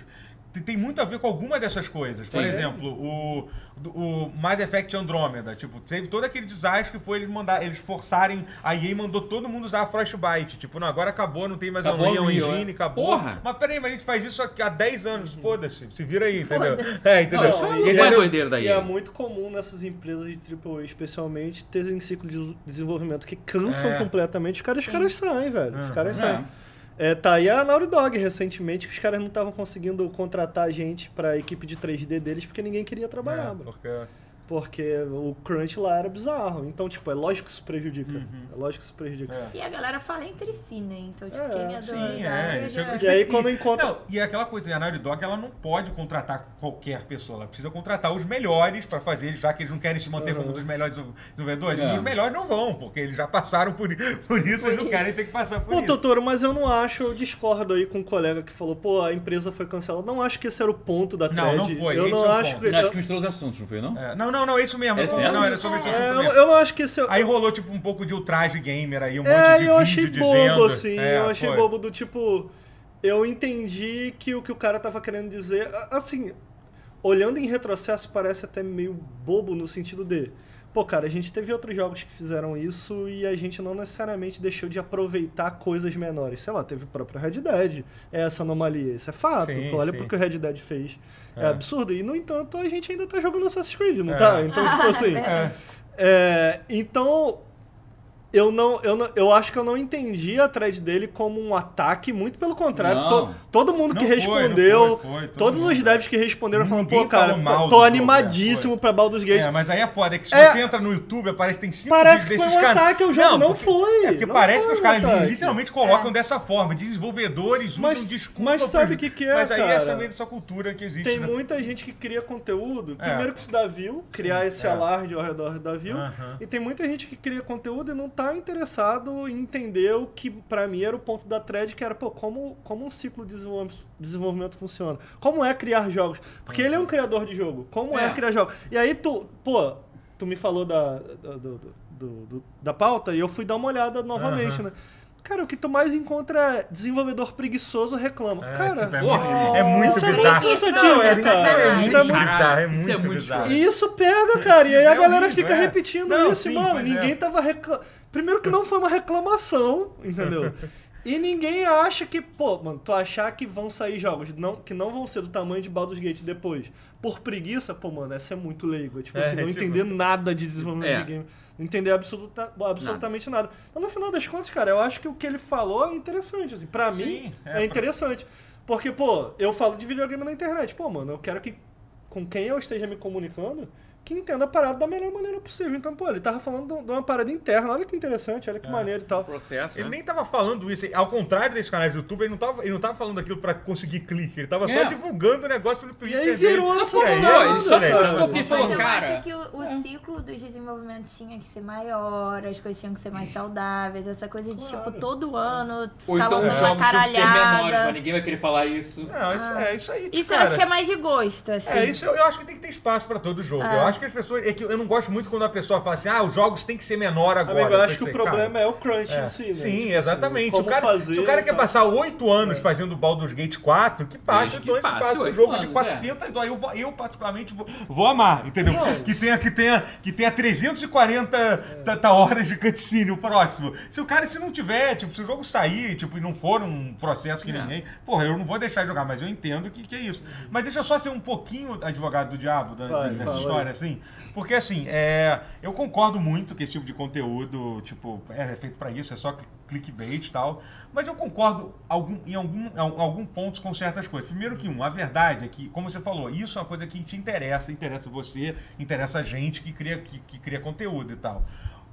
Speaker 1: te- Tem muito a ver com alguma dessas coisas. Por
Speaker 2: Sim.
Speaker 1: exemplo, o, do- o Mass Effect Andromeda. Tipo, teve todo aquele desastre que foi eles mandar, eles forçarem. A EA mandou todo mundo usar a Frostbite. Tipo, não, agora acabou, não tem mais
Speaker 2: Acabou
Speaker 1: Unreal
Speaker 2: o Unreal,
Speaker 1: Engine,
Speaker 2: é.
Speaker 1: acabou.
Speaker 2: Porra! Uhum.
Speaker 1: Mas peraí, mas a gente faz isso aqui há 10 anos, foda-se. Se vira aí, entendeu? É, entendeu?
Speaker 2: Não, isso é uma
Speaker 1: E já
Speaker 2: mais
Speaker 1: deu-
Speaker 2: doideira daí.
Speaker 4: E é muito comum nessas empresas de AAA, especialmente, terem ciclo de desenvolvimento que cansam
Speaker 1: É.
Speaker 4: completamente. Os caras, os caras saem, velho. Os
Speaker 1: Uhum.
Speaker 4: caras saem. É, tá aí a Naughty Dog recentemente, que os caras não estavam conseguindo contratar gente pra equipe de 3D deles porque ninguém queria trabalhar,
Speaker 1: É,
Speaker 4: mano.
Speaker 1: porque...
Speaker 4: Porque o crunch lá era bizarro. Então, tipo, é lógico que isso prejudica. É lógico que isso prejudica.
Speaker 1: Uhum. É.
Speaker 3: E a galera fala entre si, né? Então, tipo,
Speaker 4: É,
Speaker 3: quem é
Speaker 4: sim,
Speaker 3: da-
Speaker 1: Sim,
Speaker 3: da-
Speaker 1: é. isso é-
Speaker 4: E aí, quando encontra-
Speaker 1: Não, e é aquela coisa, a Naughty Dog ela não pode contratar qualquer pessoa, ela precisa contratar os melhores para fazer, já que eles não querem se manter
Speaker 4: Uhum.
Speaker 1: como um dos melhores desenvolvedores.
Speaker 2: É.
Speaker 1: E os melhores não vão, porque eles já passaram por, i- por isso, eles não querem ter que passar por
Speaker 4: Pô,
Speaker 1: isso.
Speaker 4: Totoro, mas eu não acho, eu discordo aí com um colega que falou, pô, a empresa foi cancelada. Não acho que esse era o ponto da
Speaker 1: Não,
Speaker 4: thread.
Speaker 1: não foi,
Speaker 4: Eu
Speaker 1: esse
Speaker 4: não
Speaker 1: é o
Speaker 4: acho
Speaker 1: ponto.
Speaker 4: que.
Speaker 2: Acho que misturou os assuntos, não foi, não?
Speaker 1: É, não, não, não, é isso mesmo.
Speaker 2: É isso
Speaker 1: não,
Speaker 2: mesmo?
Speaker 1: não, era sobre esse
Speaker 4: É,
Speaker 1: assunto
Speaker 4: eu,
Speaker 1: mesmo.
Speaker 4: eu não acho que esse.
Speaker 1: Aí rolou tipo um pouco de ultraje gamer aí, um monte de
Speaker 4: é,
Speaker 1: vídeo
Speaker 4: eu achei bobo,
Speaker 1: dizendo.
Speaker 4: assim.
Speaker 1: É,
Speaker 4: eu achei
Speaker 1: foi.
Speaker 4: bobo do tipo. Eu entendi que o que o cara tava querendo dizer. a- Assim, olhando em retrocesso, parece até meio bobo no sentido de. Pô, cara, a gente teve outros jogos que fizeram isso e a gente não necessariamente deixou de aproveitar coisas menores. Sei lá, teve o próprio Red Dead. É essa anomalia, isso é fato.
Speaker 1: Sim,
Speaker 4: tu olha
Speaker 1: sim.
Speaker 4: pro que o Red Dead fez. É.
Speaker 1: É.
Speaker 4: absurdo. E, no entanto, a gente ainda tá jogando Assassin's Creed, não
Speaker 1: É.
Speaker 4: tá? Então, tipo assim.
Speaker 1: É.
Speaker 4: É, então, eu não, eu não- eu acho que eu não entendi a thread dele como um ataque, muito pelo contrário.
Speaker 2: Não.
Speaker 4: to- todo mundo
Speaker 1: Não
Speaker 4: que
Speaker 1: foi,
Speaker 4: respondeu,
Speaker 1: não foi, foi, todo
Speaker 4: todos os
Speaker 1: mundo.
Speaker 4: devs que responderam falaram,
Speaker 1: Ninguém
Speaker 4: pô, cara,
Speaker 1: falou mal
Speaker 4: tô,
Speaker 1: do
Speaker 4: tô
Speaker 1: jogo,
Speaker 4: animadíssimo
Speaker 1: é, foi.
Speaker 4: pra Baldur's Gate.
Speaker 1: É, mas aí é foda, é que se
Speaker 4: É.
Speaker 1: você entra no YouTube, aparece que tem cinco
Speaker 4: Parece
Speaker 1: vídeos
Speaker 4: que foi
Speaker 1: desses
Speaker 4: um
Speaker 1: caras.
Speaker 4: ataque, o jogo não
Speaker 1: porque-
Speaker 4: foi,
Speaker 1: É porque
Speaker 4: não
Speaker 1: parece
Speaker 4: foi
Speaker 1: que os
Speaker 4: um
Speaker 1: caras
Speaker 4: ataque.
Speaker 1: literalmente
Speaker 2: É.
Speaker 1: colocam dessa forma. Desenvolvedores
Speaker 4: Mas-
Speaker 1: usam desculpa.
Speaker 4: mas sabe
Speaker 1: pro-
Speaker 4: o que que é,
Speaker 1: Mas aí
Speaker 4: cara?
Speaker 1: essa meio dessa cultura que existe.
Speaker 4: Tem
Speaker 1: né?
Speaker 4: muita gente que cria conteúdo.
Speaker 1: É.
Speaker 4: Primeiro que se dá view, criar esse
Speaker 1: é.
Speaker 4: alarde ao redor da view.
Speaker 1: Aham.
Speaker 4: E tem muita gente que cria conteúdo e não tá interessado em entender o que pra mim era o ponto da thread, que era, pô, como, como um ciclo de desenvol- desenvolvimento funciona. Como é criar jogos. Porque ele é
Speaker 1: Uhum.
Speaker 4: um criador de jogo. Como é,
Speaker 2: É.
Speaker 4: criar jogos. E aí tu, pô, tu me falou da, da, do- do- do- do- da pauta e eu fui dar uma olhada novamente, né? Cara, o que tu mais encontra é desenvolvedor preguiçoso reclama.
Speaker 1: É,
Speaker 4: Cara,
Speaker 1: tipo, é,
Speaker 2: porra,
Speaker 1: muito, é muito
Speaker 4: isso é muito
Speaker 1: bizarro.
Speaker 4: cansativo,
Speaker 1: Não, é,
Speaker 4: cara.
Speaker 1: não, é muito
Speaker 4: Isso é muito-
Speaker 1: bizarro, é
Speaker 2: Isso
Speaker 1: muito
Speaker 2: é muito
Speaker 1: bizarro.
Speaker 4: E isso pega, cara. E aí
Speaker 1: Sim,
Speaker 4: a
Speaker 1: é
Speaker 4: galera
Speaker 1: horrível,
Speaker 4: fica
Speaker 1: é.
Speaker 4: repetindo
Speaker 1: Não,
Speaker 4: isso,
Speaker 1: sim,
Speaker 4: mano.
Speaker 1: pois
Speaker 4: Ninguém
Speaker 1: é.
Speaker 4: tava reclamando. Primeiro que não foi uma reclamação, entendeu? E ninguém acha que, pô, mano, tu achar que vão sair jogos não, que não vão ser do tamanho de Baldur's Gate depois, por preguiça, pô, mano, essa é muito leigo. É, tipo
Speaker 1: É,
Speaker 4: assim, não
Speaker 1: tipo-
Speaker 4: entender nada de desenvolvimento
Speaker 2: É.
Speaker 4: de game. Não entender absoluta, absolutamente nada. Então, no final das contas, cara, eu acho que o que ele falou é interessante, assim. Pra
Speaker 1: Sim,
Speaker 4: mim,
Speaker 1: é,
Speaker 4: é
Speaker 1: pra-
Speaker 4: interessante. Porque, pô, eu falo de videogame na internet. Pô, mano, eu quero que com quem eu esteja me comunicando, que entenda a parada da melhor maneira possível. Então, pô, ele tava falando de um- de uma parada interna. Olha que interessante,
Speaker 1: É.
Speaker 4: olha que maneiro e tal.
Speaker 2: Processo.
Speaker 1: Ele
Speaker 2: né?
Speaker 1: nem tava falando isso. Ao contrário desses canais do YouTube, ele não tava, ele não tava falando aquilo pra conseguir clique. Ele tava só
Speaker 2: É.
Speaker 1: divulgando o negócio no Twitter.
Speaker 4: aí virou
Speaker 1: dele.
Speaker 4: essa
Speaker 1: É,
Speaker 4: parada,
Speaker 1: é
Speaker 4: ele
Speaker 1: isso,
Speaker 4: só
Speaker 1: né?
Speaker 2: postou que-
Speaker 3: Mas
Speaker 2: falou,
Speaker 3: eu
Speaker 2: cara, é."
Speaker 3: acho que o, o ciclo dos desenvolvimentos tinha que ser maior, as coisas tinham que ser mais saudáveis, essa coisa de,
Speaker 4: Claro.
Speaker 3: tipo, todo ano
Speaker 2: Ou
Speaker 3: ficar
Speaker 2: então os
Speaker 3: lançando uma
Speaker 2: jogos tinham que ser menores, mas
Speaker 3: caralhada.
Speaker 2: ninguém vai querer falar isso.
Speaker 1: Não, isso, é isso aí. tipo,
Speaker 3: Isso eu
Speaker 1: cara.
Speaker 3: acho que é mais de gosto, assim.
Speaker 1: É, isso eu, eu acho que tem que ter espaço pra todo jogo. Eu acho que as pessoas. É que eu não gosto muito quando a pessoa fala assim, ah, os jogos têm que ser menor agora.
Speaker 4: Amigo, eu acho que o
Speaker 1: pensei,
Speaker 4: problema
Speaker 1: cara,
Speaker 4: é o crunch
Speaker 1: é.
Speaker 4: em si, né?
Speaker 1: Sim,
Speaker 4: Tipo,
Speaker 1: exatamente.
Speaker 4: Como
Speaker 1: O cara,
Speaker 4: fazer,
Speaker 1: se o cara
Speaker 4: e
Speaker 1: quer
Speaker 4: tal. É.
Speaker 1: passar oito anos fazendo Baldur's Gate 4, que passa,
Speaker 2: Desde que
Speaker 1: então
Speaker 2: passe,
Speaker 1: passa um
Speaker 2: oito
Speaker 1: jogo de
Speaker 2: anos, é.
Speaker 1: 400 horas. Eu, vou- eu, particularmente, vou, vou amar, entendeu?
Speaker 4: Não. É.
Speaker 1: Que tenha, que, tenha, que tenha 340 ta- ta horas de cutscene o próximo. Se o cara, se não tiver, tipo, se o jogo sair tipo, e não for um processo que
Speaker 2: É.
Speaker 1: ninguém. Porra, eu não vou deixar de jogar, mas eu entendo que, que é isso.
Speaker 4: Uhum.
Speaker 1: Mas deixa eu só ser um pouquinho advogado do diabo da-
Speaker 4: Vai,
Speaker 1: dessa
Speaker 4: fala aí.
Speaker 1: história cara, assim. Porque, assim, é, eu concordo muito que esse tipo de conteúdo, tipo, é, é feito pra isso, é só cli- clickbait e tal. Mas eu concordo algum- em algum, em al- algum ponto com certas coisas. Primeiro que um, a verdade é que, como você falou, isso é uma coisa que te interessa, interessa você, interessa a gente que cria, que, que cria conteúdo e tal.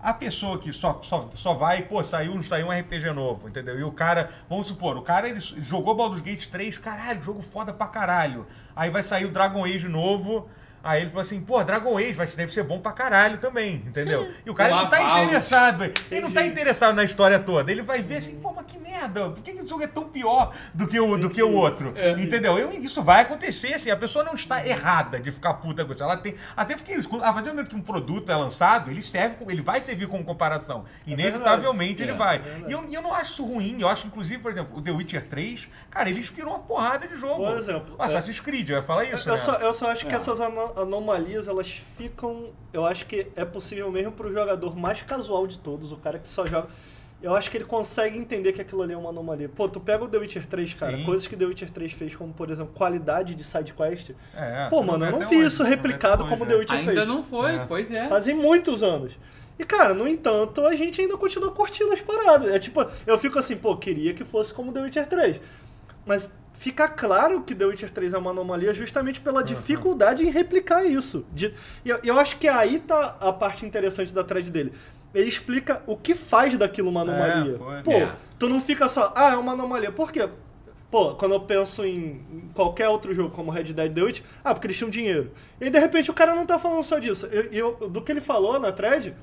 Speaker 1: A pessoa que só, só, só vai, pô, saiu, saiu um RPG novo, entendeu? E o cara, vamos supor, o cara ele s- jogou Baldur's Gate 3, caralho, jogo foda pra caralho. Aí vai sair o Dragon Age novo, Aí ele falou assim, pô, Dragon Age vai, deve ser bom pra caralho também, entendeu? E o cara
Speaker 2: Um
Speaker 1: não tá
Speaker 2: aval.
Speaker 1: interessado, ele não tá interessado na história toda. Ele vai ver assim, pô, mas que merda, por que que o jogo é tão pior do que o, do que o outro?
Speaker 4: É.
Speaker 1: Entendeu? Eu- isso vai acontecer, assim, a pessoa não está errada de ficar puta com isso. Ela tem, até porque isso, quando- a partir do momento que um produto é lançado, ele serve, como- ele vai servir como comparação.
Speaker 4: É
Speaker 1: Inevitavelmente ele
Speaker 2: É,
Speaker 1: vai. e eu, e eu não acho isso ruim, eu acho, inclusive, por exemplo, o The Witcher 3, cara, ele inspirou uma porrada de jogo.
Speaker 4: Por exemplo,
Speaker 1: O
Speaker 4: é.
Speaker 1: Assassin's Creed, eu ia falar isso,
Speaker 4: eu,
Speaker 1: né?
Speaker 4: só, eu só acho que essas ano- anomalias, elas ficam. Eu acho que é possível mesmo pro jogador mais casual de todos, o cara que só joga. Eu acho que ele consegue entender que aquilo ali é uma anomalia. Pô, tu pega o The Witcher 3, cara,
Speaker 1: Sim.
Speaker 4: coisas que The Witcher 3 fez, como por exemplo, qualidade de sidequest.
Speaker 1: É,
Speaker 4: Pô,
Speaker 1: você
Speaker 4: mano,
Speaker 1: vê
Speaker 4: eu não
Speaker 1: até
Speaker 4: vi
Speaker 1: hoje,
Speaker 4: isso
Speaker 1: você não vê
Speaker 4: replicado
Speaker 1: até
Speaker 4: como
Speaker 1: hoje,
Speaker 4: The
Speaker 1: né?
Speaker 4: Witcher
Speaker 2: Ainda
Speaker 4: fez.
Speaker 2: não foi,
Speaker 1: É.
Speaker 2: pois é.
Speaker 4: Fazem muitos anos. E, cara, no entanto, a gente ainda continua curtindo as paradas. É tipo, eu fico assim, pô, queria que fosse como The Witcher 3. Mas fica claro que The Witcher 3 é uma anomalia justamente pela dificuldade em replicar isso. De- e eu, eu acho que aí tá a parte interessante da thread dele. Ele explica o que faz daquilo uma anomalia.
Speaker 1: foi.
Speaker 4: pô,
Speaker 2: É.
Speaker 4: tu não fica só, ah, é uma anomalia. Por quê? Pô, quando eu penso em em qualquer outro jogo como Red Dead The Witch, ah, porque eles tinham dinheiro. E aí, de repente o cara não tá falando só disso. E eu, do que ele falou na thread,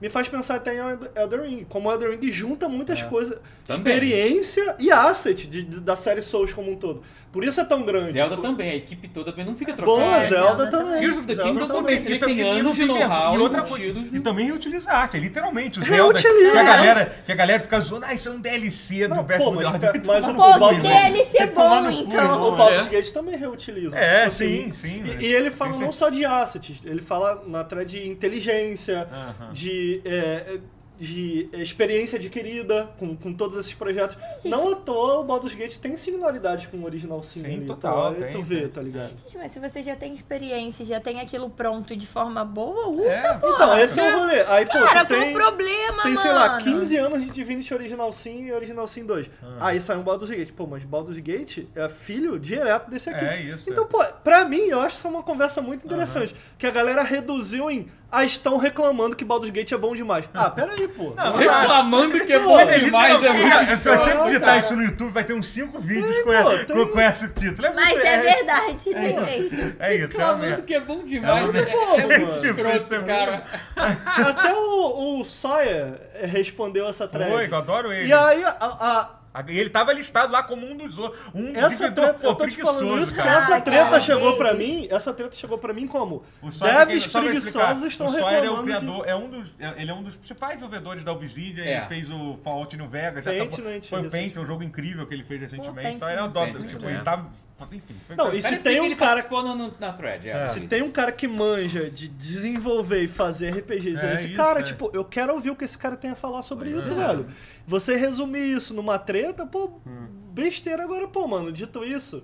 Speaker 4: me faz pensar até em Elden Ring. Como Elden Ring junta muitas coisas.
Speaker 2: É. Também.
Speaker 4: Experiência e asset de- de- da série Souls como um todo. Por isso é tão grande.
Speaker 2: Zelda também, a equipe toda também não fica trocando.
Speaker 4: Boa,
Speaker 3: É,
Speaker 4: Zelda,
Speaker 3: Zelda
Speaker 4: também.
Speaker 2: Tears of the
Speaker 4: Zelda
Speaker 2: Kingdom
Speaker 4: também.
Speaker 2: também. Você vê que
Speaker 1: tam-
Speaker 2: tem anos de
Speaker 1: tem-
Speaker 2: know-how
Speaker 1: e outra
Speaker 2: embutidos
Speaker 1: coisa-
Speaker 2: no-
Speaker 1: E também reutiliza a arte, é literalmente. O Zelda,
Speaker 4: Reutiliza.
Speaker 1: que, a
Speaker 4: É.
Speaker 1: galera, que a galera fica zoando, ah, isso é um DLC do
Speaker 4: Não,
Speaker 1: Breath
Speaker 4: pô,
Speaker 1: of the
Speaker 4: mas é um
Speaker 1: Wild.
Speaker 4: pe-
Speaker 1: Vai
Speaker 4: mas
Speaker 1: tomar
Speaker 4: o
Speaker 1: no cu,
Speaker 4: Baldur-
Speaker 1: irmão.
Speaker 3: DLC é
Speaker 1: Vai né? tomar
Speaker 3: bom,
Speaker 1: no cu,
Speaker 3: então.
Speaker 1: irmão.
Speaker 4: O Baldur's Gate também reutiliza.
Speaker 1: É,
Speaker 4: tipo
Speaker 1: sim,
Speaker 4: assim,
Speaker 1: sim.
Speaker 4: E,
Speaker 1: mas-
Speaker 4: e ele fala
Speaker 1: tem
Speaker 4: não
Speaker 1: certeza.
Speaker 4: só de assets, ele fala na thread de inteligência,
Speaker 1: Aham.
Speaker 4: de, é, de experiência adquirida com, com todos esses projetos. Não à toa o Baldur's Gate tem similaridades com o original sim,
Speaker 1: Sim,
Speaker 4: ali,
Speaker 1: total,
Speaker 4: então, aí
Speaker 1: tem,
Speaker 4: tu vê,
Speaker 1: tem.
Speaker 4: tá ligado?
Speaker 3: Gente, mas se você já tem experiência, já tem aquilo pronto de forma boa, usa,
Speaker 1: É,
Speaker 3: pô.
Speaker 4: Então, esse é o rolê. Aí, pô,
Speaker 3: né? Cara,
Speaker 4: tu
Speaker 3: qual
Speaker 4: tem,
Speaker 3: o problema,
Speaker 4: tem
Speaker 3: mano?
Speaker 4: sei lá, 15 anos de Divinity Original Sim e Original Sim 2.
Speaker 1: Ah.
Speaker 4: Aí sai um Baldur's Gate. Pô, mas Baldur's Gate é filho direto desse aqui.
Speaker 1: É isso.
Speaker 4: Então, pô, pra mim, eu acho isso uma conversa muito interessante. Que a galera reduziu em. Ah, estão reclamando que Baldur's Gate é bom demais. Ah, peraí, pô.
Speaker 1: Não,
Speaker 2: Reclamando que é bom
Speaker 1: Mas é
Speaker 2: demais, é
Speaker 1: literalmente-
Speaker 2: muito
Speaker 1: Se você
Speaker 2: chato,
Speaker 1: digitar
Speaker 2: cara.
Speaker 1: isso no YouTube, vai ter uns 5 vídeos
Speaker 4: Tem,
Speaker 1: com,
Speaker 4: pô,
Speaker 1: essa-
Speaker 4: tem. um
Speaker 1: com- com esse título. É
Speaker 3: Mas
Speaker 1: muito-
Speaker 3: é verdade, tem mesmo.
Speaker 1: É isso, é uma
Speaker 2: Reclamando
Speaker 1: merda.
Speaker 2: que é bom demais.
Speaker 1: É
Speaker 2: É, é,
Speaker 4: bom,
Speaker 2: muito
Speaker 4: mano.
Speaker 1: Isso é
Speaker 2: escroto,
Speaker 1: muito
Speaker 2: cara.
Speaker 4: Até o, o Sawyer eh, respondeu essa thread.
Speaker 1: Oi, eu adoro ele.
Speaker 4: E aí, a- a-
Speaker 1: A- Ele tava listado lá como um dos outros. Um
Speaker 4: essa
Speaker 1: dividor,
Speaker 4: treta, eu tô te falando isso, porque essa
Speaker 3: Ai,
Speaker 4: treta
Speaker 3: cara,
Speaker 4: chegou
Speaker 3: que
Speaker 4: pra
Speaker 3: isso.
Speaker 4: mim, essa treta chegou pra mim como?
Speaker 1: O Sawyer,
Speaker 4: Devs
Speaker 1: quem- só pra explicar,
Speaker 4: preguiçosos estão
Speaker 1: o Sawyer é o
Speaker 4: reclamando de
Speaker 1: criador, é um dos, é- ele é um dos principais desenvolvedores da Obsidian,
Speaker 2: É.
Speaker 1: ele fez o Fallout New Vegas, já
Speaker 4: Paint,
Speaker 1: acabou-
Speaker 4: né, a gente
Speaker 1: foi o
Speaker 4: fez
Speaker 1: Paint, um jogo incrível que ele fez recentemente,
Speaker 3: Paint,
Speaker 1: então ele
Speaker 3: né?
Speaker 1: adora,
Speaker 2: Sim,
Speaker 1: tipo,
Speaker 2: muito
Speaker 1: ele
Speaker 2: bem.
Speaker 1: tá, enfim, foi
Speaker 4: Não, E se
Speaker 2: Peraí,
Speaker 4: tem
Speaker 2: que
Speaker 4: um
Speaker 2: ele
Speaker 4: cara-
Speaker 2: participou no- no- na thread, é.
Speaker 4: Se tem um cara que manja de desenvolver e fazer RPGs, é
Speaker 1: É
Speaker 4: esse
Speaker 1: isso,
Speaker 4: cara,
Speaker 1: é.
Speaker 4: tipo, eu quero ouvir o que esse cara tem a falar sobre
Speaker 2: Pois
Speaker 4: isso,
Speaker 2: é.
Speaker 4: velho. Você resumir isso numa treta, pô,
Speaker 1: Hum.
Speaker 4: besteira agora, pô, mano. Dito isso,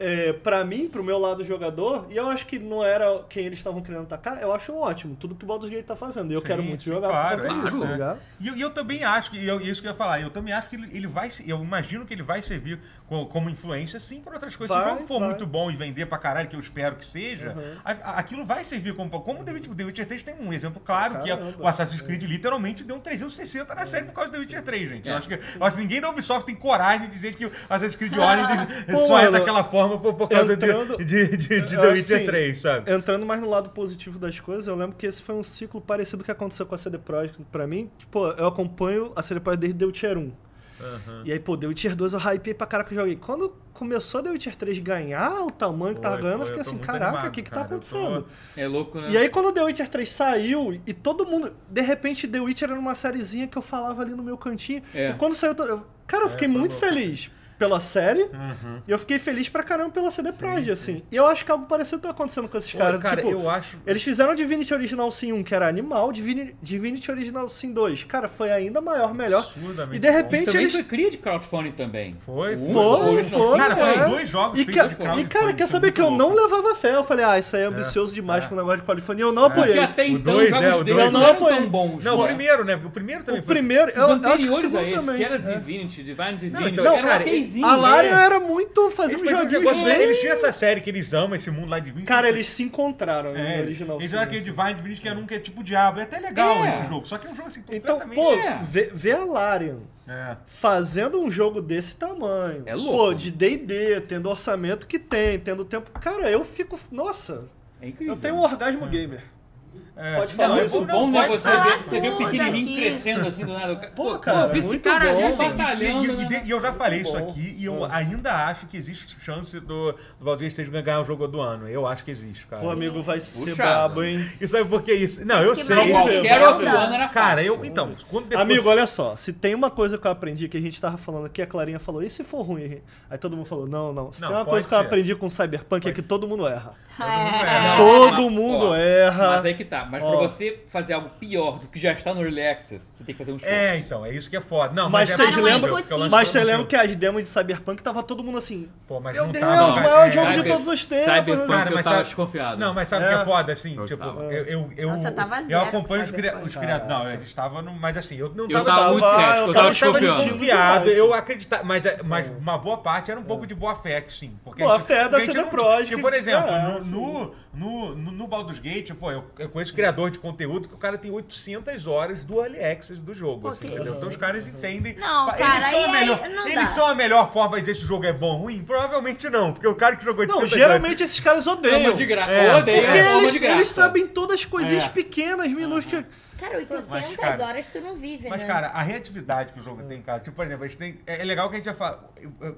Speaker 4: é, pra mim, pro meu lado jogador, e eu acho que não era quem eles estavam querendo atacar, eu acho ótimo tudo que o Baldur's Gate tá fazendo. E eu
Speaker 1: Sim,
Speaker 4: quero muito
Speaker 1: sim,
Speaker 4: jogar
Speaker 1: claro,
Speaker 4: por causa
Speaker 1: é
Speaker 4: disso,
Speaker 2: isso,
Speaker 4: tá
Speaker 2: é.
Speaker 4: ligado?
Speaker 1: E eu, e eu também acho que, e eu, isso que eu ia falar, eu também acho que ele, ele vai, se- eu imagino que ele vai servir co- como influência, sim, para outras coisas. Se
Speaker 4: Vai,
Speaker 1: o jogo for
Speaker 4: vai.
Speaker 1: muito bom e vender pra caralho, que eu espero que seja,
Speaker 4: Uhum.
Speaker 1: a- a- aquilo vai servir como. Como o The Witcher, o The Witcher 3 tem um exemplo claro, que é
Speaker 4: Caramba.
Speaker 1: o Assassin's Creed literalmente deu um 360 na série por causa do The Witcher 3, gente. Eu,
Speaker 2: É.
Speaker 1: acho que, eu acho que ninguém da Ubisoft tem coragem de dizer que o Assassin's Creed Origins
Speaker 4: Pô,
Speaker 1: só é
Speaker 4: mano,
Speaker 1: daquela forma por, por causa de-
Speaker 4: entrando-
Speaker 1: de, de- de The
Speaker 4: Assim,
Speaker 1: Witcher 3, sabe?
Speaker 4: Entrando mais no lado positivo das coisas, eu lembro que esse foi um ciclo parecido que aconteceu com a CD Projekt pra mim. Tipo, eu acompanho a CD Projekt desde The Witcher 1. E aí, pô, The Witcher 2 eu hypei pra caraca que eu joguei. Quando começou The Witcher 3 ganhar o tamanho que tava
Speaker 1: Foi,
Speaker 4: ganhando,
Speaker 1: foi,
Speaker 4: eu fiquei
Speaker 1: eu tô
Speaker 4: assim,
Speaker 1: muito
Speaker 4: caraca, o
Speaker 1: animado,
Speaker 4: que que tá
Speaker 1: cara, eu tô-
Speaker 4: acontecendo?
Speaker 2: É louco, né?
Speaker 4: E aí quando The Witcher 3 saiu e todo mundo, de repente The Witcher era uma sériezinha que eu falava ali no meu cantinho.
Speaker 2: É.
Speaker 4: E quando saiu, eu- cara, eu fiquei
Speaker 1: foi
Speaker 4: muito
Speaker 1: louco.
Speaker 4: feliz pela série.
Speaker 1: É, tá Uhum.
Speaker 4: E eu fiquei feliz pra caramba pela CD Projekt, assim. E eu acho que algo parecido tá acontecendo com esses caras.
Speaker 1: cara,
Speaker 4: tipo,
Speaker 1: eu acho.
Speaker 4: eles fizeram Divinity Original Sin 1, que era animal, Divini- Divinity Original Sin 2, cara, foi ainda maior, melhor.
Speaker 1: absurdamente
Speaker 4: E de
Speaker 1: bom.
Speaker 4: repente
Speaker 2: também
Speaker 4: eles
Speaker 2: foi cria de crowdfunding também.
Speaker 1: Foi,
Speaker 2: O um,
Speaker 4: foi,
Speaker 2: o original
Speaker 4: foi,
Speaker 2: sim,
Speaker 1: Cara,
Speaker 4: é.
Speaker 1: foram dois jogos
Speaker 4: E,
Speaker 1: feitos
Speaker 4: que-
Speaker 1: de
Speaker 4: e,
Speaker 1: crowdfunding.
Speaker 4: cara, quer
Speaker 1: isso é
Speaker 4: saber
Speaker 1: muito
Speaker 4: que eu
Speaker 1: louco.
Speaker 4: não levava fé? Eu falei, ah, isso aí é ambicioso demais
Speaker 1: é.
Speaker 4: com o negócio de crowdfunding. Eu não apoiei.
Speaker 2: Porque até
Speaker 1: O
Speaker 2: então
Speaker 1: dois,
Speaker 2: os
Speaker 1: é, o
Speaker 2: jogos
Speaker 1: dois.
Speaker 2: deles não
Speaker 4: Eu não
Speaker 2: eram tão
Speaker 4: apoiei.
Speaker 2: bons.
Speaker 1: Não,
Speaker 2: né?
Speaker 1: o primeiro, né? Porque o primeiro também
Speaker 4: O
Speaker 1: foi.
Speaker 4: primeiro, eu,
Speaker 2: Os
Speaker 4: eu acho que o
Speaker 2: anteriores
Speaker 4: segundo
Speaker 2: a esse,
Speaker 4: também.
Speaker 2: que era
Speaker 4: É.
Speaker 2: Divinity, Divine Divinity,
Speaker 1: então,
Speaker 2: era um
Speaker 1: cara,
Speaker 2: okzinho.
Speaker 4: A Larian
Speaker 2: né?
Speaker 4: era muito fazer
Speaker 1: Eles
Speaker 4: um
Speaker 1: faziam um
Speaker 4: joguinho
Speaker 1: negócio-
Speaker 4: bem...
Speaker 1: Eles tinham essa série que eles amam, esse mundo lá de 20.
Speaker 4: Cara, eles se encontraram né,
Speaker 1: É,
Speaker 4: no original.
Speaker 1: eles
Speaker 4: sim,
Speaker 1: eram
Speaker 4: né?
Speaker 1: aquele Divine Divinity que era um que é tipo diabo. É até legal
Speaker 2: É.
Speaker 1: esse jogo. Só que é um jogo assim
Speaker 4: Então,
Speaker 1: completamente.
Speaker 4: pô,
Speaker 2: É.
Speaker 4: vê, vê a Larian
Speaker 1: É.
Speaker 4: fazendo um jogo desse tamanho.
Speaker 2: É louco.
Speaker 4: Pô, de D&D, tendo o orçamento que tem, tendo o tempo... Cara, eu fico... Nossa...
Speaker 2: É incrível.
Speaker 4: Eu tenho um orgasmo gamer.
Speaker 1: É,
Speaker 4: Pode
Speaker 2: Não,
Speaker 4: falar
Speaker 2: é
Speaker 4: isso?
Speaker 2: bom, bom né?
Speaker 1: pode
Speaker 2: Você
Speaker 3: falar
Speaker 2: ver, você vê o
Speaker 3: tudo
Speaker 2: pequenininho
Speaker 3: aqui.
Speaker 2: crescendo assim do nada. Pô,
Speaker 4: Pô,
Speaker 2: pô,
Speaker 4: cara,
Speaker 2: eu vi esse
Speaker 4: muito
Speaker 2: cara
Speaker 4: bom.
Speaker 2: ali
Speaker 4: Isso,
Speaker 1: E,
Speaker 2: batalhando.
Speaker 1: e- e-
Speaker 2: né?
Speaker 1: e eu já falei isso
Speaker 4: bom.
Speaker 1: aqui e eu
Speaker 4: Ah.
Speaker 1: ainda acho que existe chance do, do Baldur's Gate ganhar o jogo do ano. Eu acho que existe, cara.
Speaker 4: O amigo vai ser
Speaker 2: Puxado.
Speaker 4: brabo, hein?
Speaker 1: E sabe por que isso? Não, eu
Speaker 3: que
Speaker 1: sei.
Speaker 3: mais
Speaker 1: eu sei.
Speaker 2: Qualquer
Speaker 3: Zelda.
Speaker 2: outro ano era fácil.
Speaker 1: Cara, eu. Então, quando depois.
Speaker 4: Amigo, olha só, se tem uma coisa que eu aprendi que a gente tava falando aqui, a Clarinha falou, e se for ruim? Henrique?" Aí todo mundo falou, não, não. Se
Speaker 1: Não,
Speaker 4: tem uma
Speaker 1: pode
Speaker 4: coisa que eu
Speaker 1: ser.
Speaker 4: aprendi com Cyberpunk é
Speaker 1: Pode
Speaker 4: que
Speaker 1: ser.
Speaker 4: todo mundo erra.
Speaker 1: É.
Speaker 2: Não,
Speaker 4: todo
Speaker 2: mas-
Speaker 4: mundo
Speaker 2: ó,
Speaker 4: erra.
Speaker 2: Mas aí que tá. Mas pra
Speaker 4: Ó.
Speaker 2: você fazer algo pior do que já está no Early Access, você tem que fazer um show.
Speaker 1: É, então, é isso que é foda. Não, mas,
Speaker 4: Mas vocês
Speaker 1: é possível,
Speaker 4: lembram-
Speaker 1: porque eu
Speaker 3: mas
Speaker 1: lanço
Speaker 4: Mas
Speaker 1: todo
Speaker 4: você
Speaker 1: mundo.
Speaker 4: lembra que as demos de Cyberpunk tava todo mundo assim,
Speaker 1: Pô, mas
Speaker 4: Meu
Speaker 1: não
Speaker 4: Deus,
Speaker 2: Ah,
Speaker 1: tá,
Speaker 4: o
Speaker 1: não.
Speaker 4: maior
Speaker 1: É,
Speaker 4: jogo de
Speaker 1: sabe-
Speaker 4: todos os tempos,
Speaker 2: Cyberpunk,
Speaker 1: Cara,
Speaker 2: eu
Speaker 1: mas
Speaker 2: tava
Speaker 1: sabe-
Speaker 2: desconfiado.
Speaker 1: Não, mas sabe o
Speaker 4: É.
Speaker 1: que é foda, assim?
Speaker 2: Eu
Speaker 1: tipo,
Speaker 2: tava.
Speaker 1: eu, eu, eu,
Speaker 3: Nossa, tava
Speaker 1: eu
Speaker 3: zero
Speaker 1: acompanho os,
Speaker 3: com
Speaker 1: cria-
Speaker 3: Cyberpunk.
Speaker 1: os criadores. Não, eles estavam. no- Mas assim, eu não
Speaker 2: Eu
Speaker 1: tava
Speaker 2: tava
Speaker 4: tava-
Speaker 2: muito cético, eu
Speaker 4: eu
Speaker 2: tava
Speaker 1: Eu tava
Speaker 4: desconfiando.
Speaker 2: desconfiando.
Speaker 1: desconfiado,
Speaker 4: Demais.
Speaker 1: eu acreditava, mas, é, mas uma boa parte era um pouco de boa fé, que sim. Porque
Speaker 4: É. Boa
Speaker 1: a gente-
Speaker 4: fé da
Speaker 1: porque a gente
Speaker 4: CD
Speaker 1: não-
Speaker 4: Projekt,
Speaker 1: Porque, por exemplo,
Speaker 4: é,
Speaker 1: no-
Speaker 4: sim.
Speaker 1: no, no, no, no Baldur's Gate, pô, eu, eu conheço criador de conteúdo que o cara tem 800 horas do Early Access do jogo,
Speaker 3: Pô,
Speaker 1: assim,
Speaker 3: que
Speaker 1: entendeu?
Speaker 3: isso.
Speaker 1: Então os caras entendem.
Speaker 3: Não,
Speaker 1: Pa-
Speaker 3: cara,
Speaker 1: eles são, a
Speaker 3: aí- é
Speaker 1: melhor,
Speaker 3: aí não dá.
Speaker 1: eles são a melhor forma de dizer se o jogo é bom ou ruim? Provavelmente não, porque o cara que jogou 800
Speaker 4: Não,
Speaker 1: horas-
Speaker 4: geralmente esses caras
Speaker 2: Toma
Speaker 4: odeiam.
Speaker 2: de graça.
Speaker 1: É,
Speaker 2: Eu odeio.
Speaker 4: Porque
Speaker 2: é, toma
Speaker 4: eles,
Speaker 2: de graça.
Speaker 4: eles sabem todas as coisinhas
Speaker 2: É.
Speaker 4: pequenas, minúsculas.
Speaker 3: Cara, 800
Speaker 1: Mas, cara-
Speaker 3: horas tu não vive,
Speaker 1: Mas,
Speaker 3: né?
Speaker 1: cara, a reatividade que o jogo tem, cara. Tipo, por exemplo, a gente tem. É é legal que a gente ia falar.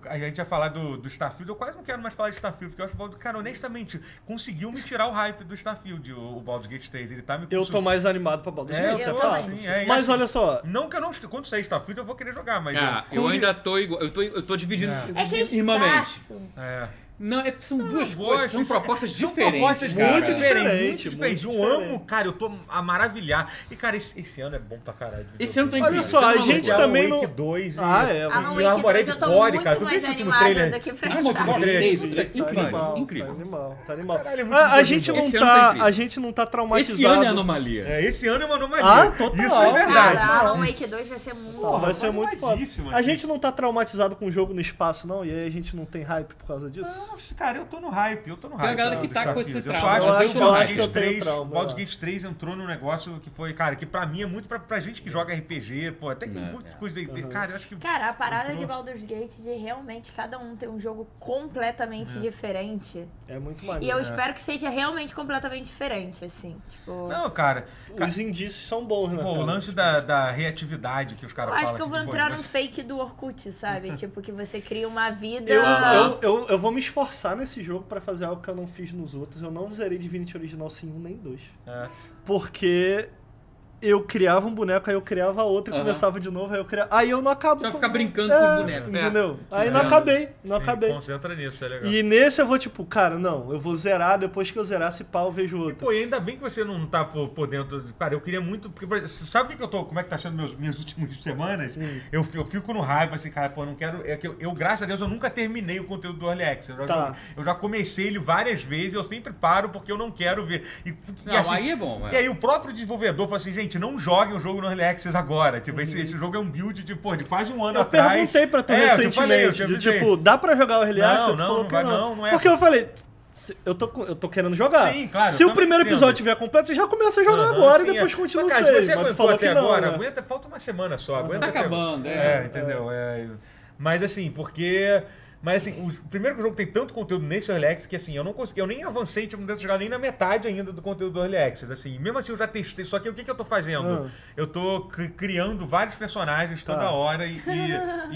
Speaker 1: A gente ia falar do, do Starfield. Eu quase não quero mais falar de Starfield, porque eu acho que o Baldur's Cara, honestamente, conseguiu me tirar o hype do Starfield, o, o Baldur's Gate 3. Ele tá me
Speaker 4: Eu tô
Speaker 1: consumindo.
Speaker 4: mais animado pra Baldur's
Speaker 1: É,
Speaker 4: Gate,
Speaker 1: eu
Speaker 4: isso é
Speaker 3: tô
Speaker 4: fato.
Speaker 1: também, é, e
Speaker 4: Mas
Speaker 1: assim-
Speaker 4: olha só,
Speaker 1: Não que eu não. Quando sair Starfield, eu vou querer jogar, mas.
Speaker 2: Ah, eu ainda tô igual. Eu tô, eu tô dividindo
Speaker 3: É que é
Speaker 2: irmamente.
Speaker 3: espaço.
Speaker 1: É.
Speaker 2: Não, é, são duas
Speaker 1: Eu
Speaker 2: coisas,
Speaker 1: gosto,
Speaker 2: são
Speaker 1: isso- é
Speaker 2: propostas
Speaker 1: são
Speaker 2: diferentes.
Speaker 1: propostas
Speaker 2: cara.
Speaker 1: muito diferentes.
Speaker 4: Diferente,
Speaker 1: Muito diferentes.
Speaker 4: muito
Speaker 1: Eu
Speaker 4: diferente.
Speaker 1: amo, cara. Eu tô a maravilhar. E, cara, esse, esse ano é bom pra caralho.
Speaker 2: Esse ano tá
Speaker 1: tem
Speaker 2: incrível.
Speaker 4: Olha só,
Speaker 2: esse ano
Speaker 4: a
Speaker 2: é
Speaker 4: gente
Speaker 2: loucura.
Speaker 4: também
Speaker 1: Alan Wake
Speaker 4: não-
Speaker 1: 2 e-
Speaker 4: Ah, é,
Speaker 1: e
Speaker 4: mas-
Speaker 3: Alan
Speaker 1: o
Speaker 3: Wake
Speaker 1: Armored
Speaker 3: 2, eu tô
Speaker 1: Body,
Speaker 3: muito
Speaker 1: cara. Tu viu
Speaker 3: mais
Speaker 1: esse último
Speaker 3: animada
Speaker 1: trailer?
Speaker 3: do que pra
Speaker 1: Esse último
Speaker 2: Starfield.
Speaker 1: trailer?
Speaker 2: Seis, o trailer-
Speaker 4: Tá
Speaker 2: Incrível,
Speaker 4: animal,
Speaker 2: incrível.
Speaker 4: Tá animal, tá animal.
Speaker 1: Caralho, é muito
Speaker 4: a, a
Speaker 1: bom,
Speaker 4: gente
Speaker 1: gente.
Speaker 4: não
Speaker 2: Esse ano tá
Speaker 4: tá,
Speaker 2: incrível.
Speaker 4: a gente não tá
Speaker 2: Esse
Speaker 4: traumatizado.
Speaker 2: ano é anomalia.
Speaker 1: É, esse ano é uma anomalia.
Speaker 4: Ah, total.
Speaker 1: Isso é verdade.
Speaker 3: Cara, Alan Wake 2 vai ser muito
Speaker 4: Pô,
Speaker 3: bom.
Speaker 4: vai ser muito foda.
Speaker 1: Tá animadíssimo,
Speaker 4: A
Speaker 1: assim.
Speaker 4: gente não tá traumatizado com o jogo no espaço, não? E aí a gente não tem hype por causa disso?
Speaker 1: Nossa, cara, eu tô no hype, eu tô no
Speaker 2: Tem a
Speaker 1: hype.
Speaker 2: galera
Speaker 1: cara,
Speaker 2: que
Speaker 1: do
Speaker 2: tá com
Speaker 1: Starfield.
Speaker 2: esse
Speaker 1: Eu só
Speaker 2: trauma.
Speaker 1: acho
Speaker 2: Eu
Speaker 1: que o
Speaker 2: acho- eu
Speaker 1: Baldur's
Speaker 2: acho que eu né?
Speaker 1: Gate
Speaker 4: tenho
Speaker 1: 3,
Speaker 4: trauma,
Speaker 1: o Baldur's
Speaker 4: é.
Speaker 1: Gate 3 entrou num negócio que foi, cara, que pra mim é muito pra, pra gente que joga RPG, pô, até que
Speaker 2: É,
Speaker 1: muito coisa de
Speaker 4: Uhum.
Speaker 1: Cara, eu acho que.
Speaker 3: Cara, a parada
Speaker 1: entrou-
Speaker 3: de Baldur's Gate de realmente cada um ter um jogo completamente diferente.
Speaker 4: É muito
Speaker 3: E eu
Speaker 4: maneiro.
Speaker 3: espero que seja realmente completamente diferente, assim. Tipo.
Speaker 1: Não, cara.
Speaker 4: Os indícios são bons, né?
Speaker 1: Pô, o
Speaker 4: cara?
Speaker 1: lance da, da reatividade que os
Speaker 3: Eu
Speaker 1: caras falam.
Speaker 3: acho que eu
Speaker 1: assim,
Speaker 3: vou
Speaker 1: de, pô,
Speaker 3: entrar
Speaker 1: de
Speaker 3: num
Speaker 1: você-
Speaker 3: fake do Orkut, sabe? tipo, que você cria uma vida.
Speaker 4: Eu, eu, eu, eu vou me esforçar nesse jogo pra fazer algo que eu não fiz nos outros. Eu não zerei Divinity Original sem um nem dois.
Speaker 1: É.
Speaker 4: Porque eu criava um boneco, aí eu criava outro e
Speaker 2: Aham.
Speaker 4: começava de novo, aí eu criava. Aí eu não acabo.
Speaker 2: Só
Speaker 4: com-
Speaker 2: ficar brincando com os bonecos, é.
Speaker 4: Entendeu? Aí
Speaker 2: Sim.
Speaker 4: não acabei, não
Speaker 1: Sim,
Speaker 4: acabei.
Speaker 1: Concentra nisso, é legal.
Speaker 4: E nesse eu vou tipo, cara, não, eu vou zerar, depois que eu zerar esse pau, eu vejo outro.
Speaker 1: Pô, e ainda bem que você não tá por, por dentro. do- Cara, eu queria muito. Porque, por exemplo, sabe o que que eu tô. Como é que tá sendo meus, minhas últimas semanas?
Speaker 4: Hum.
Speaker 1: Eu, eu fico no hype, assim, cara, pô, eu não quero. É que eu, eu, graças a Deus, eu nunca terminei o conteúdo do Early Access. Eu, já-
Speaker 4: Tá.
Speaker 1: eu já comecei ele várias vezes e eu sempre paro porque eu não quero ver. E, e
Speaker 2: Não,
Speaker 1: assim,
Speaker 2: aí é bom.
Speaker 1: e aí o próprio desenvolvedor fala assim, gente, não joguem o jogo no Early Access agora. Tipo, esse, esse jogo é um build de, pô, de quase um ano
Speaker 4: Uhum. Eu
Speaker 1: atrás.
Speaker 4: perguntei pra tu
Speaker 1: É, eu te
Speaker 4: recentemente,
Speaker 1: falei, eu te
Speaker 4: de,
Speaker 1: avisei.
Speaker 4: tipo, dá pra jogar o Early
Speaker 1: Não,
Speaker 4: Access? Tu
Speaker 1: não,
Speaker 4: falou
Speaker 1: não
Speaker 4: que
Speaker 1: vai, não, não é.
Speaker 4: Porque eu falei, se- eu tô, com- eu tô querendo jogar.
Speaker 1: Sim, claro,
Speaker 4: Se
Speaker 1: eu
Speaker 4: o
Speaker 1: também
Speaker 4: primeiro
Speaker 1: entendo.
Speaker 4: episódio tiver completo, eu já começa a jogar
Speaker 1: Aham,
Speaker 4: agora
Speaker 1: sim,
Speaker 4: e depois
Speaker 1: é.
Speaker 4: continua
Speaker 1: Mas,
Speaker 4: o
Speaker 1: cara,
Speaker 4: save.
Speaker 1: se você
Speaker 4: Mas tu
Speaker 1: aguentou
Speaker 4: falou
Speaker 1: até
Speaker 4: que não,
Speaker 1: agora,
Speaker 4: né?
Speaker 1: aguenta, falta uma semana só. Aguenta
Speaker 2: Tá
Speaker 1: até-
Speaker 2: acabando,
Speaker 1: É,
Speaker 2: é.
Speaker 1: entendeu? É, Mas assim, porque. Mas assim, o, primeiro que o jogo tem tanto conteúdo nesse Early Access que assim, eu não consegui, eu nem avancei, tipo, não devo chegar nem na metade ainda do conteúdo do Early Access, assim. Mesmo assim, eu já testei, só que o que, que eu tô fazendo?
Speaker 4: Ah.
Speaker 1: Eu tô cri- criando vários personagens
Speaker 4: Tá.
Speaker 1: toda hora e, e-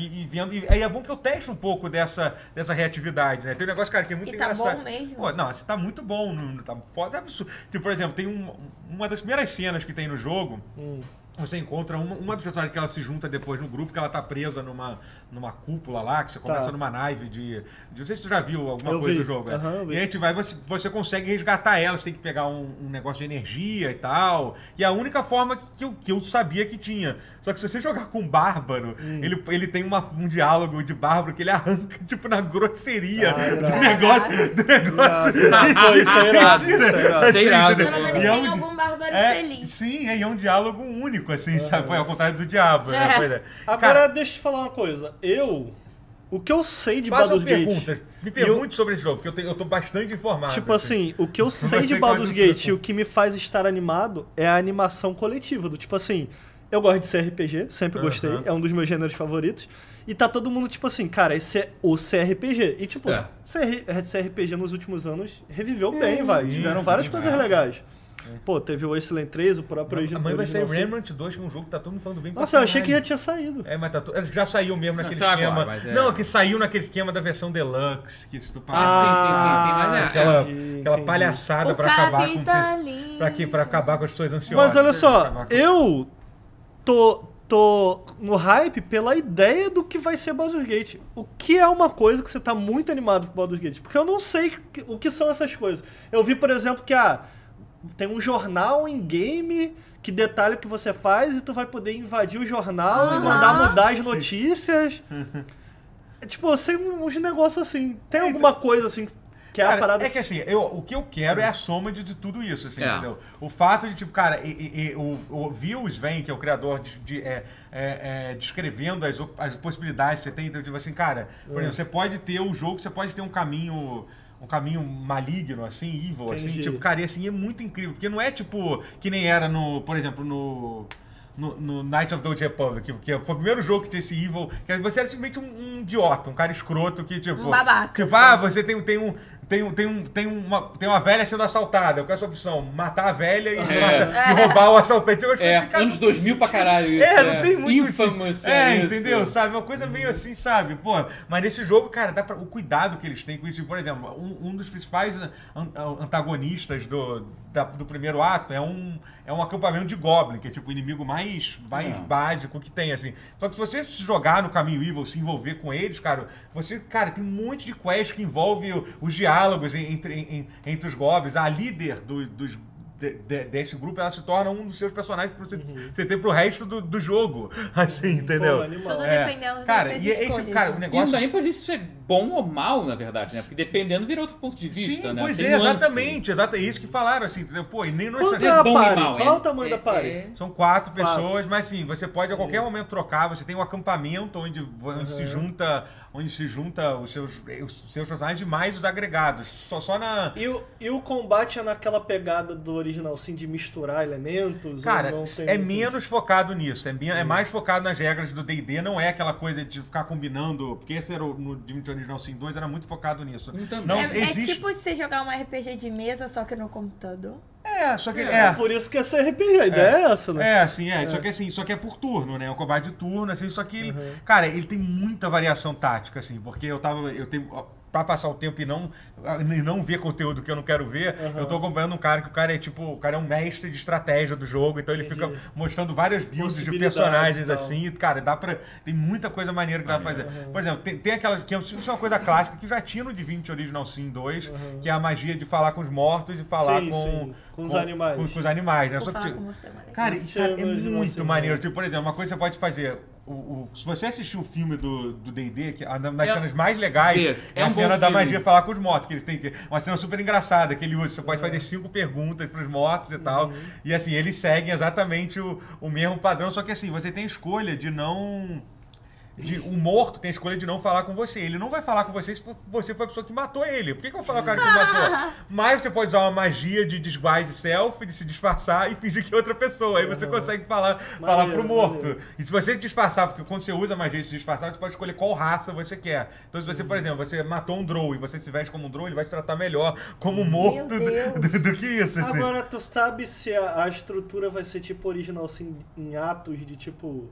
Speaker 1: e- e vendo, e aí é bom que eu teste um pouco dessa, dessa reatividade, né? Tem um negócio, cara, que é muito
Speaker 3: E tá
Speaker 1: engraçado.
Speaker 3: bom mesmo?
Speaker 1: Pô, não, assim, tá muito bom, não, não tá foda, é absurdo. Tipo, por exemplo, tem um- uma das primeiras cenas que tem no jogo,
Speaker 4: Hum.
Speaker 1: você encontra uma, uma das personagens que ela se junta depois no grupo, que ela tá presa numa, numa cúpula lá, que você começa numa nave de, de- Não sei se você já viu alguma
Speaker 4: Tá. Eu
Speaker 1: coisa
Speaker 4: vi.
Speaker 1: do jogo. é.
Speaker 4: Aham, eu vi.
Speaker 1: e aí a gente vai, você, você consegue resgatar ela, você tem que pegar um, um negócio de energia e tal. E a única forma que, que eu, que eu sabia que tinha. Só que se você jogar com Bárbaro,
Speaker 4: Hum.
Speaker 1: ele, ele tem uma- um diálogo de Bárbaro que ele arranca, tipo, na grosseria
Speaker 4: Ah,
Speaker 1: do
Speaker 4: irado.
Speaker 1: negócio. Do negócio.
Speaker 4: Pô, isso é irado, isso é irado.
Speaker 1: Assim,
Speaker 2: Isso é irado.
Speaker 1: entendeu?
Speaker 3: Pelo menos
Speaker 1: E é
Speaker 3: tem
Speaker 1: um-
Speaker 3: algum bárbaro
Speaker 1: é,
Speaker 3: feliz.
Speaker 1: Sim, é, e é um diálogo único, assim, sabe? Pô, É ao contrário do diabo, né?
Speaker 3: É.
Speaker 1: Pois é.
Speaker 4: Agora, deixa eu te falar uma coisa. Eu, o que eu sei de
Speaker 1: façam
Speaker 4: Baldur's
Speaker 1: perguntas.
Speaker 4: Gate...
Speaker 1: Me pergunte sobre esse jogo, porque eu, tenho, eu tô bastante informado.
Speaker 4: Tipo assim, o que eu sei
Speaker 1: Ah, vai
Speaker 4: de
Speaker 1: ser
Speaker 4: Baldur's
Speaker 1: quase um
Speaker 4: Gate e o que me faz estar animado é a animação coletiva. Do tipo assim, eu gosto de ser RPG, sempre gostei,
Speaker 1: Aham.
Speaker 4: é um dos meus gêneros favoritos. E tá todo mundo tipo assim, cara, esse é o CRPG. E tipo,
Speaker 2: É.
Speaker 4: CR é, CRPG nos últimos anos reviveu bem, vai.
Speaker 1: sim,
Speaker 4: Tiveram
Speaker 1: sim,
Speaker 4: várias
Speaker 1: sim.
Speaker 4: coisas legais. Pô, teve o Wasteland 3, o próprio origi-
Speaker 1: Amanhã É. vai sair
Speaker 4: original cinco.
Speaker 1: Remnant 2, que é um jogo que tá todo mundo falando bem. pra
Speaker 4: Nossa, eu achei que
Speaker 1: caralho.
Speaker 4: já tinha saído.
Speaker 1: É, mas tá to- já saiu mesmo naquele
Speaker 2: saiu
Speaker 1: esquema.
Speaker 2: agora, mas é-
Speaker 1: Não, que saiu naquele esquema da versão Deluxe, que se tu passa
Speaker 2: Ah, sim, sim, sim, sim, mas é.
Speaker 1: aquela,
Speaker 4: entendi,
Speaker 1: aquela
Speaker 4: entendi.
Speaker 1: palhaçada
Speaker 3: O
Speaker 1: pra acabar com
Speaker 2: tá
Speaker 3: capitalismo.
Speaker 1: pra quê? Pra acabar com as pessoas ansiosas.
Speaker 4: Mas olha só,
Speaker 1: Acabar com-
Speaker 4: eu tô, tô no hype pela ideia do que vai ser Baldur's Gate. O que é uma coisa que você tá muito animado pro Baldur's Gate? Porque eu não sei que- o que são essas coisas. Eu vi, por exemplo, que ah, tem um jornal em game que detalha o que você faz e tu vai poder invadir o jornal e
Speaker 3: Aham.
Speaker 4: mandar mudar as notícias. É, tipo, eu sei um- uns negócios assim. Tem alguma coisa assim que é a
Speaker 1: É, então, Cara,
Speaker 4: parada
Speaker 1: é que assim, eu, o que eu quero é a soma de, de tudo isso, assim,
Speaker 2: É.
Speaker 1: entendeu? O fato de, tipo, cara, e, e- e o, o Will Sven, que é o criador de, de- é, é, é, descrevendo as, op- as possibilidades que você tem, então, tipo assim, cara,
Speaker 4: É.
Speaker 1: por exemplo, você pode ter o jogo, você pode ter um caminho. Um caminho maligno, assim, evil, assim,
Speaker 4: Entendi.
Speaker 1: tipo, cara, e assim, é muito incrível. Porque não é tipo, que nem era no, por exemplo, no. No, no Knights of the Old Republic, que foi o primeiro jogo que tinha esse evil. Que você era simplesmente um, um idiota, um cara escroto que, tipo.
Speaker 3: Um babaca,
Speaker 1: Tipo,
Speaker 3: assim.
Speaker 1: ah, você tem, tem um. Tem, um- tem, um, tem, uma, tem uma velha sendo assaltada. Qual é a sua opção? Matar a velha e, matar- e roubar o assaltante. Eu acho que
Speaker 2: É,
Speaker 1: esse cara
Speaker 2: anos
Speaker 1: não tem
Speaker 2: 2000 pra caralho isso.
Speaker 1: é, não tem muito
Speaker 2: Infamous,
Speaker 1: assim. É,
Speaker 2: isso.
Speaker 1: entendeu? Sabe? Uma coisa meio assim, sabe? Pô, mas nesse jogo, cara, dá pra, o cuidado que eles têm com isso. Por exemplo, um, um dos principais an- an- antagonistas do, da- do primeiro ato é um, é um acampamento de Goblin, que é tipo o inimigo mais, mais
Speaker 2: É.
Speaker 1: básico que tem, assim. Só que se você se jogar no caminho evil, se envolver com eles, cara, você, cara, tem um monte de quest que envolve o- os diálogos en- entre, en- entre os Goblins. A líder do- dos de- de- desse grupo, ela se torna um dos seus personagens pra você, você ter pro resto do, do jogo. Assim, entendeu?
Speaker 4: animal.
Speaker 3: Tudo
Speaker 1: É.
Speaker 3: dependendo das
Speaker 1: Cara,
Speaker 3: suas
Speaker 1: e esse,
Speaker 3: escolhas,
Speaker 1: cara, o
Speaker 3: né?
Speaker 2: E não
Speaker 1: negócio.
Speaker 2: dá nem pra gente se isso é bom ou mal, na verdade, né? Porque dependendo vira outro ponto de vista,
Speaker 1: Sim,
Speaker 2: né?
Speaker 1: pois
Speaker 2: Tem
Speaker 1: é,
Speaker 2: nuance.
Speaker 1: exatamente, exatamente. É isso que falaram, assim, entendeu? Pô, e nem nós
Speaker 4: Quanto é
Speaker 1: sabemos-
Speaker 4: a
Speaker 2: É bom e
Speaker 4: pare?
Speaker 2: mal,
Speaker 4: Qual
Speaker 2: é-
Speaker 4: o tamanho da
Speaker 2: é-
Speaker 4: pare?
Speaker 2: é-
Speaker 1: São quatro
Speaker 4: Quatro.
Speaker 1: pessoas, mas sim, você pode a qualquer momento trocar. Você tem um acampamento onde, onde se junta, onde se junta os seus, os seus personagens e mais os agregados. Só, só na,
Speaker 4: E o, e o combate é naquela pegada do original, sim, de misturar elementos?
Speaker 1: Cara,
Speaker 4: ou não tem
Speaker 1: é
Speaker 4: muito
Speaker 1: menos focado nisso. É, men- é mais focado nas regras do D&D. Não é aquela coisa de ficar combinando. Porque esse era o, no Dimitri Original Sin 2 era muito focado nisso.
Speaker 2: Hum, também.
Speaker 1: Não,
Speaker 3: é, é
Speaker 1: existe...
Speaker 3: tipo você jogar um RPG de mesa, só que no computador.
Speaker 1: É, só que...
Speaker 2: É,
Speaker 1: É,
Speaker 4: Por isso que essa RPG, a ideia é, essa, né?
Speaker 1: É, assim, é. Só que assim, só que é por turno, né? É um combate de turno, assim, só que ele. Cara, ele tem muita variação tática, assim, porque eu tava. Eu tenho. ó, Pra passar o tempo e não, e não ver conteúdo que eu não quero ver, eu tô acompanhando um cara que o cara é tipo, o cara é um mestre de estratégia do jogo, então ele fica mostrando várias builds de
Speaker 4: Possibilidades
Speaker 1: personagens
Speaker 4: e tal.
Speaker 1: assim, e, cara, dá pra. Tem muita coisa maneira que dá pra fazer. Por exemplo, tem, tem aquela. Que é- isso é uma coisa clássica que já tinha no Divinity Original Sin 2, que é a magia de falar com os mortos e falar
Speaker 4: Sim,
Speaker 1: com,
Speaker 4: sim, com os animais.
Speaker 1: Com, com os animais, né?
Speaker 3: Vou
Speaker 1: Só que
Speaker 3: falar
Speaker 1: ti-
Speaker 3: com o Mortamar.
Speaker 1: Cara,
Speaker 4: Isso
Speaker 1: e, cara, é
Speaker 4: chama de
Speaker 1: muito
Speaker 4: nascimento.
Speaker 1: maneiro. Tipo, por exemplo, uma coisa que você pode fazer. O, o- se você assistir o filme do do D&D, que é uma das
Speaker 2: É-
Speaker 1: cenas mais legais
Speaker 2: Vê,
Speaker 1: é,
Speaker 2: é
Speaker 1: a
Speaker 2: um bom
Speaker 1: cena da
Speaker 2: filme.
Speaker 1: magia falar com os mortos, que eles têm que, uma cena super engraçada que ele usa. Você pode fazer cinco perguntas pros mortos e tal. E assim, eles seguem exatamente o, o mesmo padrão, só que assim, você tem a escolha de não de o morto tem a escolha de não falar com você. Ele não vai falar com você se for- você foi a pessoa que matou ele. Por que, que eu vou falar com o cara que matou? Mas você pode usar uma magia de disguise self, de se disfarçar e fingir que é outra pessoa. Aí você consegue falar, falar pro morto.
Speaker 4: Uhum. maneiro.
Speaker 1: E se você se disfarçar, porque quando você usa a magia de se disfarçar, você pode escolher qual raça você quer. Então, se você,
Speaker 4: Uhum.
Speaker 1: por exemplo, você matou um drow e você se veste como um drow, ele vai te tratar melhor como um morto do,
Speaker 3: Deus.
Speaker 1: do- do que isso. assim.
Speaker 4: Agora, tu sabe se a, a estrutura vai ser tipo original, assim, em atos de tipo.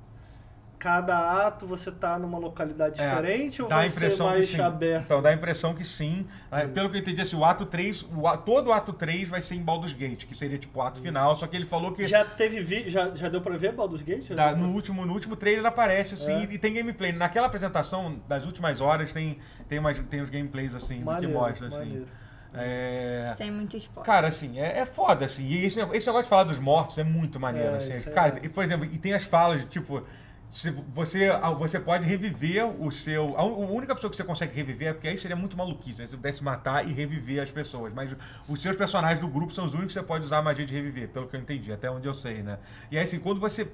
Speaker 4: Cada ato você tá numa localidade
Speaker 1: É,
Speaker 4: diferente ou
Speaker 1: dá a
Speaker 4: vai ser
Speaker 1: impressão
Speaker 4: mais
Speaker 1: que sim.
Speaker 4: aberto? Hum.
Speaker 1: Então, dá a impressão que sim. Ah, Pelo que eu entendi, assim, o ato 3, o, a- todo o ato 3 vai ser em Baldur's Gate, que seria tipo o ato final, só que ele falou que
Speaker 4: Hum. Já teve vídeo? Já, já deu pra ver Baldur's Gate? Já
Speaker 1: dá-
Speaker 4: deu pra-
Speaker 1: no, último, no último trailer aparece, assim,
Speaker 4: É.
Speaker 1: e, e tem gameplay. Naquela apresentação das últimas horas tem, tem, umas, tem os gameplays, assim, do que
Speaker 4: Maneiro,
Speaker 1: mostra, assim.
Speaker 4: maneiro.
Speaker 1: É...
Speaker 3: Sem muito spoiler.
Speaker 1: Cara, assim, é, é foda, assim. E esse, esse negócio de falar dos mortos é muito maneiro,
Speaker 4: É,
Speaker 1: assim.
Speaker 4: isso é-
Speaker 1: Cara, e, por exemplo, e tem as falas de, tipo... se você, ah, você pode reviver o seu... A, un- a única pessoa que você consegue reviver é porque aí seria muito maluquice, né? Se você pudesse matar e reviver as pessoas. Mas os seus personagens do grupo são os únicos que você pode usar a magia de reviver, pelo que eu entendi, até onde eu sei, né? E aí, assim, quando você...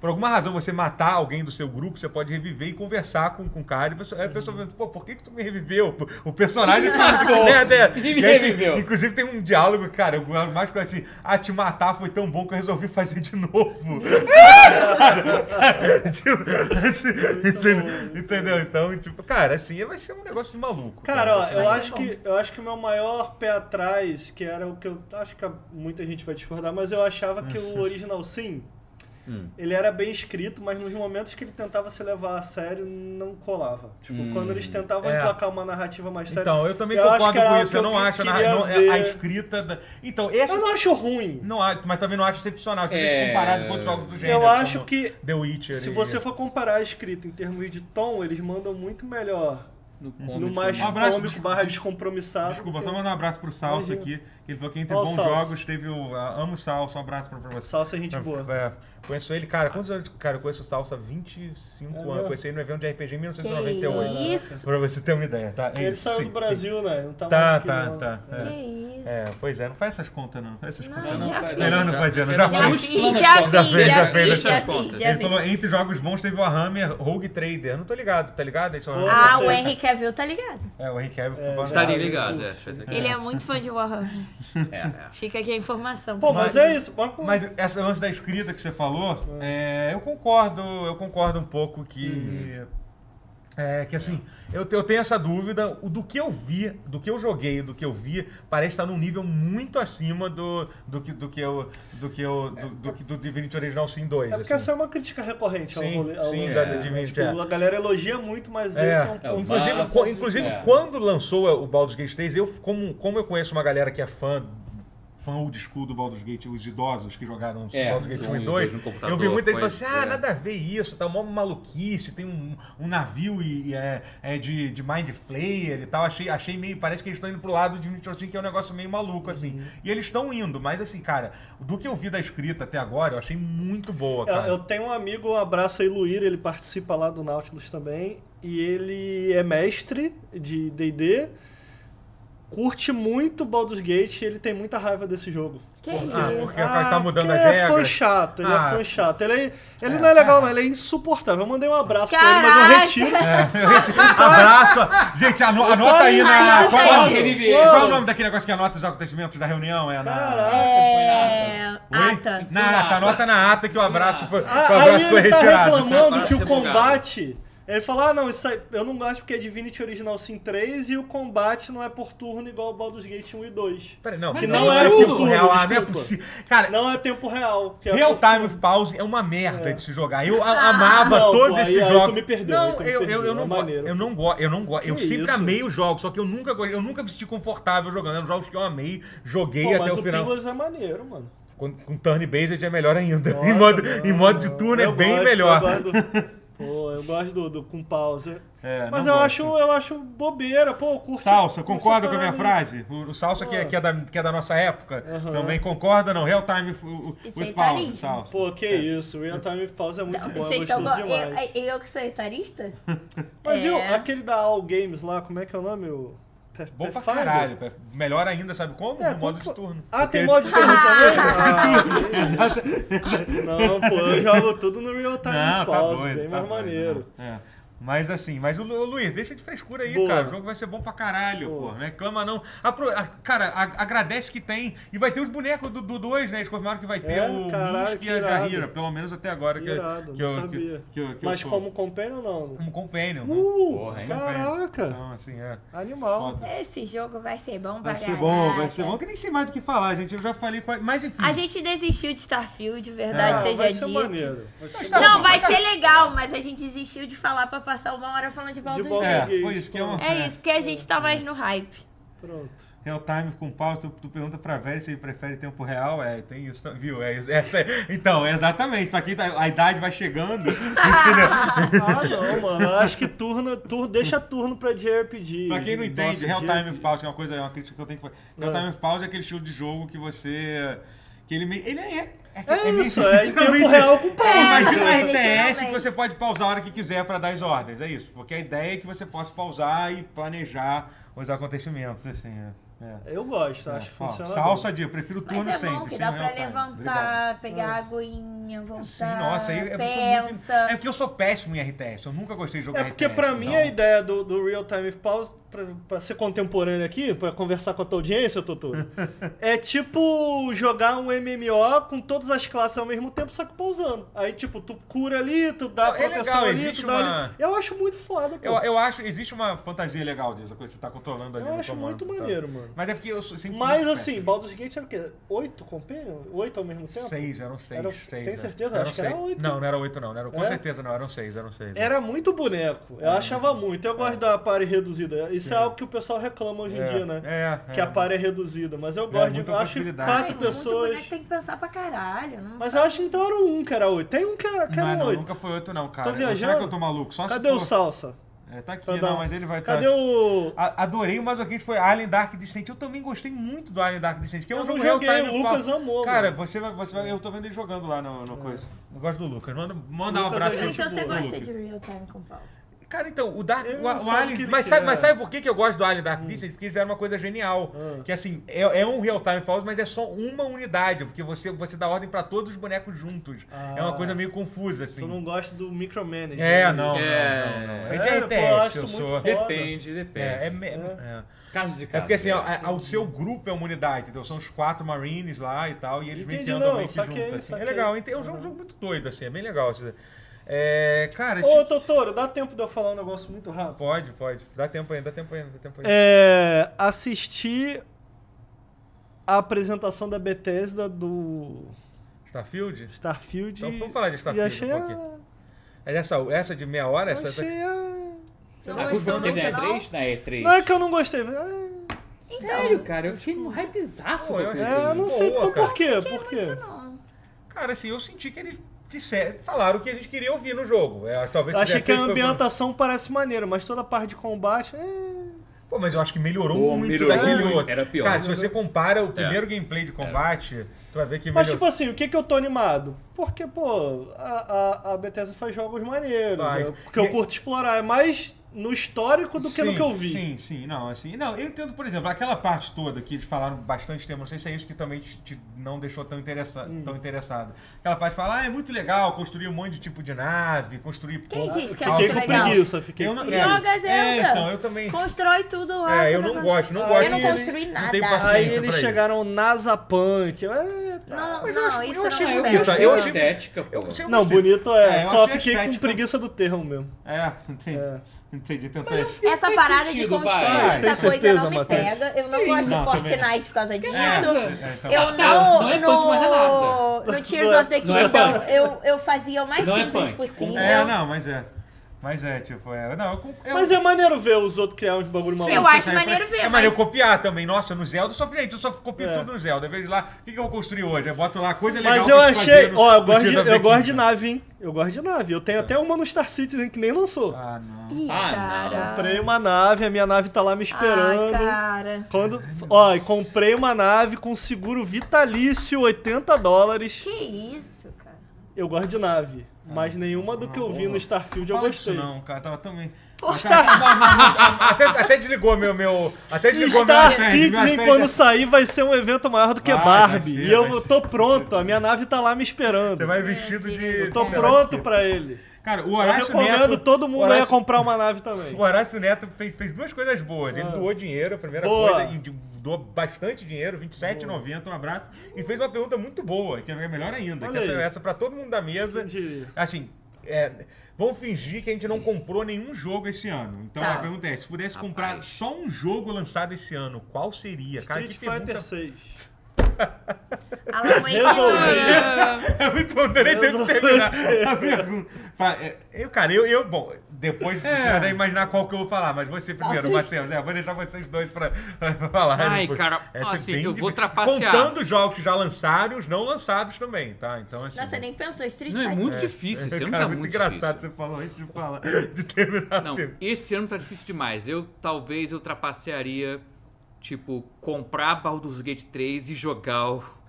Speaker 1: por alguma razão, você matar alguém do seu grupo, você pode reviver e conversar com, com o cara. E a pessoa, aí a
Speaker 4: Uhum.
Speaker 1: pessoa pergunta, pô, por que, que tu me reviveu? Pô, O personagem matou. que merda é?
Speaker 2: Ele me
Speaker 1: E aí tem-
Speaker 2: reviveu.
Speaker 1: inclusive tem um diálogo, cara, eu gosto mais que eu, assim, ah, te matar foi tão bom que eu resolvi fazer de novo. tipo, assim, entendeu? Entendeu? Então, tipo, cara, assim, vai ser um negócio de maluco.
Speaker 4: Cara, ó,
Speaker 1: assim.
Speaker 4: eu
Speaker 3: Mas é
Speaker 4: acho,
Speaker 3: bom.
Speaker 4: que, eu acho que o meu maior pé atrás, que era o que eu acho que muita gente vai discordar, mas eu achava que o original sim,
Speaker 2: Hum.
Speaker 4: ele era bem escrito, mas nos momentos que ele tentava se levar a sério, não colava. Tipo,
Speaker 2: Hum.
Speaker 4: quando eles tentavam
Speaker 1: É.
Speaker 4: emplacar uma narrativa mais séria.
Speaker 1: Então, eu também
Speaker 4: Eu acho
Speaker 1: concordo
Speaker 4: que era
Speaker 1: com
Speaker 4: o
Speaker 1: isso.
Speaker 4: que
Speaker 1: Eu
Speaker 4: eu
Speaker 1: não
Speaker 4: que-
Speaker 1: acho na-
Speaker 4: queria
Speaker 1: não- é, a- a
Speaker 4: ver.
Speaker 1: escrita. da- Então, esse.
Speaker 4: Eu não acho ruim.
Speaker 1: Não acho, mas também não acho excepcional, especialmente
Speaker 2: É.
Speaker 1: comparado com outros jogos do gênero.
Speaker 4: eu acho
Speaker 1: como
Speaker 4: que
Speaker 1: The Witcher.
Speaker 4: se
Speaker 1: e-
Speaker 4: você for comparar a escrita em termos de tom, eles mandam muito melhor.
Speaker 2: No,
Speaker 4: No
Speaker 2: cômico.
Speaker 4: mais
Speaker 1: Um abraço,
Speaker 4: cômico
Speaker 1: desculpa.
Speaker 4: barra descompromissado.
Speaker 1: Desculpa,
Speaker 4: porque-
Speaker 1: só mandar um abraço pro Salso
Speaker 4: Imagina.
Speaker 1: aqui. que Ele falou que entre
Speaker 4: Ó, o
Speaker 1: bons
Speaker 4: Salso.
Speaker 1: jogos teve o. a- amo o Salso, um abraço pra, pra você.
Speaker 4: Salsa é gente boa.
Speaker 1: É, conheço ele, cara, quantos anos? Cara, eu conheço o Salsa há 25
Speaker 4: É
Speaker 1: anos.
Speaker 4: mesmo?
Speaker 1: Conheci ele no evento de RPG em
Speaker 3: Que
Speaker 1: 1998.
Speaker 3: isso?
Speaker 1: Pra você ter uma ideia, tá? É
Speaker 4: Ele
Speaker 1: isso,
Speaker 4: saiu
Speaker 1: sim,
Speaker 4: do
Speaker 1: sim.
Speaker 4: Brasil, né? Não tá,
Speaker 1: Tá,
Speaker 4: mais aqui,
Speaker 1: tá,
Speaker 4: não.
Speaker 1: tá.
Speaker 3: Que
Speaker 1: É.
Speaker 3: isso?
Speaker 1: É, pois é, não faz essas contas não. Faz essas
Speaker 3: Não, é
Speaker 1: contas não.
Speaker 3: já
Speaker 2: faz,
Speaker 3: fiz.
Speaker 1: Melhor não fazer, não. Já
Speaker 3: Já
Speaker 1: faz.
Speaker 2: Vamos
Speaker 3: fiz,
Speaker 2: explanar
Speaker 3: já
Speaker 2: as
Speaker 3: fiz,
Speaker 2: contas.
Speaker 1: Já fez, já
Speaker 3: já
Speaker 1: fez
Speaker 3: fiz,
Speaker 1: essas
Speaker 3: já
Speaker 2: contas.
Speaker 3: fiz, já
Speaker 1: Ele falou,
Speaker 3: fiz.
Speaker 1: entre jogos bons teve o Hammer Rogue Trader. Não tô ligado, tá ligado? Esse é o Hammer.
Speaker 3: Ah,
Speaker 4: Você-
Speaker 3: o Henry Cavill tá ligado.
Speaker 1: É, o Henrique Cavill
Speaker 4: É,
Speaker 1: foi
Speaker 2: Tá
Speaker 4: já-
Speaker 2: ali
Speaker 1: vazado.
Speaker 2: ligado, é. faz aqui.
Speaker 3: Ele é muito fã de Warhammer.
Speaker 2: É, é.
Speaker 3: Fica aqui a informação.
Speaker 4: Pô, mas, é isso. Mas,
Speaker 1: Mas esse lance da escrita que você falou, é, eu concordo, eu concordo um pouco que.
Speaker 4: Uhum.
Speaker 1: É, que assim, eu, te- eu tenho essa dúvida, o do que eu vi, do que eu joguei, do que eu vi, parece estar num nível muito acima do, do que do que eu do que eu do, do, que- do Divinity Original Sin 2.
Speaker 4: é porque
Speaker 1: assim.
Speaker 4: essa é uma crítica recorrente ao
Speaker 1: Sim,
Speaker 4: rolê. Ao
Speaker 1: sim,
Speaker 4: lance,
Speaker 1: é,
Speaker 4: né?
Speaker 1: admite,
Speaker 4: Tipo,
Speaker 1: é.
Speaker 4: A galera elogia muito, mas
Speaker 1: É.
Speaker 4: esse é um
Speaker 2: É, o
Speaker 4: ponto.
Speaker 2: Mas-
Speaker 1: Inclusive, co- inclusive,
Speaker 2: é.
Speaker 1: quando lançou o Baldur's Gate 3, eu, como, como eu conheço uma galera que é fã, fã old school do Baldur's Gate, os idosos que jogaram os
Speaker 2: É,
Speaker 1: Baldur's Gate
Speaker 2: um
Speaker 1: 1 e 2,
Speaker 2: e dois no computador,
Speaker 1: eu vi muita gente falando assim,
Speaker 2: conhece,
Speaker 1: ah,
Speaker 2: é.
Speaker 1: nada a ver isso, tá uma maluquice, tem um, um navio e, e é, é de, de Mind Flayer e tal, achei, achei meio, parece que eles estão indo pro lado de Divinity Original, que é um negócio meio maluco, assim.
Speaker 4: Uhum.
Speaker 1: E eles estão indo, mas assim, cara, do que eu vi da escrita até agora, eu achei muito boa,
Speaker 4: Eu,
Speaker 1: cara.
Speaker 4: eu tenho um amigo, um abraço aí, Luíra, ele participa lá do Nautilus também. E ele é mestre de DD, curte muito Baldur's Gate e ele tem muita raiva desse jogo.
Speaker 3: Que
Speaker 1: Ah,
Speaker 3: isso?
Speaker 1: porque o cara tá mudando
Speaker 4: porque
Speaker 1: as
Speaker 4: Ele é fã
Speaker 1: regras.
Speaker 4: chato, ele
Speaker 1: Ah.
Speaker 4: é fã chato. Ele, é- ele
Speaker 1: É,
Speaker 4: não é
Speaker 1: cara.
Speaker 4: legal, não, ele é insuportável. Eu mandei um abraço pra ele,
Speaker 3: Caraca!
Speaker 4: mas eu retiro.
Speaker 1: Abraço. Gente, ano- anota aí na. Qual é o nome?
Speaker 2: Reviver.
Speaker 1: Qual é o nome daquele negócio que anota os acontecimentos da reunião? É na.
Speaker 4: Caraca.
Speaker 3: É...
Speaker 1: Oi?
Speaker 3: Ata.
Speaker 1: Na ata, anota na ata que o abraço foi, que
Speaker 4: Ah,
Speaker 1: o abraço
Speaker 4: aí
Speaker 1: foi
Speaker 4: ele tá
Speaker 1: retirado.
Speaker 4: reclamando
Speaker 2: Tá
Speaker 4: que o
Speaker 2: advogado.
Speaker 4: combate. Ele fala, ah, não, isso aí, eu não gosto porque é Divinity Original Sim 3 e o combate não é por turno igual o Baldur's Gate 1 e 2.
Speaker 1: Peraí, não,
Speaker 2: Mas
Speaker 1: não,
Speaker 2: não
Speaker 1: era
Speaker 2: é
Speaker 1: tempo
Speaker 4: tudo,
Speaker 1: real, ah, não é
Speaker 4: desculpa.
Speaker 1: possível. Cara,
Speaker 4: Não é tempo real. que é
Speaker 1: Real
Speaker 4: por
Speaker 1: Time
Speaker 4: turno.
Speaker 1: Pause é uma merda
Speaker 4: É. Ah,
Speaker 1: de se jogar. Eu a- amava
Speaker 4: não,
Speaker 1: todos
Speaker 4: pô, aí-
Speaker 1: esses
Speaker 4: aí
Speaker 1: jogos.
Speaker 4: tu me perdeu, aí
Speaker 1: não,
Speaker 4: tu me
Speaker 1: eu, eu,
Speaker 4: perdeu,
Speaker 1: eu
Speaker 4: é
Speaker 1: não gosto.
Speaker 4: maneiro.
Speaker 1: Eu não gosto. Eu não gosto. Eu
Speaker 4: Que
Speaker 1: sempre
Speaker 4: isso?
Speaker 1: amei os jogos, só que eu nunca go- eu nunca me senti confortável jogando. Eram jogos que eu amei, joguei
Speaker 4: Pô,
Speaker 1: até
Speaker 4: mas
Speaker 1: o
Speaker 4: o
Speaker 1: final.
Speaker 4: Pillars é maneiro, mano.
Speaker 1: Com, com turn based é melhor ainda.
Speaker 4: Nossa,
Speaker 1: em, modo,
Speaker 4: não,
Speaker 1: em modo de
Speaker 4: não.
Speaker 1: turno é
Speaker 4: Eu
Speaker 1: bem
Speaker 4: gosto,
Speaker 1: melhor.
Speaker 4: Eu gosto do, pô, eu gosto do, do com pausa.
Speaker 1: É,
Speaker 4: Mas
Speaker 1: não
Speaker 4: eu
Speaker 1: gosto.
Speaker 4: acho, eu acho bobeira, pô, eu curto.
Speaker 1: Salsa,
Speaker 4: curto
Speaker 1: concorda com a minha
Speaker 4: caralho.
Speaker 1: frase? O, o Salsa, que, é, que é da, que é da nossa época,
Speaker 4: Ah. Aham.
Speaker 1: também concorda? Não, real time o- o-
Speaker 3: Isso
Speaker 1: with
Speaker 3: é
Speaker 1: pause,
Speaker 3: tarismo.
Speaker 1: Salsa.
Speaker 4: Pô, que isso, Real Time Pause é muito bom, é
Speaker 3: Vocês estão...
Speaker 4: gostoso
Speaker 3: go-
Speaker 4: demais.
Speaker 3: Eu, eu que sou etarista?
Speaker 4: Mas
Speaker 3: É.
Speaker 4: e o- aquele da All Games lá, como é que é o nome? O Path-
Speaker 1: Bom pra
Speaker 4: Pathfinder?
Speaker 1: caralho. pé. Melhor ainda, sabe como?
Speaker 4: É,
Speaker 1: no modo
Speaker 4: como-
Speaker 1: de turno.
Speaker 4: Ah, tem
Speaker 1: Porque-
Speaker 4: modo de turno também? Ah, Não, pô, eu jogo tudo no Real Time
Speaker 1: Não, tá
Speaker 4: Pause,
Speaker 1: doido.
Speaker 4: bem
Speaker 1: tá doido,
Speaker 4: mais maneiro.
Speaker 1: não. É. Mas assim, mas o, Lu- ô, Luiz, deixa de frescura aí,
Speaker 4: Boa.
Speaker 1: cara. O jogo vai ser bom pra caralho, pô.
Speaker 4: Boa.
Speaker 1: Não reclama não. Apro- a- cara, a- agradece que tem. E vai ter os bonecos do 2, né? Eles confirmaram que vai ter
Speaker 4: É,
Speaker 1: o
Speaker 4: caralho,
Speaker 1: Minsk
Speaker 4: que
Speaker 1: e a
Speaker 4: irado.
Speaker 1: Jahira, pelo menos até agora. Que,
Speaker 4: Irado,
Speaker 1: que
Speaker 4: não
Speaker 1: eu,
Speaker 4: sabia.
Speaker 1: Que, que eu- que eu
Speaker 4: Mas
Speaker 1: sou.
Speaker 4: como companion, não. né?
Speaker 1: Como companion. né?
Speaker 4: Uh,
Speaker 2: Porra, hein?
Speaker 4: caraca,
Speaker 1: Então, assim, é.
Speaker 4: animal.
Speaker 1: Foda.
Speaker 3: Esse jogo vai ser bom pra
Speaker 1: Vai ser
Speaker 3: caraca.
Speaker 1: bom, vai ser bom. Que nem sei mais do que falar, gente. Eu já falei quase. Mas enfim.
Speaker 3: A gente desistiu de Starfield,
Speaker 4: Ah,
Speaker 1: É,
Speaker 3: verdade
Speaker 4: vai
Speaker 3: seja
Speaker 4: ser
Speaker 3: dita.
Speaker 4: maneiro. Vai ser
Speaker 1: tá
Speaker 3: Não,
Speaker 1: bom,
Speaker 3: vai
Speaker 1: mas tá-
Speaker 3: ser legal, mas a gente desistiu de falar pra passar uma hora falando de Baldur's
Speaker 4: Baldur's
Speaker 3: Gate.
Speaker 1: É,
Speaker 4: Gate,
Speaker 1: foi isso que é uma.
Speaker 3: É isso, porque a gente tá mais no hype.
Speaker 4: Pronto.
Speaker 1: Real time com pause, tu, tu pergunta pra velho se ele prefere tempo real, é, tem isso, tá- viu? É, isso- essa é- então, é exatamente, pra quem tá- a idade vai chegando,
Speaker 4: Ah, não, mano. eu Acho que turno, turno, deixa turno pra JRPG.
Speaker 1: pra quem não entende,
Speaker 4: Nossa,
Speaker 1: real time
Speaker 4: JRPG.
Speaker 1: of pause, que é uma coisa, é uma crítica que eu tenho que fazer. Real
Speaker 4: É.
Speaker 1: time of pause é aquele estilo de jogo que você, que ele meio, ele é... É,
Speaker 4: É
Speaker 1: meio-
Speaker 4: isso, é em tempo
Speaker 1: literalmente-
Speaker 4: real com
Speaker 1: É,
Speaker 4: pausa.
Speaker 1: Imagina um
Speaker 3: É,
Speaker 1: RTS que
Speaker 3: literalmente.
Speaker 1: você pode pausar a hora que quiser pra dar as ordens, é isso. Porque a ideia é que você possa pausar e planejar os acontecimentos, assim, é. É.
Speaker 4: Eu gosto,
Speaker 1: É,
Speaker 4: acho que
Speaker 1: ó,
Speaker 4: funciona.
Speaker 1: salsa
Speaker 4: bem.
Speaker 1: de, eu prefiro
Speaker 3: Mas
Speaker 1: turno
Speaker 3: é
Speaker 1: sempre.
Speaker 3: bom que
Speaker 1: sem
Speaker 3: dá pra
Speaker 1: real time. Obrigado. Ah.
Speaker 3: levantar, pegar a aguinha, voltar,
Speaker 1: Sim, nossa, aí eu sou muito.
Speaker 3: pensa.
Speaker 1: É porque eu sou péssimo em RTS, eu nunca gostei de jogar
Speaker 4: É porque
Speaker 1: RTS,
Speaker 4: pra mim
Speaker 1: então-
Speaker 4: a ideia do, do Real Time with Pause, pra, pra ser contemporâneo aqui, pra conversar com a tua audiência, Totoro, é tipo jogar um MMO com todas as classes ao mesmo tempo, só que pausando. Aí, tipo, tu cura ali, tu dá
Speaker 1: Não, é
Speaker 4: proteção
Speaker 1: legal,
Speaker 4: ali,
Speaker 1: existe
Speaker 4: tu dá
Speaker 1: uma-
Speaker 4: ali. Eu acho muito foda, pô.
Speaker 1: Eu, eu acho, existe uma fantasia legal disso, a coisa que você tá controlando ali
Speaker 4: Eu
Speaker 1: no
Speaker 4: acho
Speaker 1: comando,
Speaker 4: muito
Speaker 1: tá?
Speaker 4: maneiro, mano.
Speaker 1: Mas é porque eu sou sempre.
Speaker 4: Mas
Speaker 1: muito
Speaker 4: assim,
Speaker 1: péssimo.
Speaker 4: Baldur's Gate era o quê? Oito companion? Oito ao mesmo tempo?
Speaker 1: Seis, eram seis.
Speaker 4: Era-
Speaker 1: seis né?
Speaker 4: tem certeza?
Speaker 1: Eram
Speaker 4: Acho que era
Speaker 1: seis.
Speaker 4: oito.
Speaker 1: Não, não era oito, não. não era, com
Speaker 4: É?
Speaker 1: certeza não, eram seis, eram seis.
Speaker 4: Era muito boneco.
Speaker 1: É.
Speaker 4: Eu achava muito. Eu gosto da pare reduzida. Isso é algo que o pessoal reclama hoje em
Speaker 1: É,
Speaker 4: dia, né?
Speaker 1: é, é.
Speaker 4: que a pare é reduzida. Mas eu gosto. de
Speaker 1: muita
Speaker 4: eu acho que
Speaker 1: possibilidade.
Speaker 3: Ai,
Speaker 4: quatro
Speaker 3: muito
Speaker 4: pessoas.
Speaker 3: boneco tem que pensar pra caralho. Não
Speaker 4: Mas
Speaker 3: sabe.
Speaker 4: eu acho que então era um que era oito. Tem um que era, que
Speaker 1: Mas
Speaker 4: era
Speaker 1: não,
Speaker 4: oito.
Speaker 1: nunca foi oito, não, cara.
Speaker 4: Tô
Speaker 1: Eu- Será
Speaker 4: viajando?
Speaker 1: que eu tô maluco? Só
Speaker 4: Cadê
Speaker 1: se
Speaker 4: o
Speaker 1: for...
Speaker 4: salsa?
Speaker 1: É, tá aqui,
Speaker 4: Pra dar
Speaker 1: não,
Speaker 4: um-
Speaker 1: mas ele vai estar.
Speaker 4: Cadê o.
Speaker 1: A- adorei, mas o que a gente foi Alien Dark Descent. Eu também gostei muito do Alien Dark Descent, que é um
Speaker 4: Eu
Speaker 1: jogo
Speaker 4: não
Speaker 1: real
Speaker 4: joguei,
Speaker 1: time.
Speaker 4: o
Speaker 1: eu
Speaker 4: Lucas
Speaker 1: falo,
Speaker 4: amou,
Speaker 1: Cara,
Speaker 4: mano." É.
Speaker 1: você vai, você vai- eu tô vendo ele jogando lá no, no coisa. Eu gosto do Lucas. Manda, manda um
Speaker 4: Lucas
Speaker 1: abraço
Speaker 4: é
Speaker 1: pra
Speaker 4: gente
Speaker 3: Então
Speaker 1: gente.
Speaker 3: você
Speaker 1: boa,
Speaker 3: gosta
Speaker 1: Lucas.
Speaker 3: de real time com pausa.
Speaker 1: Cara, então, o Dark.
Speaker 4: Eu
Speaker 1: O,
Speaker 4: não
Speaker 1: o
Speaker 4: sei o
Speaker 1: Alien.
Speaker 4: que é. Hum. ele
Speaker 1: mas, sabe,
Speaker 4: quer.
Speaker 1: mas sabe por que que eu gosto do Alien Dark Descent? Porque eles fizeram uma coisa genial.
Speaker 4: Hum.
Speaker 1: Que assim, é, é um real-time pause, mas é só uma unidade. Porque você, você dá ordem pra todos os bonecos juntos. é uma
Speaker 4: Ah.
Speaker 1: coisa meio confusa,
Speaker 4: Eu
Speaker 1: assim.
Speaker 4: não gosto do micromanage.
Speaker 1: É,
Speaker 4: né?
Speaker 1: não, não, não, não.
Speaker 2: É,
Speaker 1: É, de
Speaker 4: sério, pô, eu
Speaker 1: RTS,
Speaker 4: acho
Speaker 1: eu
Speaker 4: muito
Speaker 1: sou.
Speaker 4: foda.
Speaker 2: Depende,
Speaker 1: É, é,
Speaker 2: depende.
Speaker 1: me- é.
Speaker 2: Caso de caso.
Speaker 1: É porque assim,
Speaker 2: é.
Speaker 1: ó, a- o seu grupo é uma unidade, entendeu? São os quatro Marines lá e tal, e eles meio que
Speaker 4: Entendi,
Speaker 1: andam
Speaker 4: não,
Speaker 1: meio que
Speaker 4: saquei,
Speaker 1: junto, assim. É
Speaker 4: saquei. Uhum.
Speaker 1: legal, ente- é um jogo, jogo muito doido, assim, é bem legal. assim. É, cara,
Speaker 4: Ô,
Speaker 1: tipo,
Speaker 4: Totoro, dá tempo de eu falar um negócio muito rápido.
Speaker 1: pode, pode. Dá tempo ainda, dá tempo ainda, dá tempo ainda.
Speaker 4: é, assistir a apresentação da Bethesda do
Speaker 1: Starfield?
Speaker 4: Starfield.
Speaker 1: Então vamos falar de Starfield
Speaker 4: E achei
Speaker 1: um
Speaker 4: a,
Speaker 1: pouquinho. É essa, essa de meia hora? Essa, essa...
Speaker 4: achei a...
Speaker 3: Não
Speaker 2: A
Speaker 3: gostou
Speaker 2: Google teve
Speaker 3: muito,
Speaker 2: na
Speaker 3: não?
Speaker 2: E3? Na E3.
Speaker 4: Não é que eu não gostei. Ah,
Speaker 2: Sério, cara, eu fiquei num hypezaço.
Speaker 1: Pô,
Speaker 2: com
Speaker 1: eu
Speaker 2: aquilo
Speaker 4: É, eu
Speaker 2: ali.
Speaker 4: não sei
Speaker 1: Boa,
Speaker 4: por, por quê. Por quê?
Speaker 3: Muito não.
Speaker 1: Cara, assim, eu senti que eles disseram, falaram o que a gente queria ouvir no jogo. É, talvez
Speaker 4: Eu achei
Speaker 1: tivesse
Speaker 4: que a
Speaker 1: feito-
Speaker 4: ambientação parece maneira, mas toda a parte de combate. É...
Speaker 1: Pô, mas eu acho que melhorou
Speaker 2: Pô,
Speaker 1: muito
Speaker 2: melhorou
Speaker 1: daquele
Speaker 2: muito,
Speaker 1: outro.
Speaker 2: era pior. É.
Speaker 1: Cara, se você compara o primeiro gameplay de combate, tu vai ver que
Speaker 4: Mas
Speaker 1: melhorou.
Speaker 4: tipo assim, o que, que eu tô animado? Porque, pô, a, a, a Bethesda faz jogos maneiros.
Speaker 1: Faz.
Speaker 4: eu- porque eu curto explorar. É mais no histórico do que no
Speaker 1: Sim,
Speaker 4: que eu vi.
Speaker 1: Sim, sim, não, assim. Não, eu entendo, por exemplo, aquela parte toda que eles falaram bastante tempo, não sei se é isso que também te, te não deixou tão, interessa
Speaker 4: Hum.
Speaker 1: tão interessado. Aquela parte fala, ah, é muito legal construir um monte de tipo de nave, construir.
Speaker 3: Quem
Speaker 1: ponto,
Speaker 3: disse que é
Speaker 1: tal."
Speaker 3: muito
Speaker 4: Fiquei com
Speaker 3: legal.
Speaker 4: preguiça, fiquei
Speaker 1: Ah, tá Eu não-
Speaker 4: com preguiça.
Speaker 3: Joga
Speaker 1: É,
Speaker 3: Zelda.
Speaker 1: então, eu também-
Speaker 3: Constrói tudo lá.
Speaker 1: É, eu não
Speaker 3: pra-
Speaker 1: gosto, não
Speaker 4: Ah,
Speaker 1: gosto.
Speaker 3: Eu não
Speaker 1: de-
Speaker 3: construí
Speaker 1: não
Speaker 3: nada.
Speaker 1: tenho
Speaker 4: Aí
Speaker 1: paciência
Speaker 4: eles
Speaker 1: pra isso.
Speaker 4: chegaram NASA Punk. É, tá.
Speaker 3: Não,
Speaker 1: Mas eu
Speaker 3: não,
Speaker 1: acho-
Speaker 3: isso
Speaker 1: eu
Speaker 3: eu
Speaker 1: achei
Speaker 3: não é
Speaker 1: bonito,
Speaker 3: gostei.
Speaker 1: eu
Speaker 2: Eu
Speaker 1: achei-
Speaker 2: estética, pô.
Speaker 1: Eu- eu
Speaker 4: Não,
Speaker 1: gostei.
Speaker 4: bonito é.
Speaker 1: eu
Speaker 4: só
Speaker 1: achei
Speaker 4: fiquei com
Speaker 1: estético.
Speaker 4: preguiça do termo mesmo.
Speaker 1: É, entendi.
Speaker 4: É.
Speaker 1: Entendi, tentei.
Speaker 3: Essa parada de
Speaker 2: sentido,
Speaker 3: construir
Speaker 2: vai.
Speaker 4: Tem
Speaker 3: muita coisa
Speaker 4: certeza,
Speaker 3: não me
Speaker 4: Matheus?
Speaker 3: pega. Eu não gosto
Speaker 1: Não,
Speaker 3: de
Speaker 1: também
Speaker 3: Fortnite por causa disso.
Speaker 1: É, então-
Speaker 3: Eu
Speaker 2: Tá,
Speaker 3: não,
Speaker 2: não é
Speaker 3: no,
Speaker 2: punk, mas é NASA.
Speaker 3: no Tears
Speaker 4: Não é-
Speaker 3: of the
Speaker 2: não é
Speaker 3: Kingdom,
Speaker 2: punk.
Speaker 3: eu, eu fazia o mais
Speaker 2: Não é
Speaker 3: simples
Speaker 2: punk.
Speaker 3: possível.
Speaker 1: É, não, mas é. Mas é, tipo, é. Não, eu, com- eu,
Speaker 4: Mas é maneiro ver os outros criar uns bagulho maluco.
Speaker 3: Eu
Speaker 1: Você
Speaker 3: acho
Speaker 1: saiu
Speaker 3: maneiro
Speaker 1: pra-
Speaker 3: ver,
Speaker 1: É
Speaker 3: mas-
Speaker 1: maneiro copiar também. Nossa, no Zelda eu só, gente, eu só copio
Speaker 4: É.
Speaker 1: tudo no Zelda. Eu vejo lá, o que, que eu vou construir hoje? Eu boto lá coisa legal
Speaker 4: Mas
Speaker 1: pra
Speaker 4: eu
Speaker 1: se fazer
Speaker 4: achei.
Speaker 1: no-
Speaker 4: Ó, eu
Speaker 1: no
Speaker 4: gosto,
Speaker 1: dia
Speaker 4: de,
Speaker 1: da
Speaker 4: eu
Speaker 1: Bethesda.
Speaker 4: gosto de nave, hein? Eu gosto de nave. Eu tenho até uma no Star Citizen que nem lançou.
Speaker 1: Ah, não.
Speaker 3: Ih,
Speaker 2: Ah,
Speaker 3: cara.
Speaker 4: Comprei uma nave, a minha nave tá lá
Speaker 3: Ai,
Speaker 4: me esperando.
Speaker 3: cara.
Speaker 4: Quando, ó, e comprei uma nave com seguro vitalício, 80 dólares.
Speaker 3: Que isso, cara.
Speaker 4: Eu gosto de nave, mas nenhuma do que eu vi no Starfield eu
Speaker 1: Fala isso
Speaker 4: gostei.
Speaker 1: não, cara. Tava tão bem.
Speaker 3: Pô,
Speaker 1: Mas, cara, até, até desligou meu. meu até
Speaker 4: E
Speaker 1: desligou meu
Speaker 4: Star
Speaker 1: iPad,
Speaker 4: Citizen,
Speaker 1: meu iPad-
Speaker 4: quando sair, vai ser um evento maior do que
Speaker 1: Vai,
Speaker 4: Barbie.
Speaker 1: vai ser,
Speaker 4: e eu
Speaker 1: vai ser.
Speaker 4: tô pronto, a minha nave tá lá me esperando.
Speaker 1: Você vai vestido de.
Speaker 4: Eu tô
Speaker 1: de-
Speaker 4: pronto pra ele.
Speaker 1: Cara, o
Speaker 4: Eu
Speaker 1: Horácio
Speaker 4: recomendo
Speaker 1: Neto.
Speaker 4: todo mundo aí a
Speaker 1: Horácio,
Speaker 4: comprar uma nave também.
Speaker 1: O Horácio Neto fez, fez duas coisas boas. Ele
Speaker 4: Ah.
Speaker 1: doou dinheiro, a primeira
Speaker 4: Boa.
Speaker 1: coisa, e de- doou bastante dinheiro, R$27,90, um abraço. E fez uma pergunta muito boa, que é melhor ainda. Que
Speaker 4: Olha
Speaker 1: essa,
Speaker 4: aí.
Speaker 1: essa pra todo mundo da mesa.
Speaker 4: Quem diria?
Speaker 1: Assim, é, vamos fingir que a gente não comprou nenhum jogo esse ano. Então
Speaker 3: Tá.
Speaker 1: a pergunta é: se pudesse
Speaker 2: Rapaz.
Speaker 1: comprar só um jogo lançado esse ano, qual seria? Cara,
Speaker 4: Street
Speaker 1: que
Speaker 4: Fighter
Speaker 1: pergunta.
Speaker 4: 6.
Speaker 3: Alan Wake
Speaker 4: Resolvi.
Speaker 1: É muito bom, eu nem tenho que
Speaker 4: Resolvi.
Speaker 1: terminar a pergunta. Fa- é, Eu, cara, eu, eu bom, depois
Speaker 2: É.
Speaker 1: você vai deve imaginar qual que eu vou falar, mas você primeiro,
Speaker 3: Assiste.
Speaker 1: Matheus. É, vou deixar vocês dois pra, pra falar.
Speaker 2: Ai,
Speaker 1: depois.
Speaker 2: cara,
Speaker 1: Essa é
Speaker 2: assim,
Speaker 1: bem
Speaker 2: eu vou
Speaker 1: difícil.
Speaker 2: trapacear.
Speaker 1: Contando os jogos que já lançaram e os não lançados também, tá? Então, assim.
Speaker 3: Nossa, nem pensou. Street
Speaker 2: Não, é
Speaker 3: Fighter.
Speaker 2: muito difícil. Esse ano
Speaker 1: Cara,
Speaker 2: tá
Speaker 1: muito
Speaker 2: muito
Speaker 1: engraçado
Speaker 2: difícil.
Speaker 1: você falou antes de falar, de terminar a
Speaker 2: Não,
Speaker 1: pergunta.
Speaker 2: esse ano tá difícil demais. Eu talvez eu trapacearia, tipo, comprar Baldur's Gate 3 e jogar o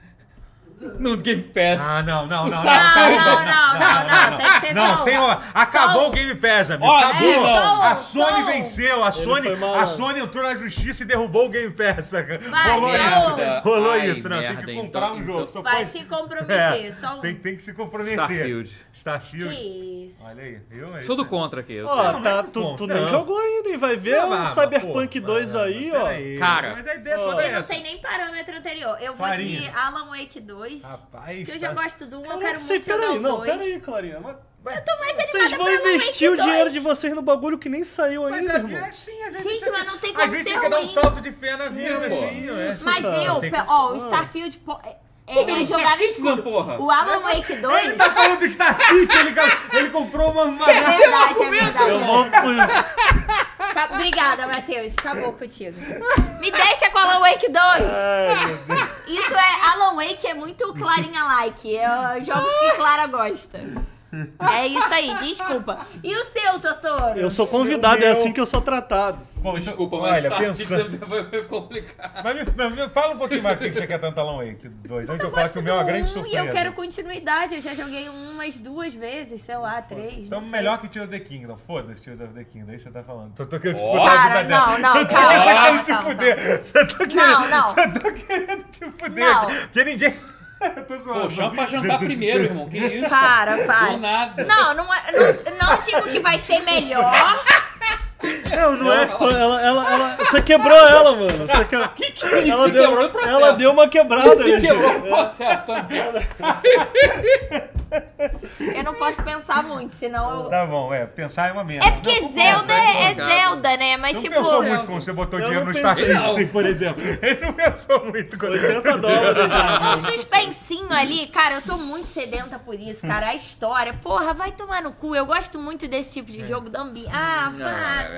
Speaker 2: no Game Pass.
Speaker 1: Ah, não, não, não.
Speaker 2: Não,
Speaker 1: calma,
Speaker 3: não, não, não, não, tem que ser
Speaker 1: Não,
Speaker 3: só
Speaker 1: sem
Speaker 3: uma.
Speaker 1: ó, Acabou
Speaker 3: Só
Speaker 1: o Game Pass, amigo.
Speaker 2: Olha,
Speaker 1: Acabou.
Speaker 2: é, só
Speaker 3: um,
Speaker 1: a Sony
Speaker 3: só um.
Speaker 1: venceu. A Sony,
Speaker 4: foi mal.
Speaker 1: a Sony entrou na justiça e derrubou o Game Pass.
Speaker 3: Vai,
Speaker 1: Rolou
Speaker 3: não.
Speaker 1: isso. Rolou
Speaker 2: Ai,
Speaker 1: isso. Não,
Speaker 2: merda,
Speaker 1: tem que
Speaker 2: então-
Speaker 1: comprar um jogo.
Speaker 2: então-
Speaker 1: só
Speaker 3: Vai
Speaker 1: pode-
Speaker 3: se comprometer,
Speaker 1: É,
Speaker 3: só um.
Speaker 1: tem, tem que se comprometer.
Speaker 2: Starfield.
Speaker 3: Que
Speaker 1: Starfield.
Speaker 3: isso.
Speaker 1: Olha aí. Eu, é
Speaker 2: Sou
Speaker 1: isso
Speaker 2: do
Speaker 1: aí.
Speaker 2: contra aqui. eu sei.
Speaker 4: Ó,
Speaker 1: Não, mas
Speaker 4: tá,
Speaker 1: não
Speaker 4: tu, tu
Speaker 1: conta,
Speaker 4: nem
Speaker 1: não.
Speaker 4: jogou ainda, hein? Vai ver
Speaker 1: Não,
Speaker 4: o
Speaker 1: mas,
Speaker 4: Cyberpunk
Speaker 1: pô,
Speaker 4: 2
Speaker 1: mas,
Speaker 4: aí,
Speaker 1: mas,
Speaker 4: ó.
Speaker 1: peraí.
Speaker 2: Cara.
Speaker 1: Mas a ideia
Speaker 4: Ó.
Speaker 1: toda é
Speaker 3: Eu não
Speaker 1: essa.
Speaker 3: tem nem parâmetro anterior. Eu vou de
Speaker 1: Farinha.
Speaker 3: Alan Wake 2.
Speaker 1: Rapaz,
Speaker 3: que eu
Speaker 1: tá-
Speaker 3: já gosto do 1, eu
Speaker 4: Caraca,
Speaker 3: quero
Speaker 4: sei,
Speaker 3: muito jogar
Speaker 4: peraí,
Speaker 3: o
Speaker 4: não,
Speaker 3: 2.
Speaker 4: peraí, Clarinha. mas
Speaker 1: Mas,
Speaker 4: Vocês vão investir o dinheiro de vocês no bagulho que nem saiu
Speaker 1: mas
Speaker 4: ainda,
Speaker 1: a vida
Speaker 4: irmão.
Speaker 1: é assim, a gente.
Speaker 3: Gente,
Speaker 1: tinha
Speaker 3: mas
Speaker 1: que-
Speaker 3: não tem como
Speaker 1: A gente
Speaker 3: ser
Speaker 1: tinha que dar um
Speaker 3: ruim.
Speaker 1: salto de fé na vida,
Speaker 2: É, pô.
Speaker 1: assim, ó, é assim.
Speaker 3: Mas
Speaker 4: cara,
Speaker 1: não
Speaker 3: eu,
Speaker 1: tem
Speaker 3: pe-
Speaker 1: como
Speaker 3: ó,
Speaker 1: ser-
Speaker 3: o Starfield pô, é,
Speaker 2: tem
Speaker 3: é, é
Speaker 2: um
Speaker 3: jogar no
Speaker 2: Sarcísio,
Speaker 3: escuro.
Speaker 2: porra.
Speaker 3: O Alan Wake 2...
Speaker 1: Ele tá falando do Star City, ele, ca- ele comprou uma. uma...
Speaker 3: É verdade, é
Speaker 4: Eu
Speaker 3: verdade.
Speaker 4: vou pro-
Speaker 3: Ca- Obrigada, Matheus. Acabou contigo. Me deixa com Alan Wake 2.
Speaker 4: Ai, meu Deus.
Speaker 3: Isso é. Alan Wake é muito Clarinha-like. É jogos que Clara gosta. É isso aí, desculpa. E o seu, Totoro?
Speaker 4: Eu sou convidado,
Speaker 1: Meu
Speaker 4: é
Speaker 1: Deus.
Speaker 4: assim que eu sou tratado.
Speaker 1: Bom, então,
Speaker 2: Desculpa, mas
Speaker 1: olha,
Speaker 2: Star
Speaker 1: pensando.
Speaker 2: Citizen foi, foi complicado.
Speaker 1: Mas me, mas me fala um pouquinho mais por que que você quer tanto Alan Wake 2. Antes eu falo que o meu é uma grande
Speaker 3: um,
Speaker 1: surpresa.
Speaker 3: E eu quero continuidade. Eu já joguei um umas duas vezes, sei lá, três.
Speaker 1: Então,
Speaker 3: não sei.
Speaker 1: melhor que Tears of the Kingdom. Foda-se, Tears of the Kingdom. Aí você tá falando. Tô, tô querendo te
Speaker 2: Ó.
Speaker 1: fuder. a
Speaker 3: Cara,
Speaker 1: vida dela.
Speaker 3: não, não,
Speaker 1: Eu tô
Speaker 3: calma,
Speaker 1: querendo
Speaker 3: calma,
Speaker 1: te
Speaker 3: calma,
Speaker 1: fuder. Você tá querendo.
Speaker 3: Não, não.
Speaker 1: Eu tô querendo te fuder.
Speaker 3: Não.
Speaker 1: Porque ninguém. Eu tô zoando.
Speaker 2: Pô, chama pra jantar primeiro, irmão. Que isso?
Speaker 3: Para, para.
Speaker 2: Do nada.
Speaker 3: Tá, Não, não, é- não, não digo que vai ser melhor.
Speaker 4: Não, não é. Ela, ela, ela- você quebrou ela, mano. Você que...
Speaker 2: Ele
Speaker 4: ela,
Speaker 2: se
Speaker 4: deu,
Speaker 2: quebrou no processo.
Speaker 4: ela deu uma quebrada
Speaker 2: se
Speaker 4: aí.
Speaker 2: quebrou o processo também.
Speaker 3: Eu não posso pensar muito, senão eu.
Speaker 1: Tá bom, é. Pensar é uma merda.
Speaker 3: É porque
Speaker 1: Não,
Speaker 3: Zelda é,
Speaker 2: concordo.
Speaker 3: Zelda, né? Mas
Speaker 1: Não
Speaker 3: tipo.
Speaker 1: pensou muito quando você botou
Speaker 4: Eu
Speaker 1: dinheiro
Speaker 4: não
Speaker 1: no Star
Speaker 4: pensei,
Speaker 2: não.
Speaker 1: Citizen, por exemplo. Ele não pensou muito quando.
Speaker 4: 80 dólares já.
Speaker 3: Um suspensinho ali, cara, eu tô muito sedenta por isso, cara. A história, porra, vai tomar no cu. Eu gosto muito desse tipo
Speaker 2: É.
Speaker 3: de jogo, Dambi. Ah, vai.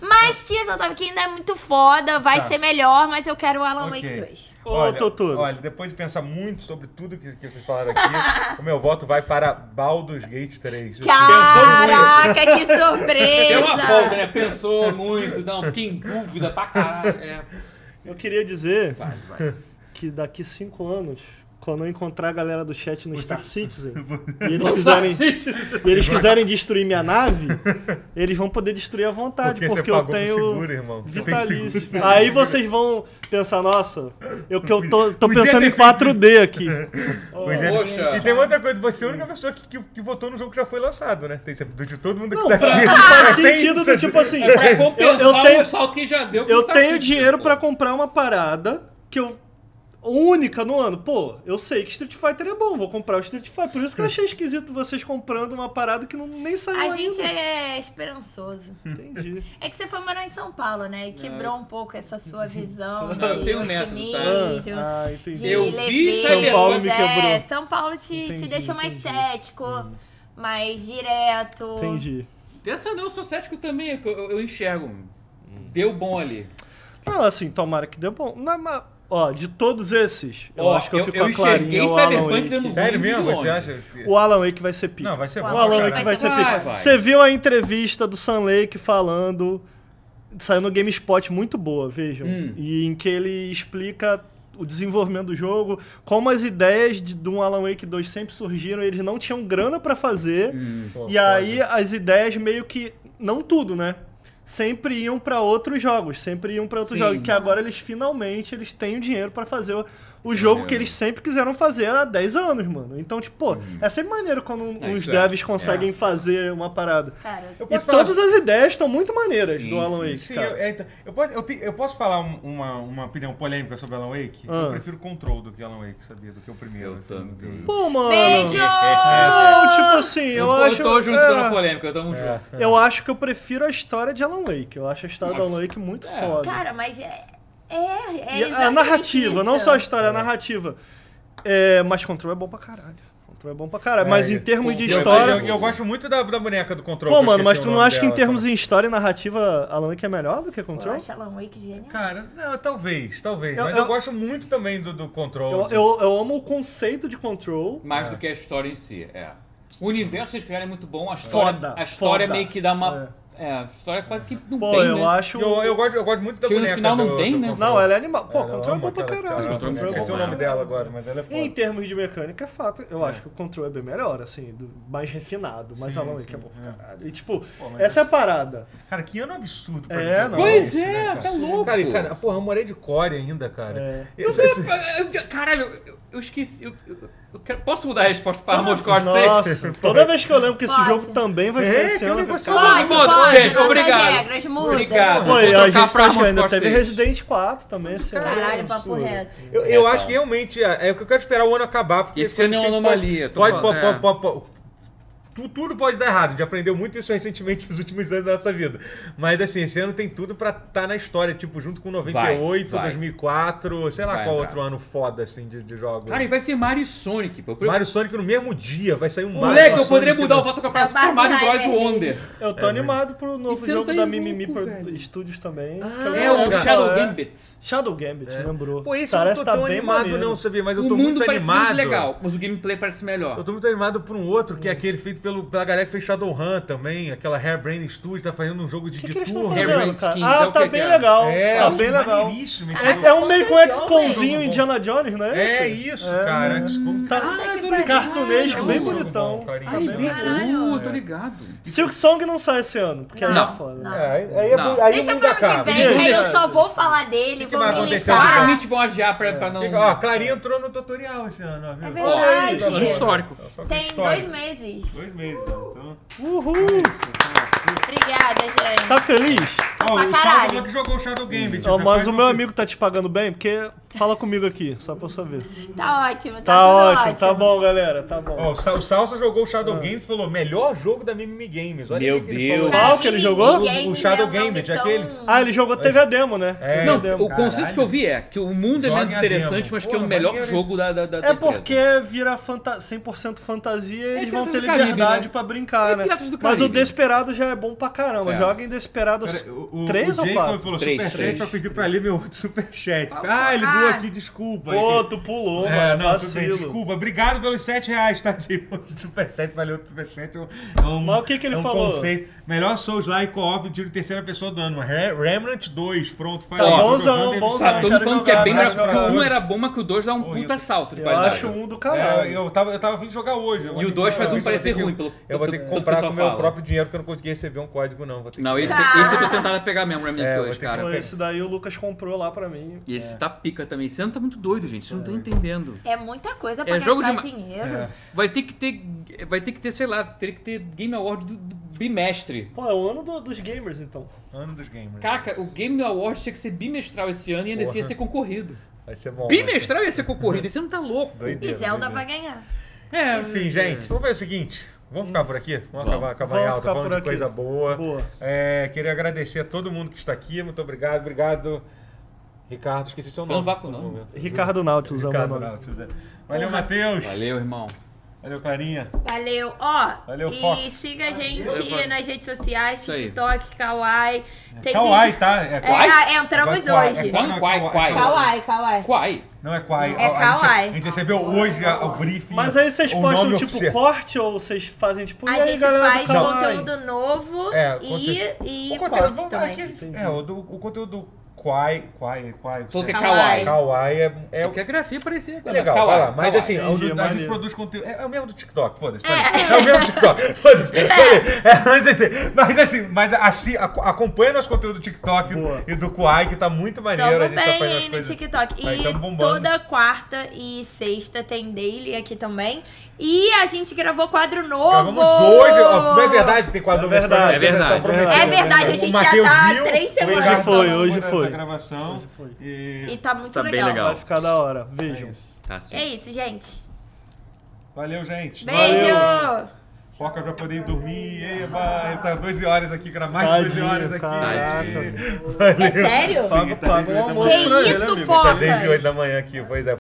Speaker 3: Mas Tears of the Kingdom é muito foda, vai
Speaker 1: Tá.
Speaker 3: ser melhor, mas eu quero o Alan
Speaker 1: Ok.
Speaker 3: Wake 2.
Speaker 4: Ô, Totoro.
Speaker 1: olha, depois de pensar muito sobre tudo que, que vocês falaram aqui, o meu voto vai para Baldur's Gate 3.
Speaker 3: Caraca, que
Speaker 2: Deu
Speaker 3: surpresa!
Speaker 2: É uma folga, né? Pensou muito. Não, fiquei em dúvida pra caralho. É.
Speaker 4: Eu queria dizer que daqui 5 anos, quando eu encontrar a galera do chat no Star Citizen, e eles quiserem, e eles quiserem destruir minha nave, eles vão poder destruir à vontade,
Speaker 1: Porque você
Speaker 4: porque, eu
Speaker 1: pagou pro
Speaker 4: tenho.
Speaker 1: seguro, irmão. Você tem seguro.
Speaker 4: Vitalício. Aí vocês vão pensar, nossa, eu que eu tô, tô
Speaker 1: Podia
Speaker 4: pensando
Speaker 1: ter
Speaker 4: em 4D aqui.
Speaker 1: Pois é.
Speaker 2: Poxa.
Speaker 4: um
Speaker 1: E tem uma outra coisa, você é a única pessoa que, que, que votou no jogo que já foi lançado, né? Tem, de todo mundo que
Speaker 4: Não,
Speaker 1: tá
Speaker 4: pra,
Speaker 1: aqui.
Speaker 4: não faz
Speaker 1: Tem
Speaker 4: sentido
Speaker 1: isso.
Speaker 4: do tipo assim.
Speaker 2: É pra compensar
Speaker 4: eu tenho-
Speaker 2: o salto que tá já deu. com
Speaker 4: Eu
Speaker 2: o
Speaker 4: tenho
Speaker 2: Tarcísio,
Speaker 4: dinheiro
Speaker 2: pô.
Speaker 4: pra comprar uma parada que eu. única no ano. Pô, eu sei que Street Fighter é bom, vou comprar o Street Fighter. Por isso que eu achei esquisito vocês comprando uma parada que não, nem saiu
Speaker 3: A
Speaker 4: ainda.
Speaker 3: gente é esperançoso.
Speaker 4: Entendi.
Speaker 3: É que você foi morar em São Paulo, né? E quebrou um pouco essa sua visão de
Speaker 2: Não, É. eu tenho um método, tá?
Speaker 3: otimismo.
Speaker 4: Ah, ah, entendi.
Speaker 3: de
Speaker 2: Eu vi
Speaker 3: leveza,
Speaker 2: São
Speaker 4: Paulo me
Speaker 3: é,
Speaker 4: quebrou.
Speaker 3: São Paulo te, te
Speaker 4: Entendi,
Speaker 3: deixou mais
Speaker 4: entendi. Hum.
Speaker 3: cético, mais direto.
Speaker 4: Entendi.
Speaker 2: Pensa não, eu sou cético também. Eu, eu- eu enxergo. Deu bom ali.
Speaker 4: Não, assim, tomara que dê bom. Na- na- ó, de todos esses, eu
Speaker 2: Ó,
Speaker 4: acho que eu,
Speaker 2: eu-
Speaker 4: fico
Speaker 2: eu
Speaker 4: com a Clarinha,
Speaker 2: enxerguei
Speaker 4: o Alan
Speaker 2: Cyberpunk
Speaker 4: Wake.
Speaker 2: dando-
Speaker 1: Sério mesmo?
Speaker 2: Muito
Speaker 1: Você
Speaker 2: longe.
Speaker 1: acha?
Speaker 4: O Alan Wake vai ser pica.
Speaker 1: Não, vai ser
Speaker 3: O
Speaker 1: bom.
Speaker 4: O Alan
Speaker 1: pra
Speaker 4: Wake
Speaker 1: caralho.
Speaker 4: vai ser
Speaker 2: Vai,
Speaker 4: pica.
Speaker 2: vai.
Speaker 4: Você viu a entrevista do Sam Lake falando. Saiu no GameSpot muito boa, vejam.
Speaker 2: Hum.
Speaker 4: E em que ele explica o desenvolvimento do jogo, como as ideias de, de um Alan Wake 2 sempre surgiram, eles não tinham grana pra fazer.
Speaker 2: Hum.
Speaker 1: Pô,
Speaker 4: E
Speaker 1: foda.
Speaker 4: aí as ideias meio que. Não tudo, né? Sempre iam pra outros jogos, sempre iam pra outros
Speaker 2: Sim.
Speaker 4: jogos. Que agora eles finalmente eles têm o dinheiro pra fazer o, o jogo
Speaker 2: é.
Speaker 4: que eles sempre quiseram fazer há 10 anos, mano. Então, tipo, pô, é sempre maneiro quando
Speaker 2: É,
Speaker 4: os
Speaker 2: isso é.
Speaker 4: devs conseguem fazer uma parada.
Speaker 3: Cara,
Speaker 1: Eu
Speaker 4: E
Speaker 1: posso falar-
Speaker 4: todas as ideias estão muito maneiras
Speaker 2: Sim,
Speaker 4: do Alan Wake,
Speaker 1: Sim, eu,
Speaker 4: cara.
Speaker 1: é, então, eu posso, eu, te- eu posso falar um- uma, uma opinião polêmica sobre Alan Wake?
Speaker 4: Ah.
Speaker 1: Eu prefiro Control do que Alan Wake, sabia? Do que o primeiro.
Speaker 2: Eu
Speaker 1: assim,
Speaker 2: também.
Speaker 1: do que-
Speaker 4: Pô, mano.
Speaker 3: beijo!
Speaker 4: Não, tipo assim, eu,
Speaker 2: tô-
Speaker 4: acho.
Speaker 2: tô junto
Speaker 4: é,
Speaker 2: na polêmica, tamo
Speaker 1: É.
Speaker 2: junto.
Speaker 4: eu acho que eu prefiro a história de Alan Wake. Eu acho a história do
Speaker 2: Nossa.
Speaker 4: Alan Wake muito
Speaker 2: É.
Speaker 4: foda.
Speaker 3: Cara, mas é. É, é
Speaker 4: E a
Speaker 3: exatamente
Speaker 4: narrativa,
Speaker 3: isso.
Speaker 4: não só a história, a narrativa. É, mas Control é bom pra caralho. Control é bom pra caralho.
Speaker 1: É,
Speaker 4: mas em
Speaker 1: é.
Speaker 4: termos de
Speaker 2: Eu-
Speaker 1: Eu-
Speaker 4: história.
Speaker 1: Eu, eu, gosto muito da, da boneca do Control. que
Speaker 4: Pô,
Speaker 1: eu
Speaker 4: mano, mas
Speaker 1: esqueci
Speaker 4: tu
Speaker 1: o
Speaker 4: não
Speaker 1: nome
Speaker 4: acha que em
Speaker 1: dela,
Speaker 4: termos
Speaker 1: tá?
Speaker 4: de história e narrativa, Alan Wake é melhor do que
Speaker 3: Eu
Speaker 4: Control?
Speaker 3: acho Alan Wake genial.
Speaker 1: Cara, não, talvez, talvez.
Speaker 4: Eu-
Speaker 1: mas
Speaker 4: eu-
Speaker 1: eu, gosto muito também do, do Control.
Speaker 4: Eu, eu, eu amo o conceito de Control.
Speaker 2: Mais do que a história em si, é. O universo que eles criaram é muito bom, a história,
Speaker 4: Foda,
Speaker 2: a história
Speaker 4: foda.
Speaker 2: meio que dá uma. É, a história quase que não
Speaker 4: Pô,
Speaker 2: tem,
Speaker 4: eu
Speaker 2: né?
Speaker 4: acho.
Speaker 1: Eu, eu, gosto, eu gosto muito da
Speaker 2: Chega no
Speaker 1: boneca.
Speaker 2: final, não
Speaker 1: do-
Speaker 2: tem,
Speaker 1: do
Speaker 2: né?
Speaker 1: Control.
Speaker 4: Não, ela é animal. Pô,
Speaker 1: Ela
Speaker 4: Control é
Speaker 1: ama
Speaker 4: bom pra
Speaker 1: aquela-
Speaker 4: caralho.
Speaker 1: aquela
Speaker 2: Control é muito
Speaker 1: boneca.
Speaker 2: bom.
Speaker 1: Esqueci o nome dela agora, mas ela é
Speaker 4: Em
Speaker 1: foda.
Speaker 4: termos de mecânica, é fato. Eu acho que o controle é bem melhor, assim, do- mais refinado, mais
Speaker 1: Sim,
Speaker 4: Alan Wake
Speaker 1: sim,
Speaker 4: é bom pra
Speaker 1: é.
Speaker 4: caralho. E tipo,
Speaker 1: Pô, mas-
Speaker 4: essa é a parada.
Speaker 1: Cara, que ano absurdo. pra
Speaker 4: É,
Speaker 1: videogame
Speaker 4: não.
Speaker 2: Pois
Speaker 1: esse,
Speaker 2: é,
Speaker 1: né,
Speaker 2: tá
Speaker 1: cara?
Speaker 2: louco.
Speaker 1: Cara, e cara, porra, eu morei de core ainda, cara.
Speaker 4: É.
Speaker 2: Eu-
Speaker 1: Esse- esse-
Speaker 2: eu- eu- Caralho, eu, eu esqueci. Eu, eu- eu quero- posso mudar a resposta para Armored Core 6?
Speaker 4: Tá. Nossa, toda vez que eu lembro que esse
Speaker 3: Pode.
Speaker 4: jogo também vai ser
Speaker 1: É,
Speaker 4: esse
Speaker 1: que
Speaker 4: ano. eu
Speaker 1: negócio
Speaker 4: fico,
Speaker 1: louco.
Speaker 4: "Caralho".
Speaker 3: Pode,
Speaker 2: Pô,
Speaker 3: pode.
Speaker 2: beijo,
Speaker 3: nossas
Speaker 2: obrigado.
Speaker 3: regras mudam.
Speaker 2: Obrigado.
Speaker 4: Pô,
Speaker 2: Vou
Speaker 4: e a
Speaker 2: trocar
Speaker 4: gente
Speaker 2: pra
Speaker 4: tá
Speaker 2: Armored
Speaker 4: ainda
Speaker 2: Core
Speaker 4: teve
Speaker 2: 6.
Speaker 4: Resident 4 também esse ano.
Speaker 3: Caralho, papo
Speaker 4: absurdo.
Speaker 3: reto.
Speaker 1: Eu, eu
Speaker 2: É,
Speaker 1: acho que realmente é, é o que eu quero esperar o ano acabar. Porque
Speaker 2: Esse
Speaker 1: quando
Speaker 2: ano é uma
Speaker 1: chega-
Speaker 2: anomalia, tô
Speaker 1: Pode, pode,
Speaker 2: falando,
Speaker 1: pode,
Speaker 2: é.
Speaker 1: pode, pode- tu- tudo pode dar errado. A gente aprendeu muito isso recentemente nos últimos anos da nossa vida. Mas assim, esse ano tem tudo pra estar na história, tipo, junto com 98,
Speaker 2: Vai, vai.
Speaker 1: 2004, sei lá
Speaker 2: Vai
Speaker 1: qual
Speaker 2: entrar.
Speaker 1: outro ano foda, assim, de, de jogos.
Speaker 2: Cara, e vai ter Mario e Sonic, pô.
Speaker 1: Mario Sonic no mesmo dia, vai sair um Mario.
Speaker 2: Moleque, eu
Speaker 1: Sonic
Speaker 2: poderia
Speaker 1: no-
Speaker 2: mudar o voto pra
Speaker 3: É o
Speaker 2: Super Mario
Speaker 3: Barbie
Speaker 2: Bros.
Speaker 3: Rider.
Speaker 2: Wonder.
Speaker 4: Eu tô animado pro novo
Speaker 2: você não
Speaker 4: jogo
Speaker 2: tá
Speaker 4: da
Speaker 2: louco,
Speaker 4: Mimimi Pro-
Speaker 2: velho.
Speaker 4: Studios também. que eu
Speaker 2: É
Speaker 4: não
Speaker 2: o
Speaker 4: lembro
Speaker 2: Shadow
Speaker 4: qual é.
Speaker 2: Gambit.
Speaker 4: Shadow Gambit, lembrou.
Speaker 1: Pô, esse
Speaker 4: Parece
Speaker 1: eu não tô
Speaker 4: tá
Speaker 1: tão
Speaker 4: bem
Speaker 1: animado,
Speaker 4: maneiro.
Speaker 1: não, sabia? Mas eu
Speaker 2: O
Speaker 1: tô
Speaker 2: mundo
Speaker 1: muito
Speaker 2: parece menos
Speaker 1: animado.
Speaker 2: legal, mas o gameplay parece melhor.
Speaker 1: Eu tô muito animado por um outro, que é aquele feito pelo, pela galera que fez Shadowrun também, aquela Hairbrain Studios, tá fazendo um jogo de,
Speaker 4: O que,
Speaker 1: de
Speaker 4: que eles estão
Speaker 1: turno.
Speaker 2: Harry
Speaker 4: fazendo,
Speaker 2: Raid
Speaker 4: cara?
Speaker 2: Skins, é
Speaker 4: Ah,
Speaker 2: o
Speaker 4: tá
Speaker 2: que
Speaker 4: bem
Speaker 2: que é?
Speaker 4: legal.
Speaker 1: É,
Speaker 4: Tá
Speaker 1: eu
Speaker 4: bem
Speaker 1: acho
Speaker 4: legal.
Speaker 1: maneiríssimo esse
Speaker 4: É,
Speaker 1: jogo.
Speaker 4: é um meio com
Speaker 3: Aconteceu,
Speaker 4: X-Comzinho
Speaker 1: hein?
Speaker 4: Indiana Jones, não é?
Speaker 1: É
Speaker 4: esse?
Speaker 1: isso, cara. Desculpa.
Speaker 4: Tá
Speaker 2: Ah,
Speaker 4: tá
Speaker 2: tô ligado.
Speaker 4: cartunesco, bem
Speaker 1: É um
Speaker 2: Ah,
Speaker 1: jogo
Speaker 4: bonitão.
Speaker 1: bom, carinha.
Speaker 4: Tá
Speaker 2: Ai,
Speaker 4: bem
Speaker 2: de...
Speaker 4: legal.
Speaker 2: uh, tô ligado.
Speaker 4: Silk Song não sai esse ano, porque aí
Speaker 2: Não.
Speaker 4: é foda.
Speaker 3: Não.
Speaker 1: É, aí aí, é
Speaker 2: Não.
Speaker 1: bu- aí
Speaker 3: Deixa
Speaker 1: o
Speaker 3: eu
Speaker 1: mundo
Speaker 3: falar que
Speaker 1: acaba.
Speaker 3: vem, que aí eu
Speaker 4: Deixa.
Speaker 3: só vou falar dele,
Speaker 1: que
Speaker 3: vou
Speaker 1: vai
Speaker 3: me
Speaker 1: acontecer?
Speaker 3: limpar.
Speaker 2: Claramente vão adiar pra, pra não...
Speaker 1: É. Fica- Ó, a Clarinha entrou no tutorial esse ano. Ó, viu?
Speaker 3: É
Speaker 2: Olha aí,
Speaker 3: verdade.
Speaker 2: histórico.
Speaker 1: Só que
Speaker 3: Tem
Speaker 1: história.
Speaker 3: dois meses.
Speaker 1: Dois meses, né? então.
Speaker 4: Uhul!
Speaker 3: Obrigada, gente.
Speaker 4: Tá feliz?
Speaker 1: Ó, o
Speaker 3: caralho.
Speaker 1: Salvador que jogou o Shadow tipo, Game.
Speaker 4: Ó, Hum. mas o meu amigo tá te pagando bem, porque fala comigo aqui, só pra eu saber.
Speaker 3: Tá ótimo, tá,
Speaker 4: Tá
Speaker 3: tudo
Speaker 4: ótimo, tá bom, galera, tá bom.
Speaker 1: Ó, o Sa- o Salsa jogou o Shadow
Speaker 4: Ah.
Speaker 1: Games e falou: melhor jogo da Mimimi Games. Olha
Speaker 2: Meu
Speaker 1: o que que ele falou.
Speaker 2: Deus.
Speaker 4: Qual que ele
Speaker 3: Mimimi
Speaker 4: jogou?
Speaker 1: O- o
Speaker 3: Games
Speaker 1: Shadow
Speaker 3: é um nome
Speaker 1: Gambit,
Speaker 3: tão-
Speaker 1: aquele?
Speaker 4: Ah, ele jogou, teve a demo, né?
Speaker 1: É.
Speaker 4: Teve a
Speaker 2: Não,
Speaker 4: demo.
Speaker 2: o consenso
Speaker 1: Caralho.
Speaker 2: que eu vi é que o mundo é
Speaker 1: Joga
Speaker 2: menos
Speaker 1: a
Speaker 2: interessante,
Speaker 1: demo.
Speaker 2: mas que é o
Speaker 1: Porra,
Speaker 2: melhor
Speaker 1: maneiro, hein?
Speaker 2: jogo da, da, da da
Speaker 4: É
Speaker 2: empresa.
Speaker 4: porque vira fanta 100% fantasia e
Speaker 2: É
Speaker 4: eles vão ter
Speaker 2: Piratas do Caribe,
Speaker 4: liberdade
Speaker 2: né?
Speaker 4: pra brincar,
Speaker 2: É
Speaker 4: né?
Speaker 2: Piratas do
Speaker 4: Mas o
Speaker 2: Caribe.
Speaker 4: Desperado já é bom pra caramba.
Speaker 2: É.
Speaker 4: Joga em Desperado
Speaker 1: Pera, o, o,
Speaker 4: 3
Speaker 1: o
Speaker 4: ou
Speaker 1: Jacob
Speaker 4: 4?
Speaker 1: falou
Speaker 2: Três,
Speaker 1: superchat
Speaker 2: três. Tá
Speaker 1: pra pedir pra ler meu outro superchat. Ah, ele deu
Speaker 3: Ah.
Speaker 1: aqui, desculpa.
Speaker 4: Pô,
Speaker 1: Ele-
Speaker 4: tu pulou,
Speaker 1: É,
Speaker 4: mano.
Speaker 1: não, tudo bem,
Speaker 4: Vacilo.
Speaker 1: desculpa. Obrigado pelos 7 reais, Tadinho. Superchat, valeu, Superchat. é um- É um,
Speaker 4: Mas o que que ele
Speaker 1: é um
Speaker 4: falou?
Speaker 1: Conceito. Melhor Souls lá e co-op de terceira pessoa do ano. Re- Remnant 2, pronto. Foi
Speaker 4: Tá
Speaker 1: lá,
Speaker 4: bonzão,
Speaker 1: jogando, deve
Speaker 4: bonzão.
Speaker 1: sair.
Speaker 2: Tá todo mundo
Speaker 4: Quero
Speaker 2: falando que é
Speaker 4: jogar,
Speaker 2: bem
Speaker 1: mas
Speaker 2: melhor, que
Speaker 1: jogar.
Speaker 2: o 1 era bom, mas que o 2 dá um
Speaker 1: Pô,
Speaker 2: puta
Speaker 1: eu-
Speaker 2: salto de
Speaker 4: Eu
Speaker 2: qualidade.
Speaker 4: acho um do
Speaker 1: É,
Speaker 4: caralho.
Speaker 1: eu tava, eu tava vindo jogar hoje. eu vou
Speaker 2: E o
Speaker 1: ter que
Speaker 2: dois
Speaker 1: comprar
Speaker 2: faz um
Speaker 1: hoje, eu vou
Speaker 2: parecer
Speaker 1: ter que-
Speaker 2: ruim, pelo-
Speaker 1: Eu vou ter
Speaker 2: pelo
Speaker 1: que
Speaker 2: que o
Speaker 1: comprar com
Speaker 2: pessoal
Speaker 1: o meu
Speaker 2: fala.
Speaker 1: próprio dinheiro, porque eu não consegui receber um código, não. Vou ter que
Speaker 2: Não, esse,
Speaker 3: Ah.
Speaker 2: esse eu tô tentando pegar mesmo, Remnant
Speaker 1: É, vou
Speaker 2: 2,
Speaker 1: ter que É.
Speaker 2: cara.
Speaker 4: Pô, esse daí o Lucas comprou lá pra mim.
Speaker 2: E esse tá pica também. Esse ano tá muito doido, gente. Vocês não estão entendendo.
Speaker 3: É muita coisa pra
Speaker 2: É jogo
Speaker 3: gastar
Speaker 2: de
Speaker 3: dinheiro.
Speaker 1: É.
Speaker 2: Vai ter que ter. Vai ter que ter, sei lá, teria que ter Game Award do, do bimestre.
Speaker 4: Pô, é o ano do- dos gamers, então.
Speaker 1: Ano dos gamers.
Speaker 2: Caraca, o Game Award tinha que ser bimestral esse ano e ainda assim ia
Speaker 1: Porra.
Speaker 2: ser concorrido.
Speaker 1: Vai ser bom. vai ser-
Speaker 2: Bimestral ia ser concorrido, esse ano tá louco.
Speaker 3: E
Speaker 1: Doideira,
Speaker 3: Zelda
Speaker 1: doideira.
Speaker 3: vai ganhar.
Speaker 2: É,
Speaker 1: Enfim, gente, vamos ver o seguinte. Vamos ficar por aqui? Vamos, acabar, acabar
Speaker 4: Vamos
Speaker 1: em alta,
Speaker 4: ficar
Speaker 1: falando
Speaker 4: por
Speaker 1: de
Speaker 4: aqui.
Speaker 1: coisa boa.
Speaker 4: Boa.
Speaker 1: É, queria agradecer a todo mundo que está aqui. Muito obrigado. Obrigado, Ricardo. Esqueci seu nome.
Speaker 2: Não vá com o
Speaker 1: por um
Speaker 2: nome.
Speaker 1: momento.
Speaker 4: Ricardo Nautilus é o meu
Speaker 1: Ricardo
Speaker 4: nome.
Speaker 1: Nautilus, é. Valeu, Matheus.
Speaker 2: Valeu, irmão.
Speaker 1: Valeu, Clarinha.
Speaker 3: Valeu. Ó,
Speaker 1: Valeu,
Speaker 3: e
Speaker 1: Fox.
Speaker 3: siga a gente
Speaker 2: Valeu, Fox.
Speaker 3: nas redes sociais,
Speaker 2: Isso aí.
Speaker 3: TikTok, Kawaii. Tem
Speaker 1: Kawaii,
Speaker 3: vídeo...
Speaker 1: tá? É
Speaker 3: É,
Speaker 1: Kawaii?
Speaker 3: ah, entramos
Speaker 1: Agora é
Speaker 3: hoje.
Speaker 1: Kawaii.
Speaker 2: Quai, quai, quai.
Speaker 3: Kawaii, Kawaii.
Speaker 2: Quai.
Speaker 1: Não é Kawaii.
Speaker 3: É
Speaker 1: A- a gente- A
Speaker 3: Kawaii.
Speaker 1: gente, recebeu hoje a- o briefing.
Speaker 4: Mas aí vocês
Speaker 1: o
Speaker 4: postam
Speaker 1: nome
Speaker 4: tipo
Speaker 1: oficial.
Speaker 4: corte ou vocês fazem tipo. e
Speaker 3: A
Speaker 4: aí,
Speaker 3: gente
Speaker 4: galera
Speaker 3: faz
Speaker 4: do Kawaii?
Speaker 3: conteúdo novo
Speaker 1: É,
Speaker 3: e, e
Speaker 1: O conteúdo,
Speaker 3: cortes
Speaker 1: vamos,
Speaker 3: também.
Speaker 1: aqui, é, o, do- o conteúdo do Kawaii, Kawaii, Kawaii.
Speaker 2: Falou que é kawaii.
Speaker 3: Kawaii.
Speaker 1: Kawaii é, é
Speaker 2: Eu
Speaker 1: o
Speaker 2: que a grafia parecia.
Speaker 1: É
Speaker 2: cara.
Speaker 1: legal,
Speaker 2: Kawaii,
Speaker 1: vai lá. Mas
Speaker 2: kawaii.
Speaker 1: assim, o do-
Speaker 4: tá Entendi,
Speaker 1: a gente
Speaker 4: maneiro.
Speaker 1: produz conteúdo. É, é o mesmo do TikTok, foda-se. foda-se. É. o mesmo do TikTok. Foda-se. É, mas assim, mas assim, mas assim, aco- acompanha nosso conteúdo do TikTok
Speaker 4: Boa.
Speaker 1: e do Kuai, que tá muito maneiro. a
Speaker 3: Tamo
Speaker 1: gente tá
Speaker 3: bem
Speaker 1: fazendo as
Speaker 3: aí no
Speaker 1: coisas.
Speaker 3: TikTok.
Speaker 1: Aí,
Speaker 3: E
Speaker 1: tamo bombando.
Speaker 3: toda quarta e sexta tem daily aqui também. E a gente gravou quadro novo.
Speaker 1: Gravamos hoje. ó, Não é verdade que tem quadro
Speaker 4: É
Speaker 1: novo, mas
Speaker 4: verdade,
Speaker 1: prometendo,
Speaker 2: é verdade.
Speaker 1: tá prometendo.
Speaker 4: É
Speaker 3: verdade, a
Speaker 1: O
Speaker 3: gente já
Speaker 1: Matheus
Speaker 3: tá há
Speaker 1: viu,
Speaker 3: três
Speaker 1: o
Speaker 3: semanas
Speaker 1: Eduardo
Speaker 4: falando.
Speaker 1: tá
Speaker 4: Hoje
Speaker 1: na
Speaker 4: foi, hoje
Speaker 1: gravação.
Speaker 4: Hoje foi.
Speaker 1: E...
Speaker 3: E tá muito
Speaker 2: Tá bem
Speaker 3: legal.
Speaker 2: legal.
Speaker 4: Vai ficar da hora.
Speaker 1: é
Speaker 4: Vejam.
Speaker 1: isso.
Speaker 2: Tá sim.
Speaker 3: É isso, gente.
Speaker 1: Valeu, gente.
Speaker 3: Beijo!
Speaker 1: Foca pra poder ir dormir. Eba, tá 12 horas aqui, cara. Mais de 12
Speaker 4: Tadinho,
Speaker 1: horas aqui. Tá
Speaker 4: caraca.
Speaker 1: Valeu.
Speaker 3: É sério?
Speaker 1: Sim,
Speaker 4: Paga- paga um
Speaker 1: tá desde oito da
Speaker 4: almoço né,
Speaker 1: manhã.
Speaker 3: pra ele, Que isso, amigo. Tá
Speaker 1: um Tá
Speaker 3: Focas?
Speaker 1: desde 8 da manhã aqui, pois é.